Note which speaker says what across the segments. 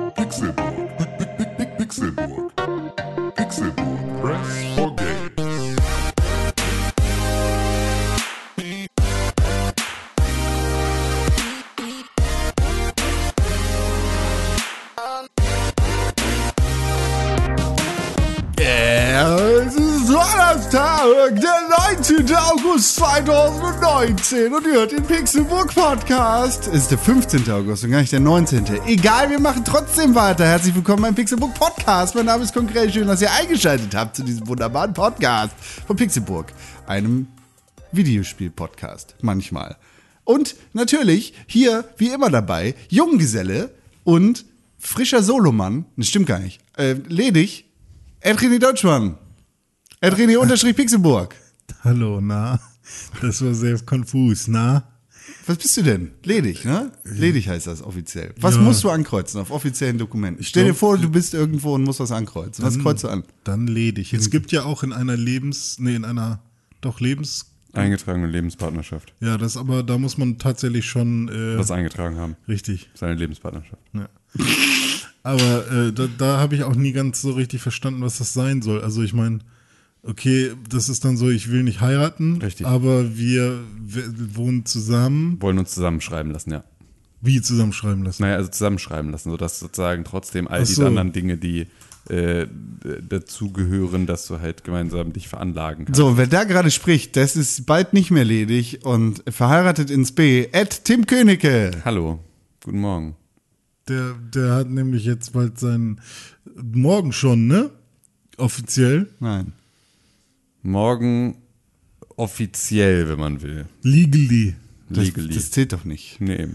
Speaker 1: Pixelburg. Pi- pi- pi- pi- Pixelburg. Pixelburg. Press for Games.
Speaker 2: Es ist Donnerstag, der 19. August 2019 und ihr hört den Pixelburg Podcast. Es ist der 15. August und gar nicht der 19. Egal, wir machen trotzdem weiter. Herzlich willkommen beim Pixelburg Podcast. Mein Name ist Konkret. Schön, dass ihr eingeschaltet habt zu diesem wunderbaren Podcast von Pixelburg, einem Videospiel-Podcast. Manchmal. Und natürlich hier, wie immer dabei, Junggeselle und frischer Solomann. Das stimmt gar nicht. Äh, ledig. Edrini Deutschmann. Edrini unterstrich Pixelburg.
Speaker 3: Hallo, na? Das war sehr konfus, na?
Speaker 2: Was bist du denn? Ledig, ne? Ledig heißt das offiziell. Was
Speaker 3: Ja.
Speaker 2: musst du ankreuzen auf offiziellen Dokumenten? Stell dir vor, du bist irgendwo und musst was ankreuzen. Was kreuzt du an?
Speaker 3: Dann ledig.
Speaker 4: Hm.
Speaker 3: Es gibt ja auch in einer Lebens... Nee, in einer... Doch, Lebens...
Speaker 4: Eingetragene Lebenspartnerschaft.
Speaker 3: Ja, das aber, da muss man tatsächlich schon... Äh,
Speaker 4: Das eingetragen haben.
Speaker 3: richtig.
Speaker 4: Seine Lebenspartnerschaft.
Speaker 3: Aber äh, da, da habe ich auch nie ganz so richtig verstanden, was das sein soll. Also ich meine, okay, das ist dann so, ich will nicht heiraten,
Speaker 4: Richtig.
Speaker 3: aber wir, wir wohnen zusammen.
Speaker 4: Wollen uns zusammenschreiben lassen, ja.
Speaker 3: Wie zusammenschreiben lassen?
Speaker 4: Naja, also zusammenschreiben lassen, sodass sozusagen trotzdem all
Speaker 3: Ach
Speaker 4: diese
Speaker 3: so.
Speaker 4: anderen Dinge, die äh, d- dazugehören, dass du halt gemeinsam dich veranlagen kannst.
Speaker 2: So, wer da gerade spricht, das ist bald nicht mehr ledig und verheiratet ins B. Ed Tim Königke.
Speaker 4: Hallo, guten Morgen.
Speaker 3: Der, der hat nämlich jetzt bald seinen... Morgen schon, ne? Offiziell.
Speaker 2: Nein.
Speaker 4: Morgen offiziell, wenn man will.
Speaker 3: Legally.
Speaker 2: Das,
Speaker 4: Legally.
Speaker 2: das zählt doch nicht.
Speaker 4: nee.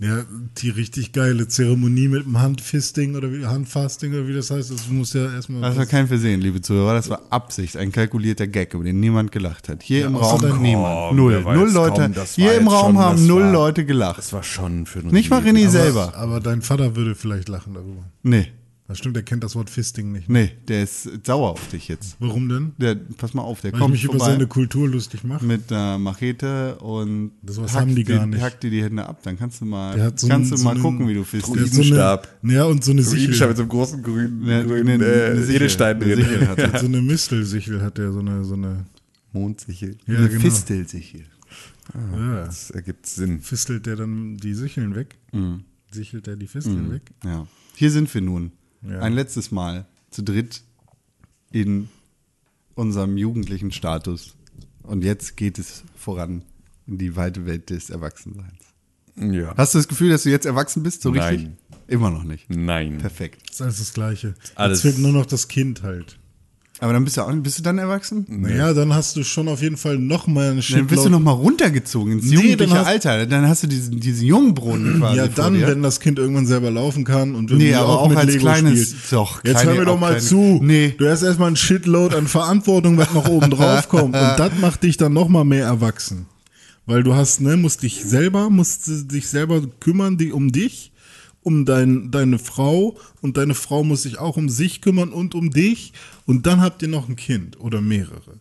Speaker 3: Ja, die richtig geile Zeremonie mit dem Handfisting oder wie Handfasting oder wie das heißt, das muss ja erstmal.
Speaker 2: Das war Also kein Versehen, liebe Zuhörer. Das war Absicht, ein kalkulierter Gag, über den niemand gelacht hat. Hier im
Speaker 3: außer dein-
Speaker 2: Raum niemand.
Speaker 4: Oh,
Speaker 2: Null.
Speaker 4: wer weiß,
Speaker 2: null Leute.
Speaker 4: komm, das war
Speaker 2: Hier im
Speaker 4: jetzt
Speaker 2: Raum
Speaker 4: schon,
Speaker 2: haben
Speaker 4: das
Speaker 2: null
Speaker 4: war-
Speaker 2: Leute gelacht.
Speaker 4: Das war schon für uns.
Speaker 2: Nicht mal René
Speaker 3: aber,
Speaker 2: selber.
Speaker 3: Aber dein Vater würde vielleicht lachen darüber.
Speaker 2: Nee,
Speaker 3: Das stimmt, er kennt das Wort Fisting nicht.
Speaker 2: nee, der ist sauer auf dich jetzt.
Speaker 3: Warum denn?
Speaker 2: Der, pass mal auf, der
Speaker 3: Weil ich
Speaker 2: kommt
Speaker 3: mich über
Speaker 2: vorbei
Speaker 3: seine Kultur lustig mache.
Speaker 2: mit einer Machete und
Speaker 3: Das was haben die
Speaker 2: dir,
Speaker 3: gar nicht.
Speaker 2: hackt dir die Hände ab. Dann kannst du mal,
Speaker 3: Der hat so
Speaker 2: kannst
Speaker 3: einen-
Speaker 2: du
Speaker 3: so
Speaker 2: mal
Speaker 3: einen-
Speaker 2: gucken, wie du fistest.
Speaker 3: Der hat so eine,
Speaker 4: Druidenstab.
Speaker 3: ja, und so eine
Speaker 4: Sichel. Ich
Speaker 3: Sichel.
Speaker 4: habe jetzt im großen grünen
Speaker 2: Ne, ne,
Speaker 4: grünen,
Speaker 2: ne,
Speaker 4: äh,
Speaker 2: ne Sichel.
Speaker 4: Edelstein
Speaker 2: Ne
Speaker 4: drin.
Speaker 2: Sichel hat
Speaker 3: Der hat so eine Mistelsichel hat der, so eine, so eine.
Speaker 4: Mondsichel.
Speaker 3: Ja,
Speaker 2: Eine
Speaker 3: genau.
Speaker 2: Fistel sich hier.
Speaker 3: Ja.
Speaker 4: Das ergibt Sinn.
Speaker 3: Fistelt der dann die Sicheln weg?
Speaker 2: Mhm.
Speaker 3: Sichelt er die Fisteln weg?
Speaker 2: Ja. Hier sind wir nun.
Speaker 3: Ja.
Speaker 2: Ein letztes Mal zu dritt in unserem jugendlichen Status. Und jetzt geht es voran in die weite Welt des Erwachsenseins.
Speaker 4: Ja.
Speaker 2: Hast du das Gefühl, dass du jetzt erwachsen bist? So richtig?
Speaker 4: Nein.
Speaker 2: Immer noch nicht.
Speaker 4: Nein.
Speaker 2: Perfekt.
Speaker 3: Ist alles das Gleiche.
Speaker 4: alles-
Speaker 3: Jetzt fehlt nur noch das Kind halt.
Speaker 2: Aber dann bist du auch bist du dann erwachsen?
Speaker 3: Naja, dann hast du schon auf jeden Fall nochmal einen Shitload.
Speaker 2: Dann bist du nochmal runtergezogen ins
Speaker 3: Nee,
Speaker 2: jugendliche
Speaker 3: dann hast-
Speaker 2: Alter. Dann hast du diesen, diesen Jungbrunnen quasi.
Speaker 3: ja,
Speaker 2: vor
Speaker 3: dann,
Speaker 2: dir.
Speaker 3: wenn das Kind irgendwann selber laufen kann und wenn
Speaker 2: Nee,
Speaker 3: die
Speaker 2: aber
Speaker 3: auch,
Speaker 2: auch
Speaker 3: mit
Speaker 2: als
Speaker 3: Lego
Speaker 2: kleines-
Speaker 3: spielt.
Speaker 2: doch,
Speaker 3: Jetzt
Speaker 2: kleine-
Speaker 3: hör mir doch
Speaker 2: auch
Speaker 3: mal
Speaker 2: kleine-
Speaker 3: zu.
Speaker 2: Nee.
Speaker 3: Du hast erstmal einen Shitload an Verantwortung, was noch oben drauf kommt. Und das macht dich dann nochmal mehr erwachsen. Weil du hast, ne, musst dich selber, musst du dich selber kümmern, die, um dich, um dein, deine Frau und deine Frau muss sich auch um sich kümmern und um dich. Und dann habt ihr noch ein Kind oder mehrere.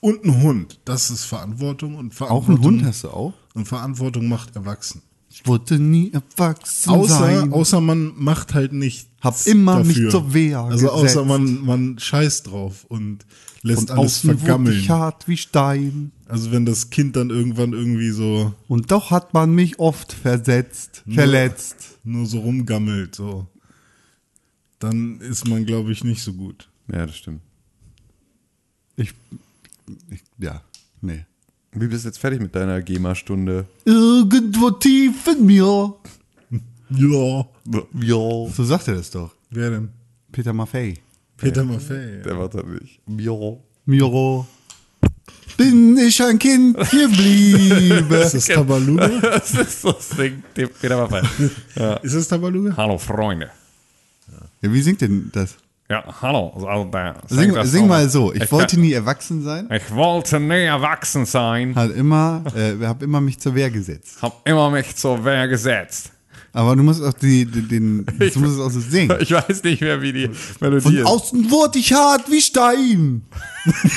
Speaker 3: Und einen Hund. Das ist Verantwortung und
Speaker 2: auch
Speaker 3: Verantwortung.
Speaker 2: einen Hund hast du auch?
Speaker 3: Und Verantwortung macht erwachsen.
Speaker 2: Ich wollte nie erwachsen
Speaker 3: Außer,
Speaker 2: sein.
Speaker 3: außer man macht halt nicht.
Speaker 2: Hab immer mich zur Wehr
Speaker 3: Also außer
Speaker 2: gesetzt.
Speaker 3: man, man scheißt drauf und lässt
Speaker 2: Und
Speaker 3: alles
Speaker 2: außen wurde ich
Speaker 3: vergammeln.
Speaker 2: hart wie Stein.
Speaker 3: Also wenn das Kind dann irgendwann irgendwie so
Speaker 2: Und doch hat man mich oft versetzt, verletzt.
Speaker 3: nur so rumgammelt, so, dann ist man, glaube ich, nicht so gut.
Speaker 4: Ja, das stimmt.
Speaker 2: Ich, ich ja, nee.
Speaker 4: Wie bist du jetzt fertig mit deiner GEMA-Stunde?
Speaker 2: Irgendwo tief in mir.
Speaker 3: Ja.
Speaker 2: Ja. So sagt er das doch.
Speaker 3: Wer denn?
Speaker 2: Peter Maffei.
Speaker 3: Peter Maffei.
Speaker 4: Der war da nicht. Ja.
Speaker 2: Miro. Bin ich ein Kind geblieben?
Speaker 3: Ist das Tabaluga?
Speaker 4: Das ist so singt dem Peter Maffay.
Speaker 3: Ist das Tabaluga?
Speaker 4: Hallo Freunde.
Speaker 2: ja, wie singt denn das?
Speaker 4: Ja, hallo. Also, da
Speaker 2: Sing,
Speaker 4: das
Speaker 2: sing
Speaker 4: doch.
Speaker 2: mal so. Ich, wollte
Speaker 4: kann-
Speaker 2: nie erwachsen sein.
Speaker 4: Ich wollte nie erwachsen sein.
Speaker 2: Hat immer, äh, hab immer mich zur Wehr gesetzt.
Speaker 4: Hab immer mich zur Wehr gesetzt.
Speaker 2: Aber du musst auch die, die, den, du musst es auch so singen.
Speaker 4: Ich weiß nicht mehr, wie die
Speaker 2: Von
Speaker 4: Melodie ist.
Speaker 2: außen wurde ich hart wie Stein.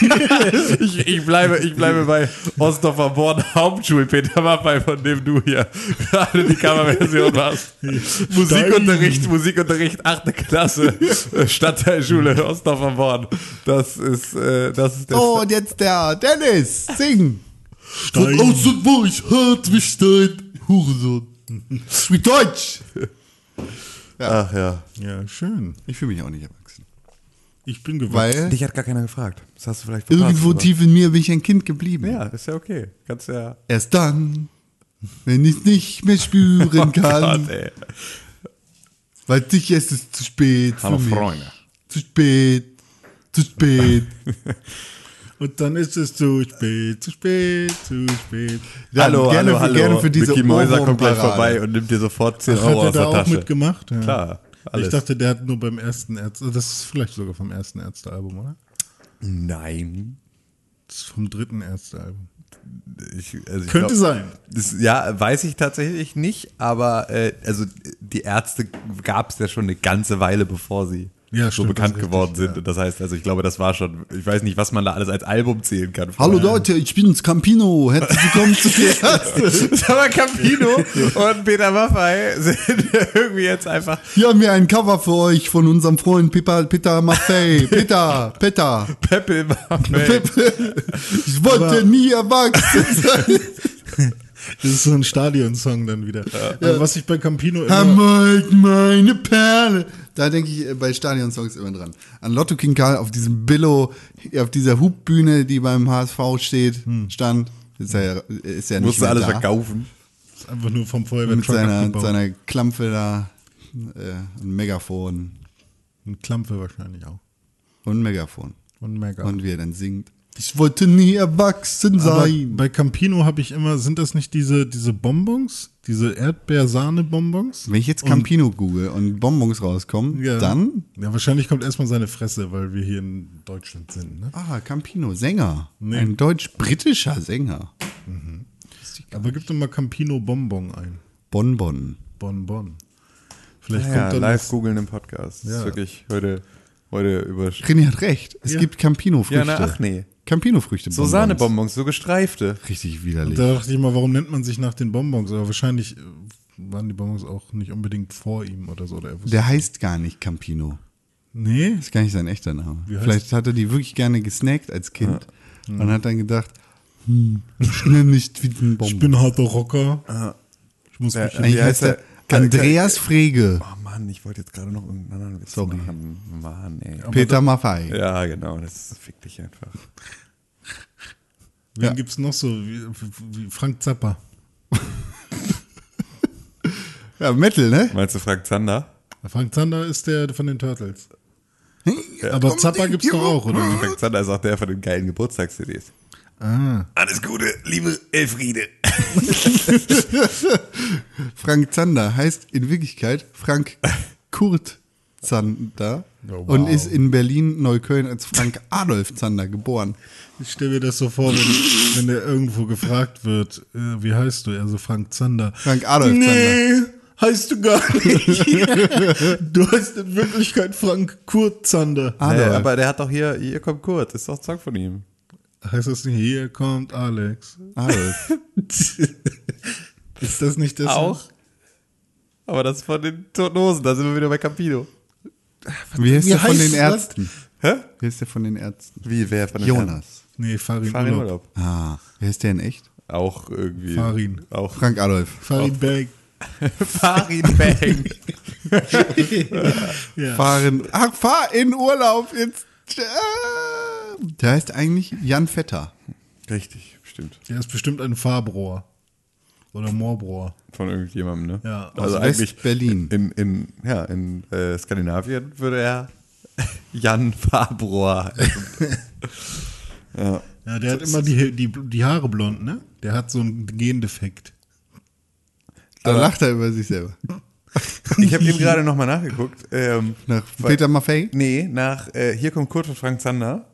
Speaker 4: Ich, ich, bleibe, ich bleibe bei Ostdorfer Born Hauptschul, Peter Maffei, von dem du hier gerade die Coverversion machst. Musikunterricht, Musikunterricht, achte Klasse, äh, Stadtteilschule Ostdorfer Born. Das ist, äh, das ist der
Speaker 2: Oh, und jetzt der Dennis. Sing.
Speaker 3: Stein.
Speaker 2: oh, wurde ich hart wie Stein. Hurensohn. Wie Deutsch.
Speaker 4: Ach ja.
Speaker 3: Ja, schön.
Speaker 2: Ich fühle mich auch nicht erwachsen.
Speaker 3: Ich bin gewachsen.
Speaker 2: Weil
Speaker 4: Dich hat gar keiner gefragt. Das hast du vielleicht verpasst.
Speaker 2: irgendwo
Speaker 4: aber-
Speaker 2: tief in mir bin ich ein Kind geblieben.
Speaker 4: Ja, ist ja okay. Kannst ja.
Speaker 2: Erst dann, wenn ich nicht mehr spüren kann,
Speaker 4: Oh Gott, ey.
Speaker 2: weil dich ist es zu spät für
Speaker 4: Hallo,
Speaker 2: mich.
Speaker 4: Freunde.
Speaker 2: Zu spät, zu spät.
Speaker 3: Und dann ist es zu spät, zu spät, zu spät.
Speaker 2: Ja,
Speaker 4: hallo,
Speaker 2: gerne,
Speaker 4: hallo,
Speaker 2: für,
Speaker 4: hallo.
Speaker 2: gerne für diese
Speaker 4: Mickey Mäuser kommt gleich
Speaker 2: Ohrwurmparade.
Speaker 4: vorbei und nimmt dir sofort 10
Speaker 3: Ach,
Speaker 4: Euro aus
Speaker 3: hat er da
Speaker 4: der
Speaker 3: auch
Speaker 4: Tasche.
Speaker 3: mitgemacht? Ja.
Speaker 4: Klar, alles.
Speaker 3: Ich dachte, der hat nur beim ersten Ärzte, das ist vielleicht sogar vom ersten Ärztealbum, oder?
Speaker 4: Nein.
Speaker 3: Das ist vom dritten Ärztealbum.
Speaker 4: Ich, also ich
Speaker 3: Könnte
Speaker 4: glaub-
Speaker 3: sein.
Speaker 4: Das, ja, weiß ich tatsächlich nicht, aber äh, also die Ärzte gab es ja schon eine ganze Weile, bevor sie
Speaker 3: Ja,
Speaker 4: so
Speaker 3: stimmt,
Speaker 4: bekannt
Speaker 3: das ist
Speaker 4: geworden
Speaker 3: richtig,
Speaker 4: sind.
Speaker 3: ja.
Speaker 4: Und das heißt, also ich glaube, das war schon, ich weiß nicht, was man da alles als Album zählen kann.
Speaker 2: Hallo Leute, ich bin's, Campino. Herzlich willkommen zu der Ärzte.
Speaker 4: Sag mal, Campino und Peter Maffay sind irgendwie jetzt einfach
Speaker 2: Hier haben wir ein Cover für euch von unserem Freund Pippa, Peter Maffei. Peter, Peter.
Speaker 4: Peppel Maffay.
Speaker 2: Ich wollte
Speaker 3: Aber-
Speaker 2: nie erwachsen sein.
Speaker 3: Das ist so ein Stadionsong dann wieder. Aber was ich bei Campino immer.
Speaker 2: Hamburg, meine Perle. Da denke ich äh, bei Stadion-Songs immer dran. An Lotto King Karl auf diesem Billo, auf dieser Hubbühne, die beim HSV steht, stand. Ist er, ja- ist ja nicht
Speaker 4: Musste
Speaker 2: mehr
Speaker 4: alles
Speaker 2: da.
Speaker 4: verkaufen.
Speaker 3: Das ist einfach nur vom
Speaker 2: Mit
Speaker 3: Feuerwehrtruck
Speaker 2: seiner, mit
Speaker 3: abgebaut.
Speaker 2: seiner Klampfe da, äh, ein Megafon
Speaker 3: Ein Klampe wahrscheinlich auch.
Speaker 2: und ein Megafon.
Speaker 3: Und Mega.
Speaker 2: Und wie er dann singt. Ich wollte nie erwachsen
Speaker 3: Aber
Speaker 2: sein.
Speaker 3: bei Campino habe ich immer, sind das nicht diese, diese Bonbons? Diese Erdbeer-Sahne-Bonbons?
Speaker 2: Wenn ich jetzt Campino google und Bonbons rauskommen,
Speaker 3: Ja.
Speaker 2: dann.
Speaker 3: Ja, wahrscheinlich kommt erstmal seine Fresse, weil wir hier in Deutschland sind, ne?
Speaker 2: Ah, Campino, Sänger. Ein deutsch-britischer Sänger.
Speaker 3: Aber gib doch mal Campino Bonbon ein.
Speaker 2: Bonbon.
Speaker 3: Bonbon. Vielleicht
Speaker 4: Ja,
Speaker 3: kommt dann
Speaker 4: live
Speaker 3: das-
Speaker 4: googeln im Podcast. Das ist
Speaker 3: Ja.
Speaker 4: wirklich heute, heute überschrieben.
Speaker 2: René hat recht. Es gibt Campino-Früchte.
Speaker 4: Ja, na, ach nee.
Speaker 2: Campino-Früchte.
Speaker 4: So Sahnebonbons, so gestreifte.
Speaker 2: Richtig widerlich.
Speaker 4: Also,
Speaker 3: Da dachte ich mal, warum nennt man sich nach den Bonbons? Aber wahrscheinlich äh, waren die Bonbons auch nicht unbedingt vor ihm oder so. Oder er wusste,
Speaker 2: Der heißt gar nicht Campino.
Speaker 3: nee,
Speaker 2: Ist gar nicht sein echter Name.
Speaker 3: heißt-
Speaker 2: Vielleicht hat er die wirklich gerne gesnackt als Kind und hat dann gedacht, hm, ich nenne nicht wie den
Speaker 3: ich
Speaker 2: Bonbon. Ah.
Speaker 3: bin harter Rocker. Ich muss
Speaker 4: Ja,
Speaker 3: mich
Speaker 4: ja.
Speaker 2: Eigentlich
Speaker 4: Äh, Wie
Speaker 2: heißt
Speaker 4: heißt
Speaker 2: er
Speaker 4: er?
Speaker 2: Andreas Frege,
Speaker 4: Oh Mann, ich wollte jetzt gerade noch irgendeinen anderen Witz
Speaker 2: Sorry.
Speaker 4: machen. Mann, ey.
Speaker 2: Peter Maffei.
Speaker 4: Ja, genau, das fick dich einfach.
Speaker 3: Wen
Speaker 2: Ja.
Speaker 3: gibt's noch so? Wie, wie wie Frank Zappa.
Speaker 2: Ja, Metal, ne?
Speaker 4: Meinst du Frank Zander?
Speaker 3: Frank Zander ist der von den Turtles. Aber Zappa gibt's doch auch, oder? nicht?
Speaker 4: Frank Zander ist auch der von den geilen Geburtstags-CDs.
Speaker 3: Ah,
Speaker 4: Alles Gute, liebe Elfriede.
Speaker 2: Frank Zander heißt in Wirklichkeit Frank Kurt Zander
Speaker 3: Oh, wow.
Speaker 2: und ist in Berlin-Neukölln als Frank Adolf Zander geboren.
Speaker 3: ich stelle mir das so vor, wenn, wenn der irgendwo gefragt wird, äh, wie heißt du? Also Frank Zander.
Speaker 2: Frank Adolf Zander.
Speaker 3: Nee, heißt du gar nicht. du heißt in Wirklichkeit Frank Kurt Zander.
Speaker 2: Adolf.
Speaker 4: Naja, aber Ah, der hat doch hier, hier kommt Kurt, ist doch ein Song von ihm.
Speaker 3: Heißt das nicht, hier kommt Alex?
Speaker 2: Adolf.
Speaker 3: Ist das nicht das?
Speaker 4: Auch. Aber das ist von den Toten Hosen, da sind wir wieder bei Campino.
Speaker 2: Wie heißt
Speaker 3: Wie
Speaker 2: der von
Speaker 3: heißt
Speaker 2: den
Speaker 3: das?
Speaker 2: Ärzten?
Speaker 4: Hä?
Speaker 2: Wie heißt der von den Ärzten?
Speaker 4: Wie, wer von den
Speaker 2: Jonas.
Speaker 3: Nee, Farin.
Speaker 4: Herren? Farin
Speaker 3: Urlaub.
Speaker 4: Urlaub.
Speaker 2: Ah, wie heißt der in echt?
Speaker 4: Auch irgendwie.
Speaker 3: Farin.
Speaker 4: Auch
Speaker 2: Frank Adolf.
Speaker 3: Farin Berg.
Speaker 4: Farin Bang.
Speaker 3: Ja.
Speaker 2: Fahren. Ach, fahr in Urlaub. Jetzt. Äh, Der heißt eigentlich Jan Vetter.
Speaker 4: Richtig, stimmt.
Speaker 3: Der ist bestimmt ein Farbrohr. Oder Moorbrohr.
Speaker 4: Von irgendjemandem, ne?
Speaker 3: Ja.
Speaker 4: also
Speaker 2: Aus
Speaker 4: eigentlich
Speaker 2: West-Berlin.
Speaker 4: In, in, ja, in äh, Skandinavien würde er Jan Fabroa. ja.
Speaker 3: Ja, der hat immer die, die, die Haare blond, ne? Der hat so einen Gendefekt.
Speaker 2: Da lacht er über sich selber.
Speaker 4: Ich habe eben gerade nochmal nachgeguckt. Ähm,
Speaker 2: Nach Peter Maffei?
Speaker 4: Nee, nach äh, Hier kommt Kurt von Frank Zander,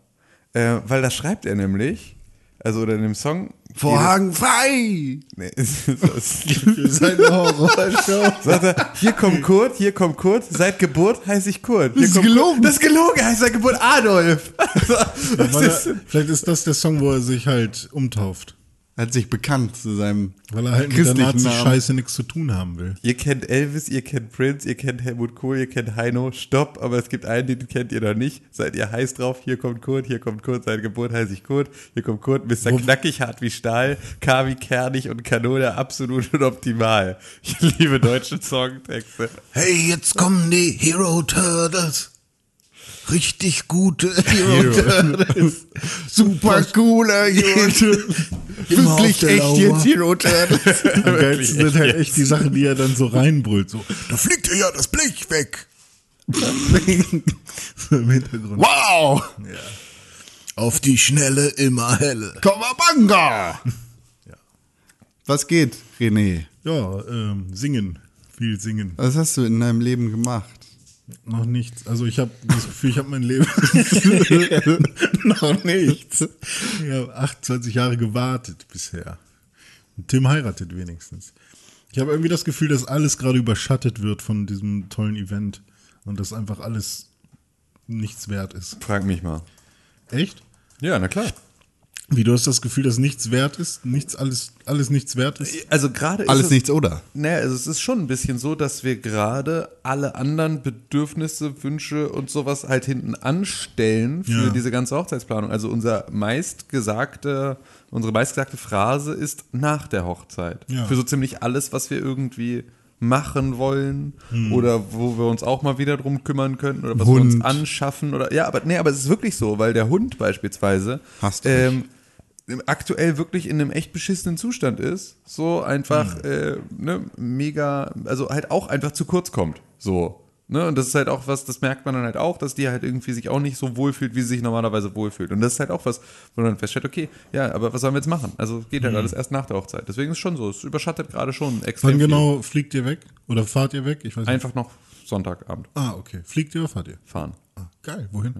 Speaker 4: äh, weil das schreibt er nämlich. also oder in dem Song.
Speaker 2: Vorhang frei!
Speaker 4: Nee, es ist- es ist-
Speaker 3: Ist halt eine Horrorshow.
Speaker 4: Sagt er, hier kommt Kurt, hier kommt Kurt, seit Geburt heiße ich Kurt. Hier
Speaker 2: Das ist
Speaker 4: kommt
Speaker 2: gelogen.
Speaker 4: Kurt. Das ist gelogen, heißt seit Geburt Adolf. Also, das
Speaker 3: Weil
Speaker 4: ist,
Speaker 3: er, vielleicht ist das der Song, wo er sich halt umtauft.
Speaker 2: Hat sich bekannt zu seinem
Speaker 3: Weil er halt mit der
Speaker 2: christlichen Namen.
Speaker 3: Nazi-Scheiße nichts zu tun haben will.
Speaker 4: ihr kennt Elvis, ihr kennt Prince, ihr kennt Helmut Kohl, ihr kennt Heino, stopp, aber es gibt einen, den kennt ihr noch nicht. Seid ihr heiß drauf, hier kommt Kurt, hier kommt Kurt, seit Geburt heiße ich Kurt, hier kommt Kurt, Mr. Knackig, hart wie Stahl, K wie kernig und Kanone, absolut und optimal. Ich liebe deutsche Songtexte.
Speaker 3: Hey, jetzt kommen die Hero Turtles. Richtig gute Hero
Speaker 2: Super cooler Jude. Wirklich echt jetzt Hero Turtles.
Speaker 3: Am geilsten sind halt echt die Sachen, die er dann so reinbrüllt. So, da fliegt ihr ja das Blech weg. so im Hintergrund.
Speaker 2: Wow!
Speaker 3: Auf die Schnelle immer helle.
Speaker 2: Kawabanga! Was geht, René?
Speaker 3: Ja, ähm, singen. Viel singen.
Speaker 2: Was hast du in deinem Leben gemacht?
Speaker 3: Noch nichts. Also ich habe das Gefühl, ich habe mein Leben noch nichts. Ich habe 28 Jahre gewartet bisher. Und Tim heiratet wenigstens. Ich habe irgendwie das Gefühl, dass alles gerade überschattet wird von diesem tollen Event und dass einfach alles nichts wert ist.
Speaker 4: Frag mich mal.
Speaker 3: Echt?
Speaker 4: Ja, na klar.
Speaker 3: Wie du hast das Gefühl, dass nichts wert ist, nichts alles alles nichts wert ist.
Speaker 4: Also gerade ist
Speaker 2: Alles
Speaker 4: es-
Speaker 2: nichts oder?
Speaker 4: Naja, also es ist schon ein bisschen so, dass wir gerade alle anderen Bedürfnisse, Wünsche und sowas halt hinten anstellen für
Speaker 3: Ja.
Speaker 4: diese ganze Hochzeitsplanung. Also unser meistgesagte, unsere meistgesagte Phrase ist nach der Hochzeit.
Speaker 3: Ja.
Speaker 4: Für so ziemlich alles, was wir irgendwie machen wollen
Speaker 3: Hm.
Speaker 4: oder wo wir uns auch mal wieder drum kümmern könnten oder was wir uns
Speaker 2: Hund.
Speaker 4: anschaffen oder ja, aber nee, aber es ist wirklich so, weil der Hund beispielsweise
Speaker 2: Hasst
Speaker 4: ähm, aktuell wirklich in einem echt beschissenen Zustand ist, so einfach
Speaker 3: Mhm.
Speaker 4: äh, ne, mega, also halt auch einfach zu kurz kommt. So. Ne? Und das ist halt auch was, das merkt man dann halt auch, dass die halt irgendwie sich auch nicht so wohlfühlt, wie sie sich normalerweise wohlfühlt. Und das ist halt auch was, wo man dann feststellt, okay, ja, aber was sollen wir jetzt machen? Also geht halt alles erst nach der Hochzeit. Deswegen ist schon so, es überschattet gerade schon extrem.
Speaker 3: Mhm. Wann genau fliegt ihr weg oder fahrt ihr weg? Ich weiß
Speaker 4: Viel. Einfach noch Sonntagabend
Speaker 3: nicht. Ah, okay. Fliegt ihr oder fahrt ihr?
Speaker 4: fahren.
Speaker 3: Ah, geil. Wohin?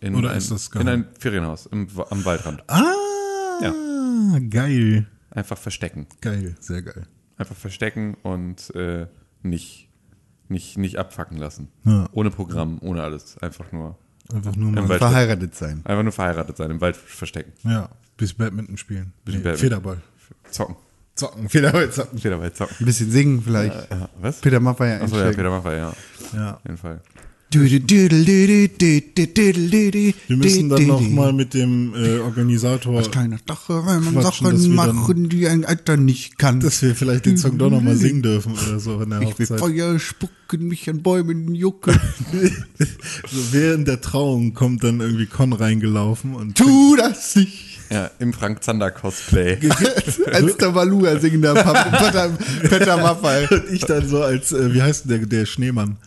Speaker 4: In
Speaker 3: Oder
Speaker 4: ein,
Speaker 3: ist das
Speaker 4: in
Speaker 3: geheim?
Speaker 4: ein Ferienhaus im, am Waldrand.
Speaker 3: Ah, geil.
Speaker 4: Einfach verstecken.
Speaker 3: Geil, sehr geil.
Speaker 4: Einfach verstecken und äh, nicht, nicht, nicht abfacken lassen.
Speaker 3: Ja.
Speaker 4: Ohne Programm, ohne alles. Einfach nur,
Speaker 3: Einfach nur mal.
Speaker 4: Wald-
Speaker 2: Verheiratet sein.
Speaker 4: einfach nur verheiratet sein, im Wald verstecken.
Speaker 3: Ja, bis Badminton spielen.
Speaker 4: Bisschen
Speaker 3: nee,
Speaker 4: Badminton.
Speaker 3: Federball.
Speaker 4: Zocken.
Speaker 3: Zocken, Federball zocken.
Speaker 4: Peter Wald zocken.
Speaker 2: Ein bisschen singen vielleicht.
Speaker 4: Ja, was?
Speaker 2: Peter Maffay einstecken.
Speaker 4: Achso, ja, Peter Maffay, ja.
Speaker 3: Ja.
Speaker 4: Auf jeden Fall.
Speaker 3: Wir
Speaker 2: Wir
Speaker 3: müssen dann nochmal mit dem äh, Organisator,
Speaker 2: Kleine Sache, wenn
Speaker 3: Quatschen,
Speaker 2: man
Speaker 3: dass
Speaker 2: Sachen
Speaker 3: wir dann-
Speaker 2: machen, die ein Alter nicht kann.
Speaker 3: dass wir vielleicht den Song doch nochmal singen dürfen oder so in der
Speaker 2: ich will
Speaker 3: Hochzeit.
Speaker 2: Feuer spucken, mich an Bäumen jucken.
Speaker 3: so während der Trauung kommt dann irgendwie Con reingelaufen und
Speaker 2: tu das nicht.
Speaker 4: Ja, im Frank Zander Cosplay.
Speaker 2: Als der Valuga singender Peter, Peter Maffay.
Speaker 3: Und ich dann so als, äh, wie heißt denn der, der Schneemann?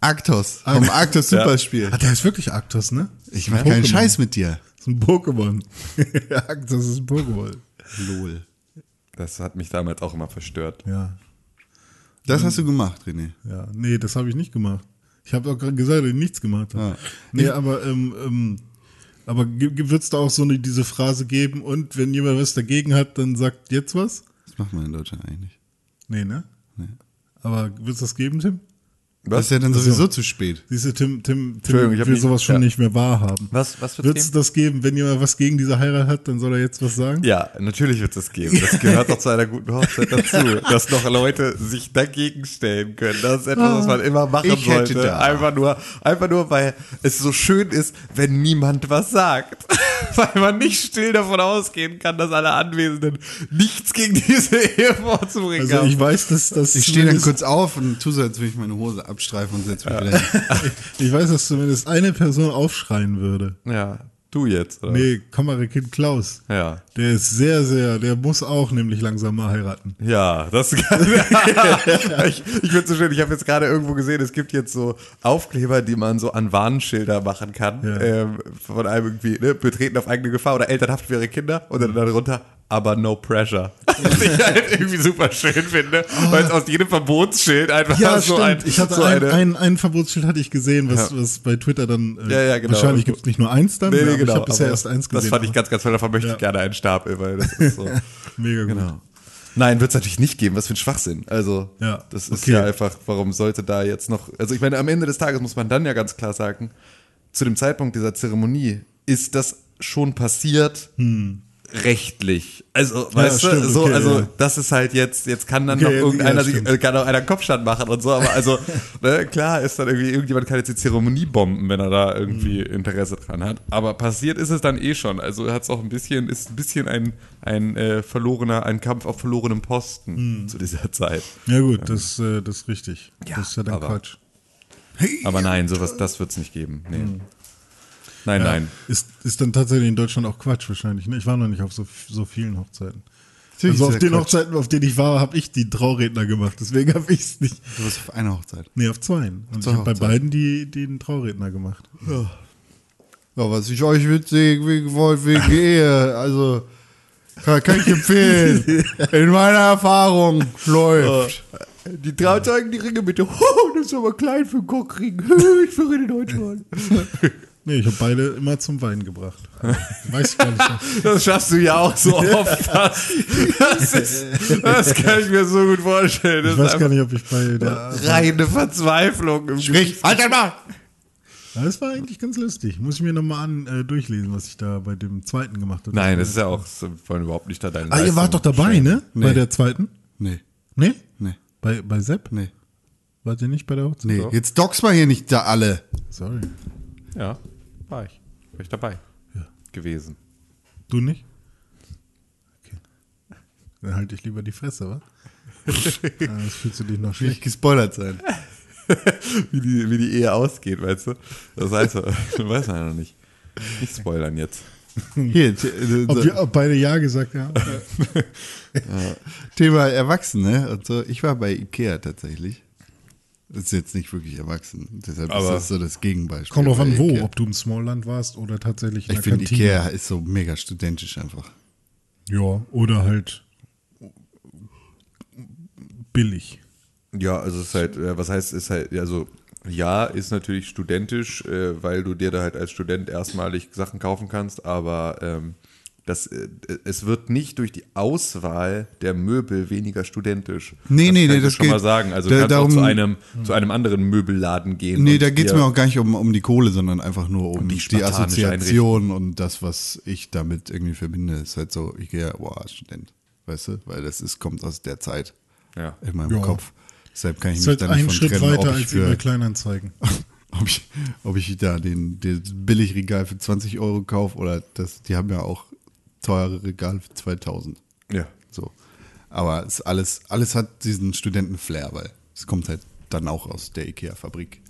Speaker 2: Arctos. Vom Arctos Superspiel.
Speaker 3: Ah, der ist wirklich Arktos, ne?
Speaker 2: Ich mach keinen
Speaker 3: Pokémon.
Speaker 2: Scheiß mit dir.
Speaker 3: Das ist ein Pokémon. Arktos ist ein Pokémon.
Speaker 2: Lol.
Speaker 4: Das hat mich damals auch immer verstört.
Speaker 3: Ja,
Speaker 2: Das hast du gemacht, René.
Speaker 3: ja. Nee, das habe ich nicht gemacht. Ich habe auch gerade gesagt, dass ich nichts gemacht habe.
Speaker 2: Ah.
Speaker 3: Nee, aber, ähm, ähm, aber wird es da auch so eine, diese Phrase geben und wenn jemand was dagegen hat, dann sagt jetzt was?
Speaker 2: Das macht man in Deutschland eigentlich.
Speaker 3: Nee, ne? Aber wird es das geben, Tim?
Speaker 2: Das ist ja dann sowieso zu spät.
Speaker 3: Siehst du, Tim, Tim, Tim
Speaker 4: Entschuldigung, ich hab
Speaker 3: will
Speaker 4: nicht-
Speaker 3: sowas schon
Speaker 4: ja.
Speaker 3: nicht mehr wahrhaben.
Speaker 4: Was- was wird's geben?
Speaker 3: wird's das geben? Wenn jemand was gegen diese Heirat hat, dann soll er jetzt was sagen?
Speaker 4: Ja, natürlich wird es das geben. Das gehört doch zu einer guten Hochzeit dazu, dass noch Leute sich dagegen stellen können. Das ist etwas, was man immer machen
Speaker 2: Ich hätte
Speaker 4: sollte.
Speaker 2: da.
Speaker 4: Einfach nur, einfach nur, weil es so schön ist, wenn niemand was sagt. weil man nicht still davon ausgehen kann, dass alle Anwesenden nichts gegen diese Ehe vorzubringen
Speaker 3: Also
Speaker 4: haben.
Speaker 3: ich weiß, dass das
Speaker 2: Ich stehe dann kurz auf und tu so, als würde ich meine Hose abstreifen und setze mich wieder hin.
Speaker 3: ich weiß, dass zumindest eine Person aufschreien würde.
Speaker 4: ja, du jetzt, oder?
Speaker 3: Nee, Kammerkind Klaus.
Speaker 4: Ja.
Speaker 3: Der ist sehr, sehr, der muss auch nämlich langsam mal heiraten.
Speaker 4: Ja, das ich, ich find's so schön. Ich habe jetzt gerade irgendwo gesehen, es gibt jetzt so Aufkleber, die man so an Warnschilder machen kann.
Speaker 3: Ja.
Speaker 4: Ähm, von einem irgendwie, ne, betreten auf eigene Gefahr oder elternhaft für ihre Kinder und dann darunter aber no pressure. Was ich halt irgendwie super schön finde, weil es aus jedem Verbotsschild einfach
Speaker 3: Ah. Ja,
Speaker 4: so
Speaker 3: stimmt.
Speaker 4: ein,
Speaker 3: ich hatte
Speaker 4: so
Speaker 3: ein,
Speaker 4: eine,
Speaker 3: ein, ein Verbotsschild hatte ich gesehen, was, was bei Twitter dann äh,
Speaker 4: Ja, ja, genau.
Speaker 3: wahrscheinlich gibt es nicht nur eins dann,
Speaker 4: Nee,
Speaker 3: aber
Speaker 4: nee, genau.
Speaker 3: ich habe bisher
Speaker 4: aber
Speaker 3: erst eins
Speaker 4: Das
Speaker 3: gesehen.
Speaker 4: fand ich ganz, ganz toll. Davon möchte ich gerne einen Stapel, weil das ist so.
Speaker 3: mega gut.
Speaker 4: genau. Nein, wird es natürlich nicht geben. Was für ein Schwachsinn. Also,
Speaker 3: Ja,
Speaker 4: das ist
Speaker 3: okay.
Speaker 4: ja einfach, warum sollte da jetzt noch. Also, ich meine, am Ende des Tages muss man dann ja ganz klar sagen, zu dem Zeitpunkt dieser Zeremonie ist das schon passiert. Rechtlich. Also, weißt
Speaker 3: stimmt,
Speaker 4: du, so,
Speaker 3: okay,
Speaker 4: also,
Speaker 3: Hm. ja.
Speaker 4: das ist halt jetzt, jetzt kann dann noch
Speaker 3: Okay, ja,
Speaker 4: irgendeiner sich,
Speaker 3: stimmt.
Speaker 4: äh, kann auch einer Kopfstand machen und so, aber also, ne, klar ist dann irgendwie, irgendjemand kann jetzt die Zeremonie bomben, wenn er da irgendwie Interesse dran hat. Aber passiert ist es dann eh schon. Also hat es auch ein bisschen, ist ein bisschen ein, ein äh, verlorener, ein Kampf auf verlorenem Posten zu dieser Zeit.
Speaker 3: Ja gut, das, äh, das ist richtig.
Speaker 4: Ja,
Speaker 3: das ist ja dann
Speaker 4: aber-
Speaker 3: Quatsch.
Speaker 4: Aber nein, sowas, das wird es nicht geben. Nee. Nein, nein.
Speaker 3: Ist, ist dann tatsächlich in Deutschland auch Quatsch wahrscheinlich. Ne? Ich war noch nicht auf so, so vielen Hochzeiten.
Speaker 2: Natürlich
Speaker 3: also
Speaker 2: ist
Speaker 3: auf
Speaker 2: ja
Speaker 3: den
Speaker 2: Quatsch.
Speaker 3: Hochzeiten, auf denen ich war, habe ich die Trauredner gemacht. Deswegen habe ich es nicht.
Speaker 2: Du bist auf einer Hochzeit.
Speaker 3: Nee, auf zwei. Und ich
Speaker 2: zwei
Speaker 3: habe bei
Speaker 2: Hochzeiten.
Speaker 3: beiden die, die den Trauredner gemacht.
Speaker 2: Ja, was ich euch witzig wegen wollte, wegen Ehe, also kann, kann ich empfehlen. In meiner Erfahrung läuft.
Speaker 4: Äh, Die Trauzeugen, die Ringe bitte. das ist aber klein für einen Kockring. ich verrede Deutschland.
Speaker 3: Nee, ich habe beide immer zum Wein gebracht. Weiß ich gar nicht. mehr.
Speaker 4: Das schaffst du ja auch so oft. Das, das, ist, das kann ich mir so gut vorstellen. Das
Speaker 3: Ich
Speaker 4: ist
Speaker 3: weiß
Speaker 4: einfach
Speaker 3: gar nicht, ob ich bei der.
Speaker 4: reine Verzweiflung. Im Gesicht.
Speaker 2: halt einmal!
Speaker 3: Das war eigentlich ganz lustig. Muss ich mir nochmal an äh, durchlesen, was ich da bei dem zweiten gemacht habe.
Speaker 4: Nein, das ist ja auch so, wir wollen überhaupt nicht da deine
Speaker 3: Ah, ihr
Speaker 4: Leistung
Speaker 3: wart doch dabei,
Speaker 4: stellen.
Speaker 3: ne? Bei
Speaker 2: Nee.
Speaker 3: der zweiten?
Speaker 2: Nee,
Speaker 3: Nee?
Speaker 2: nee,
Speaker 3: Bei, bei Sepp?
Speaker 2: nee,
Speaker 3: Wart ihr nicht bei der Hochzeit?
Speaker 2: nee. Jetzt dox mal hier nicht da alle.
Speaker 3: Sorry.
Speaker 4: Ja, war ich. War ich dabei gewesen.
Speaker 3: Du nicht? Okay. Dann halte ich lieber die Fresse, wa? ah, das fühlst du dich noch
Speaker 2: Will ich
Speaker 3: schlecht.
Speaker 2: gespoilert sein.
Speaker 4: Wie die, wie die Ehe ausgeht, weißt du? Das heißt, du weißt ja noch nicht. Nicht spoilern jetzt.
Speaker 2: Hier, t- äh,
Speaker 3: Ob,
Speaker 2: so,
Speaker 3: wir, ob beide Also Ja gesagt haben?
Speaker 2: Thema Erwachsene und so. Ich war bei Ikea tatsächlich. Das ist jetzt nicht wirklich erwachsen. Deshalb
Speaker 4: Aber-
Speaker 2: ist das so das Gegenbeispiel.
Speaker 3: Kommt drauf
Speaker 2: bei
Speaker 3: an, wo.
Speaker 2: Ikea.
Speaker 3: Ob du im Smallland warst oder tatsächlich in
Speaker 2: Ich
Speaker 3: der
Speaker 2: finde,
Speaker 3: Kantine.
Speaker 2: Ikea ist so mega studentisch einfach.
Speaker 3: Ja, oder halt billig.
Speaker 4: Ja, also es ist halt, äh, was heißt, ist halt, also ja, ist natürlich studentisch, äh, weil du dir da halt als Student erstmalig Sachen kaufen kannst, aber ähm, das, äh, es wird nicht durch die Auswahl der Möbel weniger studentisch.
Speaker 2: Nee, nee,
Speaker 4: kann
Speaker 2: nee,
Speaker 4: ich
Speaker 2: das
Speaker 4: schon mal
Speaker 2: geht-
Speaker 4: sagen. Also
Speaker 2: da-
Speaker 4: du kannst
Speaker 2: darum-
Speaker 4: auch zu einem, zu einem anderen Möbelladen gehen.
Speaker 2: Nee,
Speaker 4: und
Speaker 2: da geht's
Speaker 4: dir-
Speaker 2: mir auch gar nicht um, um die Kohle, sondern einfach nur um die,
Speaker 4: dich spartanisch
Speaker 2: Assoziation und das, was ich damit irgendwie verbinde. Ist halt so, ich gehe, boah, Student, weißt du? Weil das ist, kommt aus der Zeit
Speaker 4: Ja.
Speaker 2: in meinem
Speaker 3: Ja.
Speaker 2: Kopf. Deshalb kann ich
Speaker 3: Ist
Speaker 2: mich
Speaker 3: halt
Speaker 2: da nicht
Speaker 3: einen
Speaker 2: von
Speaker 3: Schritt
Speaker 2: trennen,
Speaker 3: weiter
Speaker 2: ob ich,
Speaker 3: als über
Speaker 2: für,
Speaker 3: Kleinanzeigen.
Speaker 2: ob, ich, ob ich da den, den Billigregal für 20 Euro kaufe oder das, die haben ja auch teure Regal für 2000.
Speaker 4: Ja.
Speaker 2: So. Aber es ist alles, alles hat diesen Studentenflair, weil es kommt halt dann auch aus der IKEA-Fabrik.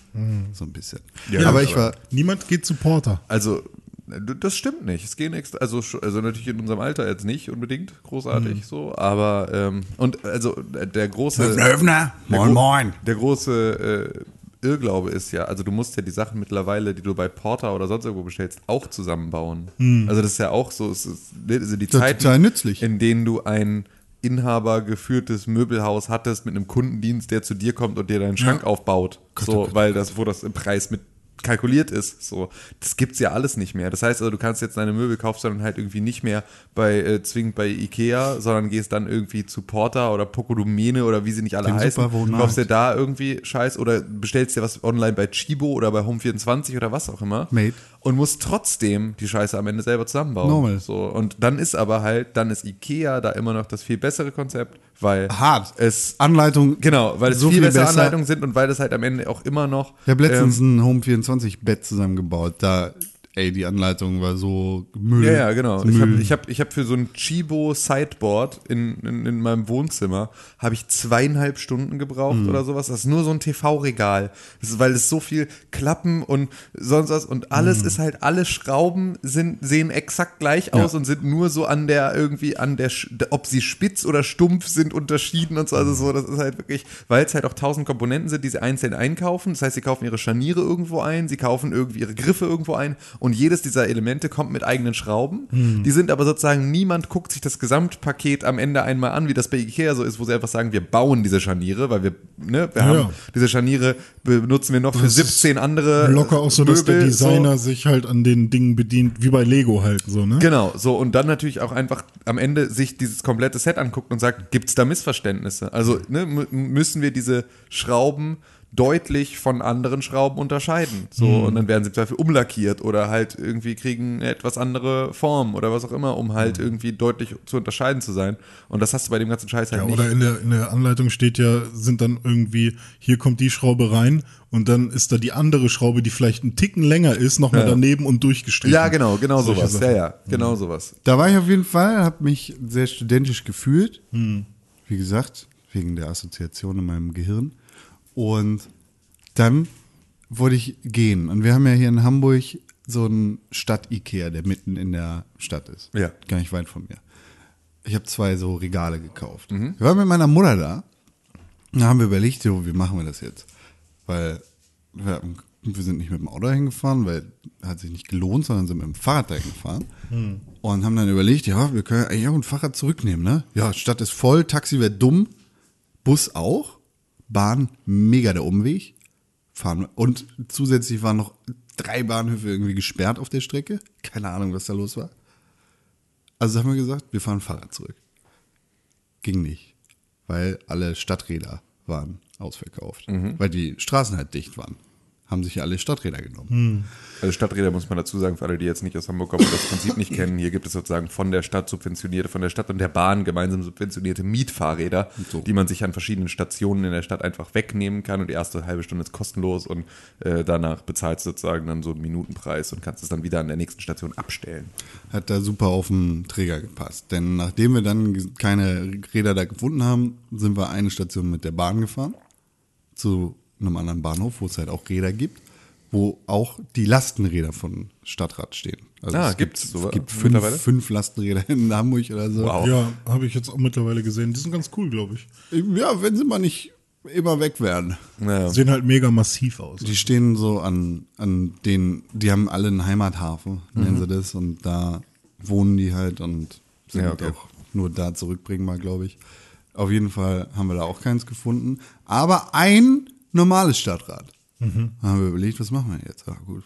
Speaker 2: So ein bisschen.
Speaker 4: Ja,
Speaker 2: aber
Speaker 4: aber-
Speaker 2: ich war,
Speaker 3: Niemand geht zu Porter.
Speaker 4: Also, d- das stimmt nicht. Es gehen extra, also, sch- also natürlich in unserem Alter jetzt nicht unbedingt großartig
Speaker 2: Mhm.
Speaker 4: so, aber ähm, und also d- der große
Speaker 2: Höfner,
Speaker 4: der
Speaker 2: moin
Speaker 4: gro-
Speaker 2: moin.
Speaker 4: Der große äh, Irrglaube ist ja, also du musst ja die Sachen mittlerweile, die du bei Porter oder sonst irgendwo bestellst, auch zusammenbauen. Also das ist ja auch so, es ist, also die
Speaker 2: Hm. Das ist
Speaker 4: Zeiten,
Speaker 2: total nützlich.
Speaker 4: in denen du ein Inhaber geführtes Möbelhaus hattest mit einem Kundendienst, der zu dir kommt und dir deinen Schrank aufbaut.
Speaker 2: oh
Speaker 4: so, weil das, wo das im Preis mit kalkuliert ist. So, das gibt's ja alles nicht mehr. Das heißt also, du kannst jetzt deine Möbel kaufst dann halt irgendwie nicht mehr bei äh, zwingend bei Ikea, sondern gehst dann irgendwie zu Porter oder Pocodomene oder wie sie nicht alle
Speaker 2: Dem
Speaker 4: heißen.
Speaker 2: Superwohnmarkt.
Speaker 4: Kaufst dir da irgendwie Scheiß oder bestellst dir was online bei Chibo oder bei Home24 oder was auch immer.
Speaker 2: Mate.
Speaker 4: Und musst trotzdem die Scheiße am Ende selber zusammenbauen.
Speaker 2: Normal.
Speaker 4: So, und dann ist aber halt, dann ist Ikea da immer noch das viel bessere Konzept, weil
Speaker 2: hart.
Speaker 4: es
Speaker 2: Anleitung.
Speaker 4: genau, weil es
Speaker 2: So
Speaker 4: viel
Speaker 2: viel
Speaker 4: bessere
Speaker 2: besser.
Speaker 4: Anleitungen sind und weil das halt am Ende auch immer noch
Speaker 2: Ich habe letztens
Speaker 4: ähm,
Speaker 2: ein Home 24 Bett zusammengebaut. Da, ey, die Anleitung war so Müll.
Speaker 4: ja, ja, genau. Ich habe
Speaker 2: Müll.
Speaker 4: ich hab, ich hab für so ein Chibo Sideboard in, in, in meinem Wohnzimmer, habe ich zweieinhalb Stunden gebraucht
Speaker 2: Hm.
Speaker 4: oder sowas. Das ist nur so ein TV-Regal. Das ist, Weil es so viel Klappen und sonst was und alles
Speaker 2: Hm.
Speaker 4: ist halt, alle Schrauben sind, sehen exakt gleich aus und sind nur so an der irgendwie, an der, Sch- ob sie spitz oder stumpf sind, unterschieden und so. Also so, das ist halt wirklich, weil es halt auch tausend Komponenten sind, die sie einzeln einkaufen. Das heißt, sie kaufen ihre Scharniere irgendwo ein, sie kaufen irgendwie ihre Griffe irgendwo ein und Und jedes dieser Elemente kommt mit eigenen Schrauben.
Speaker 3: Hm.
Speaker 4: Die sind aber sozusagen, niemand guckt sich das Gesamtpaket am Ende einmal an, wie das bei Ikea so ist, wo sie einfach sagen, wir bauen diese Scharniere, weil wir, ne, wir haben diese Scharniere benutzen wir noch für
Speaker 3: Das ist
Speaker 4: 17 andere
Speaker 3: Locker auch Äh, so, dass der
Speaker 4: Möbel, so.
Speaker 3: Designer sich halt an den Dingen bedient, wie bei Lego halt so, ne?
Speaker 4: Genau, so und dann natürlich auch einfach am Ende sich dieses komplette Set anguckt und sagt, gibt's da Missverständnisse? Also ne, mü- müssen wir diese Schrauben deutlich von anderen Schrauben unterscheiden. So,
Speaker 3: Mhm.
Speaker 4: und dann werden sie im Zweifel umlackiert oder halt irgendwie kriegen eine etwas andere Form oder was auch immer, um
Speaker 3: Mhm.
Speaker 4: halt irgendwie deutlich zu unterscheiden zu sein. Und das hast du bei dem ganzen Scheiß halt
Speaker 3: Ja,
Speaker 4: nicht.
Speaker 3: oder in der, in der Anleitung steht ja, sind dann irgendwie, hier kommt die Schraube rein und dann ist da die andere Schraube, die vielleicht einen Ticken länger ist, nochmal daneben und durchgestrichen.
Speaker 4: ja, genau, genau
Speaker 3: Solche
Speaker 4: sowas. Ja,
Speaker 3: Sachen. Mhm.
Speaker 4: ja, genau sowas.
Speaker 2: Da war ich auf jeden Fall, habe mich sehr studentisch gefühlt. Wie gesagt, wegen der Assoziation in meinem Gehirn. Und dann wollte ich gehen. Und wir haben ja hier in Hamburg so einen Stadt-Ikea, der mitten in der Stadt ist.
Speaker 4: Ja.
Speaker 2: Gar nicht weit von mir. Ich habe zwei so Regale gekauft. Ich war mit meiner Mutter da. Da haben wir überlegt, so, wie machen wir das jetzt? Weil wir, haben- wir sind nicht mit dem Auto hingefahren, weil hat sich nicht gelohnt, sondern sind mit dem Fahrrad dahin gefahren. Und haben dann überlegt, ja, wir können eigentlich auch ein Fahrrad zurücknehmen, ne? Ja, Stadt ist voll, Taxi wäre dumm, Bus auch, Bahn mega der Umweg. Fahren wir- Und zusätzlich waren noch drei Bahnhöfe irgendwie gesperrt auf der Strecke. Keine Ahnung, was da los war. Also haben wir gesagt, wir fahren Fahrrad zurück. Ging nicht, weil alle Stadträder waren ausverkauft, weil die Straßen halt dicht waren. Haben sich alle Stadträder genommen.
Speaker 4: Also Stadträder muss man dazu sagen, für alle, die jetzt nicht aus Hamburg kommen und das Prinzip nicht kennen, hier gibt es sozusagen von der Stadt subventionierte, von der Stadt und der Bahn gemeinsam subventionierte Mietfahrräder,
Speaker 2: So.
Speaker 4: die man sich an verschiedenen Stationen in der Stadt einfach wegnehmen kann und die erste halbe Stunde ist kostenlos und äh, danach bezahlst du sozusagen dann so einen Minutenpreis und kannst es dann wieder an der nächsten Station abstellen.
Speaker 2: Hat da super auf den Träger gepasst. Denn nachdem wir dann ge- keine Räder da gefunden haben, sind wir eine Station mit der Bahn gefahren. Zu einem anderen Bahnhof, wo es halt auch Räder gibt, wo auch die Lastenräder von Stadtrat stehen. Also
Speaker 4: Ah,
Speaker 2: es gibt,
Speaker 4: gibt's sowas
Speaker 2: es gibt fünf,
Speaker 4: mittlerweile?
Speaker 2: fünf Lastenräder in Hamburg oder so.
Speaker 4: Wow.
Speaker 3: Ja, habe ich jetzt auch mittlerweile gesehen. Die sind ganz cool, glaube ich.
Speaker 2: Ja, wenn sie mal nicht immer weg wären.
Speaker 4: Naja.
Speaker 3: Sehen halt mega massiv aus.
Speaker 2: Die stehen so an, an den, die haben alle einen Heimathafen, nennen
Speaker 4: Mhm.
Speaker 2: sie das, und da wohnen die halt und sind
Speaker 4: Ja, okay.
Speaker 2: auch nur da zurückbringbar, glaube ich. Auf jeden Fall haben wir da auch keins gefunden. Aber ein normales Stadtrat.
Speaker 4: Mhm.
Speaker 2: Da haben wir überlegt, was machen wir jetzt? Ah, gut.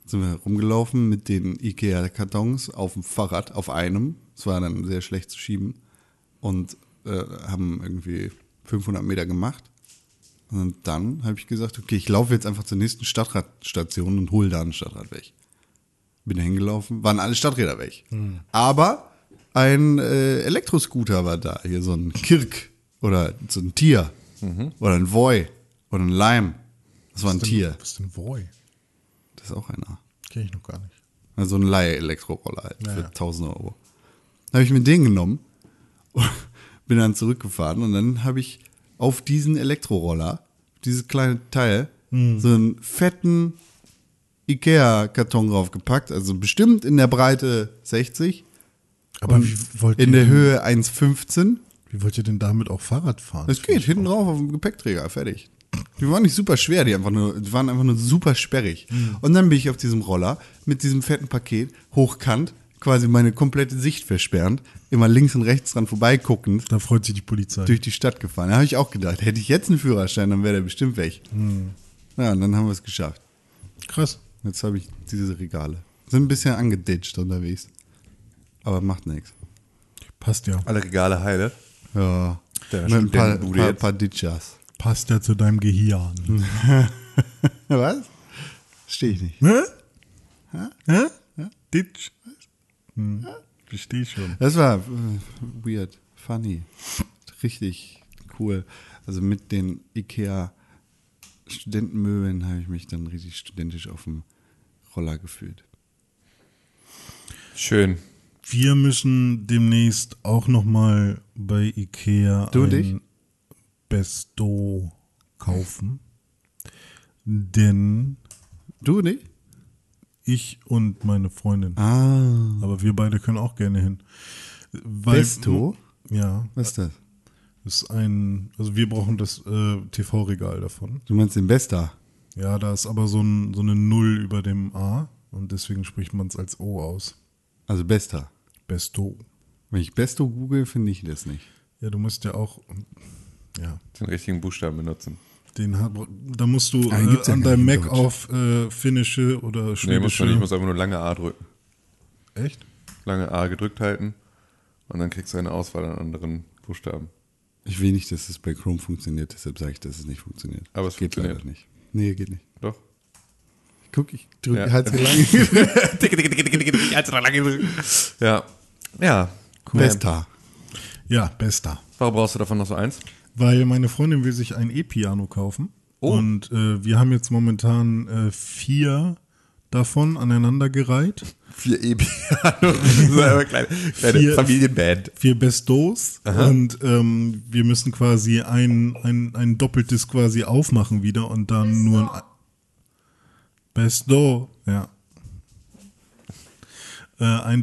Speaker 2: Jetzt sind wir rumgelaufen mit den IKEA-Kartons auf dem Fahrrad, auf einem. Es war dann sehr schlecht zu schieben. Und äh, haben irgendwie 500 Meter gemacht. Und dann habe ich gesagt, okay, ich laufe jetzt einfach zur nächsten Stadtradstation und hole da einen Stadtrat weg. Bin da hingelaufen, waren alle Stadträder weg. Aber ein äh, Elektroscooter war da, hier so ein Kirk oder so ein Tier oder ein Voi oder ein Leim. Das war ein Tier.
Speaker 3: Was ist denn Voy?
Speaker 2: Das ist auch einer.
Speaker 3: Kenne ich noch gar nicht.
Speaker 2: Also ein Laie-Elektroroller halt
Speaker 3: Ja,
Speaker 2: für
Speaker 3: ja.
Speaker 2: 1000 Euro. Dann habe ich mir den genommen und bin dann zurückgefahren und dann habe ich auf diesen Elektroroller, dieses kleine Teil,
Speaker 3: Hm.
Speaker 2: so einen fetten Ikea-Karton draufgepackt, also bestimmt in der Breite 60,
Speaker 3: Aber wie wollt,
Speaker 2: in
Speaker 3: ihr,
Speaker 2: der Höhe 1,15.
Speaker 3: wie wollt ihr denn damit auch Fahrrad fahren?
Speaker 2: Das geht, hinten drauf auf dem Gepäckträger, fertig. Die waren nicht super schwer, die, einfach nur, die waren einfach nur super sperrig.
Speaker 4: Mhm.
Speaker 2: Und dann bin ich auf diesem Roller mit diesem fetten Paket hochkant, quasi meine komplette Sicht versperrend, immer links und rechts dran vorbeiguckend,
Speaker 3: Da freut sich die Polizei.
Speaker 2: durch die Stadt gefahren. Da habe ich auch gedacht, hätte ich jetzt einen Führerschein, dann wäre der bestimmt weg.
Speaker 4: Mhm.
Speaker 2: Ja, und dann haben wir es geschafft.
Speaker 3: Krass.
Speaker 2: Jetzt habe ich diese Regale. Sind ein bisschen angeditscht unterwegs. Aber macht nichts.
Speaker 3: Passt ja.
Speaker 4: Alle Regale heile.
Speaker 2: Ja.
Speaker 4: Der
Speaker 2: Mit ein paar,
Speaker 4: Studentenbude
Speaker 2: paar,
Speaker 4: jetzt.
Speaker 2: paar Ditchers.
Speaker 3: Passt ja zu deinem Gehirn.
Speaker 2: Was? Stehe ich nicht.
Speaker 3: Hä? Hä? Ditch? Hm. Verstehe schon.
Speaker 2: Das war äh, weird, funny, richtig cool. Also mit den Ikea Studentenmöbeln habe ich mich dann richtig studentisch auf dem Roller gefühlt.
Speaker 4: Schön.
Speaker 3: Wir müssen demnächst auch noch mal bei Ikea
Speaker 2: Du und
Speaker 3: ein
Speaker 2: ich?
Speaker 3: Besto kaufen. Denn
Speaker 2: Du nicht?
Speaker 3: ich und meine Freundin.
Speaker 2: Ah,
Speaker 3: Aber wir beide können auch gerne hin. Weil,
Speaker 2: Besto?
Speaker 3: Ja,
Speaker 2: Was ist das?
Speaker 3: ist ein, also wir brauchen das äh, TV-Regal davon.
Speaker 2: Du meinst den Bester?
Speaker 3: Ja, da ist aber so, ein, so eine Null über dem A. Und deswegen spricht man es als O aus.
Speaker 2: Also Bester.
Speaker 3: Besto.
Speaker 2: Wenn ich Besto google, finde ich das nicht.
Speaker 3: Ja, du musst ja auch. Ja,
Speaker 4: Den richtigen Buchstaben benutzen.
Speaker 3: den hat, da musst du
Speaker 2: Ah, den gibt's
Speaker 3: äh,
Speaker 2: ja
Speaker 3: an
Speaker 2: gar
Speaker 3: deinem
Speaker 2: nicht in
Speaker 3: Mac auf äh, finnische oder
Speaker 4: Nee, muss
Speaker 3: schwedische.
Speaker 4: man nicht, muss einfach nur lange A drücken.
Speaker 3: Echt?
Speaker 4: Lange A gedrückt halten und dann kriegst du eine Auswahl an anderen Buchstaben.
Speaker 2: Ich will nicht, dass es bei Chrome funktioniert, deshalb sage ich, dass es nicht funktioniert.
Speaker 4: Aber
Speaker 2: Das
Speaker 4: es
Speaker 2: geht
Speaker 4: funktioniert.
Speaker 2: leider nicht. Nee, geht nicht.
Speaker 4: Doch.
Speaker 2: Ich guck, ich drücke
Speaker 4: Ja.
Speaker 2: halt so lange.
Speaker 4: Dicke, dicke, dicke, dicke, dicke, als lange gedrückt. Ja. Ja. Cool.
Speaker 2: Bester.
Speaker 3: Ja, bester.
Speaker 4: Warum brauchst du davon noch so eins?
Speaker 3: Weil meine Freundin will sich ein E-Piano kaufen.
Speaker 4: Oh.
Speaker 3: Und äh, wir haben jetzt momentan äh, vier davon aneinandergereiht.
Speaker 4: Vier E-Piano. so eine kleine, kleine
Speaker 3: Vier-
Speaker 4: Familienband.
Speaker 3: Vier Bestos. Und ähm, wir müssen quasi ein, ein, ein doppeltes quasi aufmachen wieder und dann nur ein Besto, ja. Äh, ein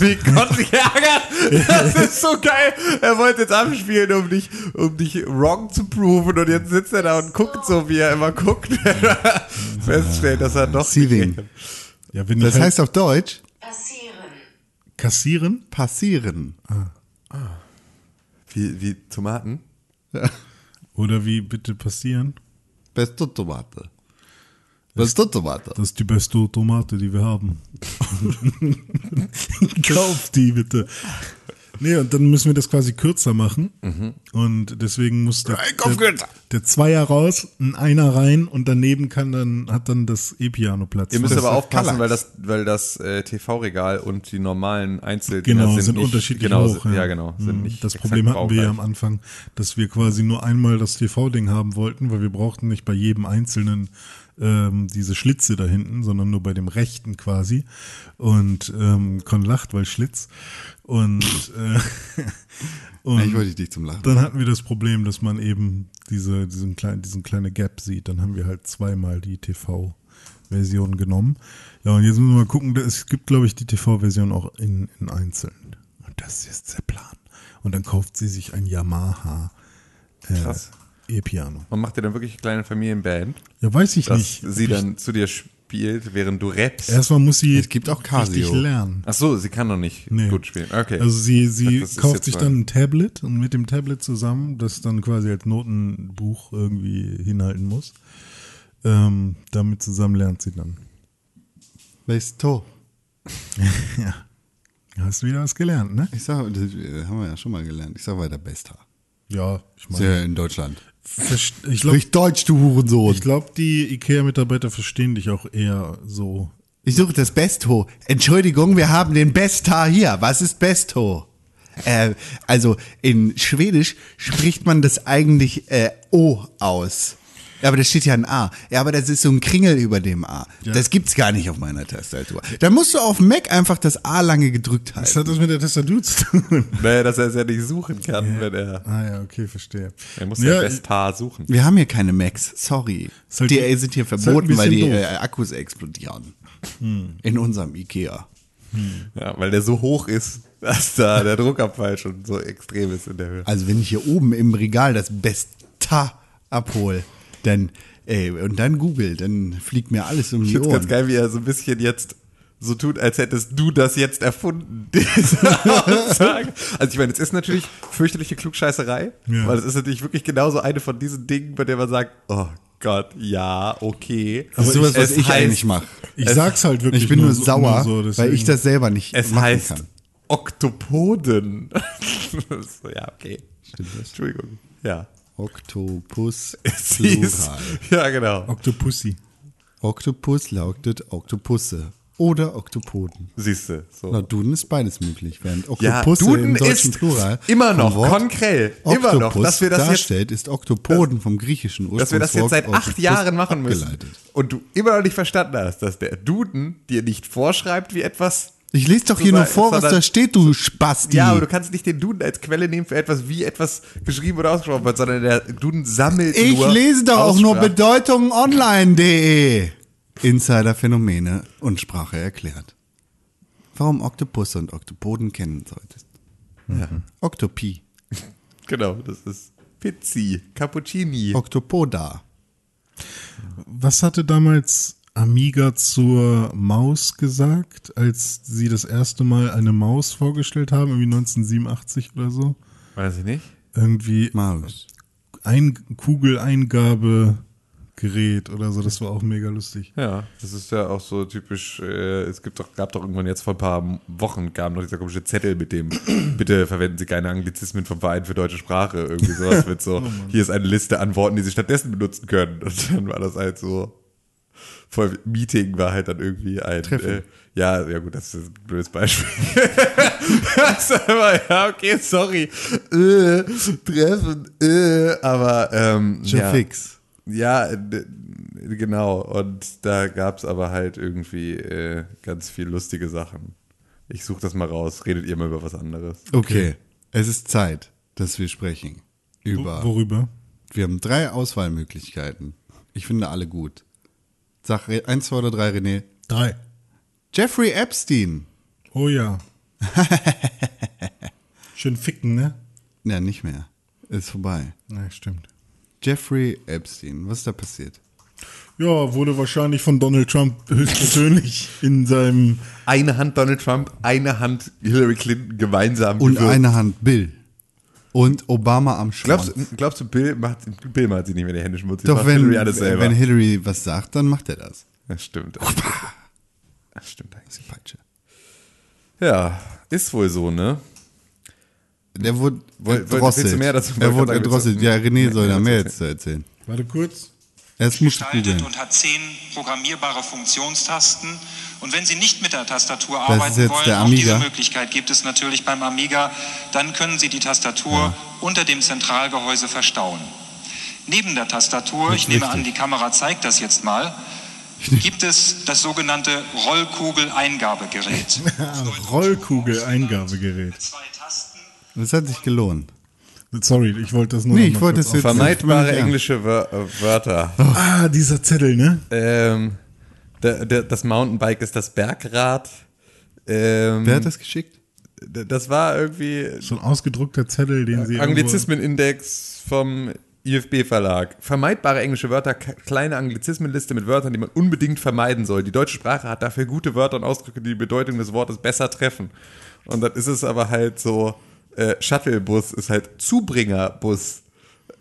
Speaker 4: Wie Gott mich ärgert. Das ist so geil. Er wollte jetzt abspielen, um dich, um dich wrong zu proven. Und jetzt sitzt er da und guckt so, wie er immer guckt. Feststellt, dass er doch.
Speaker 2: Receiving.
Speaker 3: Ja, wenn
Speaker 2: Das
Speaker 3: ich
Speaker 2: heißt auf Deutsch
Speaker 5: Passieren.
Speaker 3: halt kassieren.
Speaker 2: passieren.
Speaker 4: Wie, wie Tomaten?
Speaker 3: Oder wie bitte passieren?
Speaker 2: Besto Tomate. Besto Tomate.
Speaker 3: Das Hm. ist die beste Tomate, die wir haben. Kauf die bitte. Nee, und dann müssen wir das quasi kürzer machen. Und deswegen muss der,
Speaker 4: Mhm. Kopf
Speaker 3: der,
Speaker 4: kürzer.
Speaker 3: der Zweier raus, ein Einer rein und daneben kann dann, hat dann das E-Piano Platz.
Speaker 4: Ihr müsst
Speaker 3: Das-
Speaker 4: aber aufpassen,
Speaker 2: Kallax.
Speaker 4: weil das, weil das äh, TV-Regal und die normalen Einzel
Speaker 3: Genau, sind, unterschiedlich
Speaker 4: genau,
Speaker 3: hoch.
Speaker 4: Sind, ja. genau. Sind
Speaker 3: Mhm.
Speaker 4: nicht
Speaker 3: das
Speaker 4: exakt
Speaker 3: Problem hatten wir ja am
Speaker 4: baugleich.
Speaker 3: Anfang, dass wir quasi nur einmal das TV-Ding haben wollten, weil wir brauchten nicht bei jedem einzelnen ähm, diese Schlitze da hinten, sondern nur bei dem rechten quasi. Und ähm, Con lacht, weil Schlitz. Und, äh,
Speaker 2: Eigentlich
Speaker 3: und
Speaker 2: wollte ich dich zum Lachen.
Speaker 3: dann hatten wir das Problem, dass man eben diese, diesen, kleinen, diesen kleine Gap sieht. Dann haben wir halt zweimal die TV. Version genommen. Ja, und jetzt müssen wir mal gucken, da- es gibt, glaube ich, die TV-Version auch in, in einzeln. Und das ist jetzt der Plan. Und dann kauft sie sich ein Yamaha äh,
Speaker 4: Krass.
Speaker 3: E-Piano.
Speaker 4: Man macht dir dann wirklich eine kleine Familienband,
Speaker 3: Ja, weiß ich
Speaker 4: dass
Speaker 3: nicht. ob
Speaker 4: sie
Speaker 3: ich-
Speaker 4: dann zu dir spielt, während du rappst.
Speaker 3: Erstmal muss sie
Speaker 2: Es gibt auch Casio.
Speaker 3: richtig lernen.
Speaker 4: Ach so, sie kann noch nicht
Speaker 3: Nee.
Speaker 4: gut spielen. Okay.
Speaker 3: Also sie, sie
Speaker 4: Das ist
Speaker 3: kauft
Speaker 4: jetzt
Speaker 3: sich
Speaker 4: mal-
Speaker 3: dann ein Tablet und mit dem Tablet zusammen, das dann quasi als Notenbuch irgendwie hinhalten muss. Ähm, damit zusammen lernt sie dann.
Speaker 2: Besto.
Speaker 3: Ja. Hast du wieder was gelernt, ne?
Speaker 2: Ich sag, das äh, haben wir ja schon mal gelernt. Ich sag weiter Bester.
Speaker 3: Ja, ich
Speaker 2: Ist ja in Deutschland.
Speaker 3: Verst- Ich glaube,
Speaker 2: Sprich Deutsch, du Hurensohn.
Speaker 3: ich glaub, die IKEA-Mitarbeiter verstehen dich auch eher so.
Speaker 2: Ich suche das Besto. Entschuldigung, wir haben den Besta hier. Was ist Besto? Äh, also in Schwedisch spricht man das eigentlich äh, O aus. Aber da steht ja ein A. Ja, aber das ist so ein Kringel über dem A. Das gibt's gar nicht auf meiner Tastatur. Da musst du auf dem Mac einfach das A lange gedrückt halten.
Speaker 3: Was hat das mit der Tastatur zu tun?
Speaker 4: naja, dass er es ja nicht suchen kann, wenn er.
Speaker 3: Ah ja, okay, verstehe.
Speaker 4: Er muss ja
Speaker 3: ja,
Speaker 4: best Paar suchen.
Speaker 2: Wir haben hier keine Macs, sorry.
Speaker 3: Ist halt-
Speaker 2: die äh, sind hier
Speaker 3: ist halt ein
Speaker 2: verboten, weil die
Speaker 3: bisschen
Speaker 2: äh, Akkus explodieren.
Speaker 3: Hm.
Speaker 2: In unserem Ikea.
Speaker 4: Ja, weil der so hoch ist, dass da der Druckabfall schon so extrem ist in der Höhe.
Speaker 2: Also wenn ich hier oben im Regal das Besta abhol, dann ey, und dann Google, dann fliegt mir alles um
Speaker 4: Ich
Speaker 2: die
Speaker 4: find's ganz
Speaker 2: Ohren.
Speaker 4: geil, wie er so ein bisschen jetzt so tut, als hättest du das jetzt erfunden, diese Aussage. Also ich meine, es ist natürlich fürchterliche Klugscheißerei,
Speaker 3: Ja.
Speaker 4: weil es ist natürlich wirklich genauso eine von diesen Dingen, bei der man sagt, oh Gott, ja, okay.
Speaker 2: Das ist Also sowas,
Speaker 4: Also Es
Speaker 2: was ich
Speaker 4: heißt-
Speaker 2: eigentlich mache.
Speaker 3: ich sag's halt wirklich
Speaker 2: Ich bin nur,
Speaker 3: so- nur
Speaker 2: sauer,
Speaker 3: so,
Speaker 2: weil
Speaker 3: deswegen-
Speaker 2: ich das selber nicht
Speaker 4: Es
Speaker 2: machen
Speaker 4: heißt
Speaker 2: kann.
Speaker 4: Oktopoden. so, ja, okay. Entschuldigung. Ja.
Speaker 2: Oktopus
Speaker 4: Es hieß-
Speaker 2: Plural.
Speaker 4: ja, genau.
Speaker 3: Octopussy.
Speaker 2: Oktopus lautet Oktopusse oder Oktopoden.
Speaker 4: Siehst du. So.
Speaker 2: Na, Duden ist beides möglich, während
Speaker 4: Ja,
Speaker 2: Oktopusse im
Speaker 4: Duden
Speaker 2: deutschen
Speaker 4: ist
Speaker 2: Plural
Speaker 4: immer
Speaker 2: vom
Speaker 4: noch
Speaker 2: Wort
Speaker 4: konkrell, immer noch,
Speaker 2: Oktopus
Speaker 4: dass wir das jetzt
Speaker 2: darstellt, ist Oktopoden vom griechischen Ursprung.
Speaker 4: dass wir das jetzt seit acht Jahren machen müssen und du immer noch nicht verstanden hast, dass der Duden dir nicht vorschreibt, wie etwas.
Speaker 2: Ich lese doch hier nur vor, was
Speaker 4: sondern-
Speaker 2: da steht, du Spasti.
Speaker 4: Ja, aber du kannst nicht den Duden als Quelle nehmen für etwas, wie etwas geschrieben oder ausgesprochen wird, sondern der Duden sammelt
Speaker 2: ich
Speaker 4: nur
Speaker 2: lese doch auch nur
Speaker 4: Aussprachen.
Speaker 2: bedeutungonline.de. Insider Phänomene und Sprache erklärt. Warum Oktopusse und Oktopoden kennen solltest.
Speaker 4: Mhm.
Speaker 2: Oktopie,
Speaker 4: Genau, das ist Pizzi, Cappuccini.
Speaker 2: Oktopoda.
Speaker 3: Was hatte damals Amiga zur Maus gesagt, als sie das erste Mal eine Maus vorgestellt haben, irgendwie 1987 oder so.
Speaker 4: Weiß ich nicht.
Speaker 3: Irgendwie
Speaker 2: Maus.
Speaker 3: ein Kugeleingabegerät oder so, das war auch mega lustig.
Speaker 4: Ja, das ist ja auch so typisch. Äh, es gibt doch, gab doch irgendwann jetzt vor ein paar Wochen kam noch dieser komische Zettel mit dem, bitte verwenden Sie keine Anglizismen vom Verein für deutsche Sprache. Irgendwie sowas mit so, hier ist eine Liste an Worten, die Sie stattdessen benutzen können. Und dann war das halt so. Voll Meeting war halt dann irgendwie ein. Äh, ja, ja gut, das ist ein blödes Beispiel. das ist aber, ja, okay, sorry. Äh, treffen, äh, aber ähm, ja.
Speaker 2: Fix.
Speaker 4: Ja, äh, genau. Und da gab es aber halt irgendwie äh, ganz viel lustige Sachen. Ich suche das mal raus. Redet ihr mal über was anderes?
Speaker 2: Okay. es ist Zeit, dass wir sprechen. Über.
Speaker 3: Worüber?
Speaker 2: Wir haben drei Auswahlmöglichkeiten. Ich finde alle gut. Sag Re- eins, zwei oder drei, René.
Speaker 3: Drei.
Speaker 2: Jeffrey Epstein.
Speaker 3: Oh ja. Schön ficken, ne?
Speaker 2: Ja, nicht mehr. Ist vorbei.
Speaker 3: Na, stimmt.
Speaker 2: Jeffrey Epstein. Was ist da passiert?
Speaker 3: Ja, wurde wahrscheinlich von Donald Trump höchstpersönlich in seinem
Speaker 4: Eine Hand Donald Trump, eine Hand Hillary Clinton gemeinsam.
Speaker 2: Und
Speaker 4: gewürgt.
Speaker 2: eine Hand Bill. Und Obama am
Speaker 4: Glaubst,
Speaker 2: Schwanz.
Speaker 4: glaubst du, Bill macht, Bill macht sie nicht mehr die Hände schmutzig?
Speaker 2: Doch,
Speaker 4: macht
Speaker 2: wenn,
Speaker 4: Hillary alles selber.
Speaker 2: wenn Hillary was sagt, dann macht er das.
Speaker 4: das stimmt. Das stimmt
Speaker 2: Das
Speaker 4: eigentlich.
Speaker 2: ist die falsche.
Speaker 4: Ja, ist wohl so, ne?
Speaker 2: Der wurde
Speaker 4: Woll- woll-
Speaker 2: erdrosselt.
Speaker 4: Äh, willst du mehr dazu-
Speaker 2: er wurde
Speaker 4: Wollte gerade sagen,
Speaker 2: erdrosselt. Ja, René soll da
Speaker 4: nee,
Speaker 2: mehr
Speaker 4: erzähl.
Speaker 2: jetzt zu erzählen.
Speaker 3: Warte kurz.
Speaker 2: Erst muss ich
Speaker 5: gestaltet
Speaker 2: googeln.
Speaker 5: und hat zehn programmierbare Funktionstasten. Und wenn Sie nicht mit der Tastatur
Speaker 2: ist
Speaker 5: arbeiten
Speaker 2: jetzt
Speaker 5: wollen,
Speaker 2: der
Speaker 5: auch diese
Speaker 2: Amiga.
Speaker 5: Möglichkeit gibt es natürlich beim Amiga, dann können Sie die Tastatur unter dem Zentralgehäuse verstauen. Neben der Tastatur, ich nehme an, die Kamera zeigt das jetzt mal, gibt es das sogenannte Rollkugel-Eingabegerät.
Speaker 3: Rollkugel-Eingabegerät.
Speaker 5: Mit zwei Tasten
Speaker 2: Das hat sich gelohnt.
Speaker 3: Sorry, ich wollte das nur
Speaker 2: Nee,
Speaker 3: noch
Speaker 2: ich
Speaker 3: mal
Speaker 2: wollte
Speaker 3: kurz
Speaker 2: das jetzt-
Speaker 3: auf-
Speaker 4: Vermeidbare
Speaker 2: Ja.
Speaker 4: englische Wör äh, Wörter.
Speaker 3: Ah, dieser Zettel, ne?
Speaker 4: Ähm, der, der, das Mountainbike ist das Bergrad. Ähm,
Speaker 2: Wer hat das geschickt?
Speaker 4: D- Das war irgendwie
Speaker 3: So ein ausgedruckter Zettel, den sie
Speaker 4: Anglizismenindex vom IFB Verlag. Vermeidbare englische Wörter, k- kleine Anglizismenliste mit Wörtern, die man unbedingt vermeiden soll. Die deutsche Sprache hat dafür gute Wörter und Ausdrücke, die die Bedeutung des Wortes besser treffen. Und dann ist es aber halt so, äh, Shuttlebus ist halt Zubringerbus.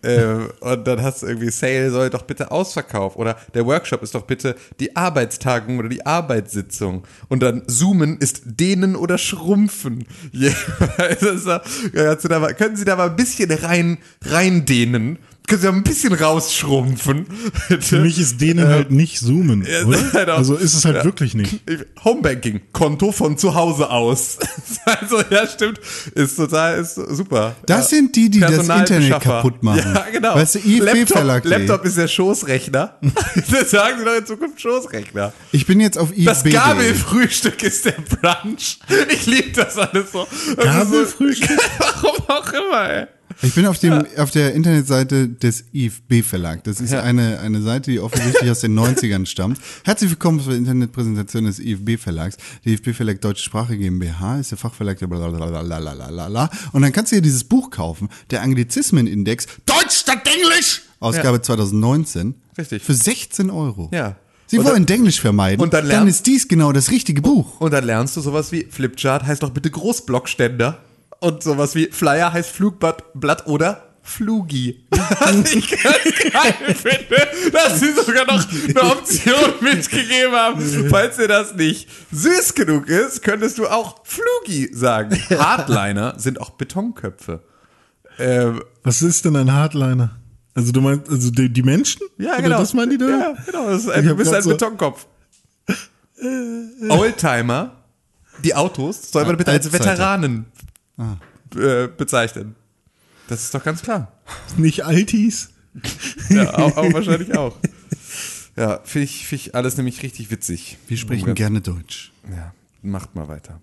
Speaker 4: Ähm, und dann hast du irgendwie Sale soll doch bitte Ausverkauf oder der Workshop ist doch bitte die Arbeitstagung oder die Arbeitssitzung und dann Zoomen ist dehnen oder schrumpfen. Jeweils ist da- kannst du da mal, können Sie da mal ein bisschen rein reindehnen? Können Sie da mal ein bisschen rausschrumpfen?
Speaker 3: Für mich ist denen halt nicht zoomen, oder?
Speaker 4: genau.
Speaker 3: Also ist es halt wirklich nicht.
Speaker 4: Homebanking, Konto von zu Hause aus. also, ja, stimmt. Ist total, ist super.
Speaker 2: Das
Speaker 4: ja.
Speaker 2: sind die, die das
Speaker 4: Personalbeschaffer.
Speaker 2: Internet kaputt machen.
Speaker 4: Ja, genau.
Speaker 2: Weißt du, IFB
Speaker 4: Laptop,
Speaker 2: Verlag.de.
Speaker 4: Laptop ist der Schoßrechner. das sagen sie doch in Zukunft Schoßrechner.
Speaker 2: Ich bin jetzt auf E IFB.
Speaker 4: Das Gabelfrühstück ist der Brunch. Ich liebe das alles so. Das ist so-
Speaker 3: Gabelfrühstück?
Speaker 4: Warum auch immer, ey.
Speaker 2: Ich bin auf, dem, auf der Internetseite des IFB Verlag. Das ist
Speaker 4: Ja.
Speaker 2: eine, eine Seite, die offensichtlich aus den 90ern stammt. Herzlich willkommen zur Internetpräsentation des IFB Verlags. Der IFB Verlag Deutsche Sprache GmbH ist der Fachverlag der blablabla. Und dann kannst du dir dieses Buch kaufen, der Anglizismenindex Deutsch statt Englisch, Ausgabe 2019.
Speaker 4: Richtig.
Speaker 2: Für 16 Euro.
Speaker 4: Ja.
Speaker 2: Sie
Speaker 4: Und
Speaker 2: wollen
Speaker 4: dann-
Speaker 2: Denglisch vermeiden.
Speaker 4: und dann
Speaker 2: dann
Speaker 4: lern-
Speaker 2: ist dies genau das richtige Buch.
Speaker 4: Und dann lernst du sowas wie Flipchart heißt doch bitte Großblockständer. Und sowas wie Flyer heißt Flugblatt Blatt oder Flugi. Was ich ganz geil finde, dass sie sogar noch eine Option mitgegeben haben. Falls dir das nicht süß genug ist, könntest du auch Flugi sagen. Hardliner sind auch Betonköpfe. Ähm,
Speaker 3: Was ist denn ein Hardliner? Also du meinst, also die, die Menschen?
Speaker 4: ja,
Speaker 3: Oder
Speaker 4: genau.
Speaker 3: Das meinen die da?
Speaker 4: Ja, genau. Das ist ein,
Speaker 3: Ich
Speaker 4: du
Speaker 3: hab
Speaker 4: bist
Speaker 3: grad
Speaker 4: ein
Speaker 3: so-
Speaker 4: Betonkopf. Oldtimer, die Autos,
Speaker 3: Ah,
Speaker 4: soll man bitte als
Speaker 2: Altzeiter.
Speaker 4: Veteranen äh, bezeichnen. Das ist doch ganz klar.
Speaker 3: Nicht Altis?
Speaker 4: Ja, auch, auch wahrscheinlich auch. Ja, finde ich, find ich alles nämlich richtig witzig.
Speaker 2: Wir sprechen
Speaker 4: Ja.
Speaker 2: gerne Deutsch.
Speaker 4: Ja, macht mal weiter.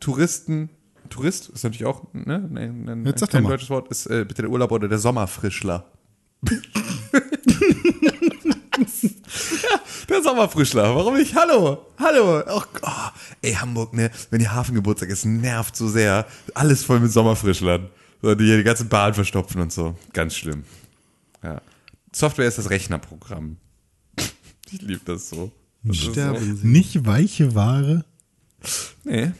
Speaker 4: Touristen, Tourist ist natürlich auch ne, ne, ne, ein
Speaker 2: Jetzt sag doch
Speaker 4: kein
Speaker 2: mal.
Speaker 4: deutsches Wort, ist äh, bitte der Urlaub oder der Sommerfrischler. ja, der Sommerfrischler, warum nicht? Hallo, hallo. Och, oh, ey, Hamburg, ne, wenn die Hafengeburtstag ist, nervt so sehr. Alles voll mit Sommerfrischlern. So, die hier die ganze Bahn verstopfen und so. Ganz schlimm. Ja. Software ist das Rechnerprogramm. Ich liebe das so.
Speaker 2: Sterben sie.
Speaker 3: Nicht weiche Ware?
Speaker 4: Nee.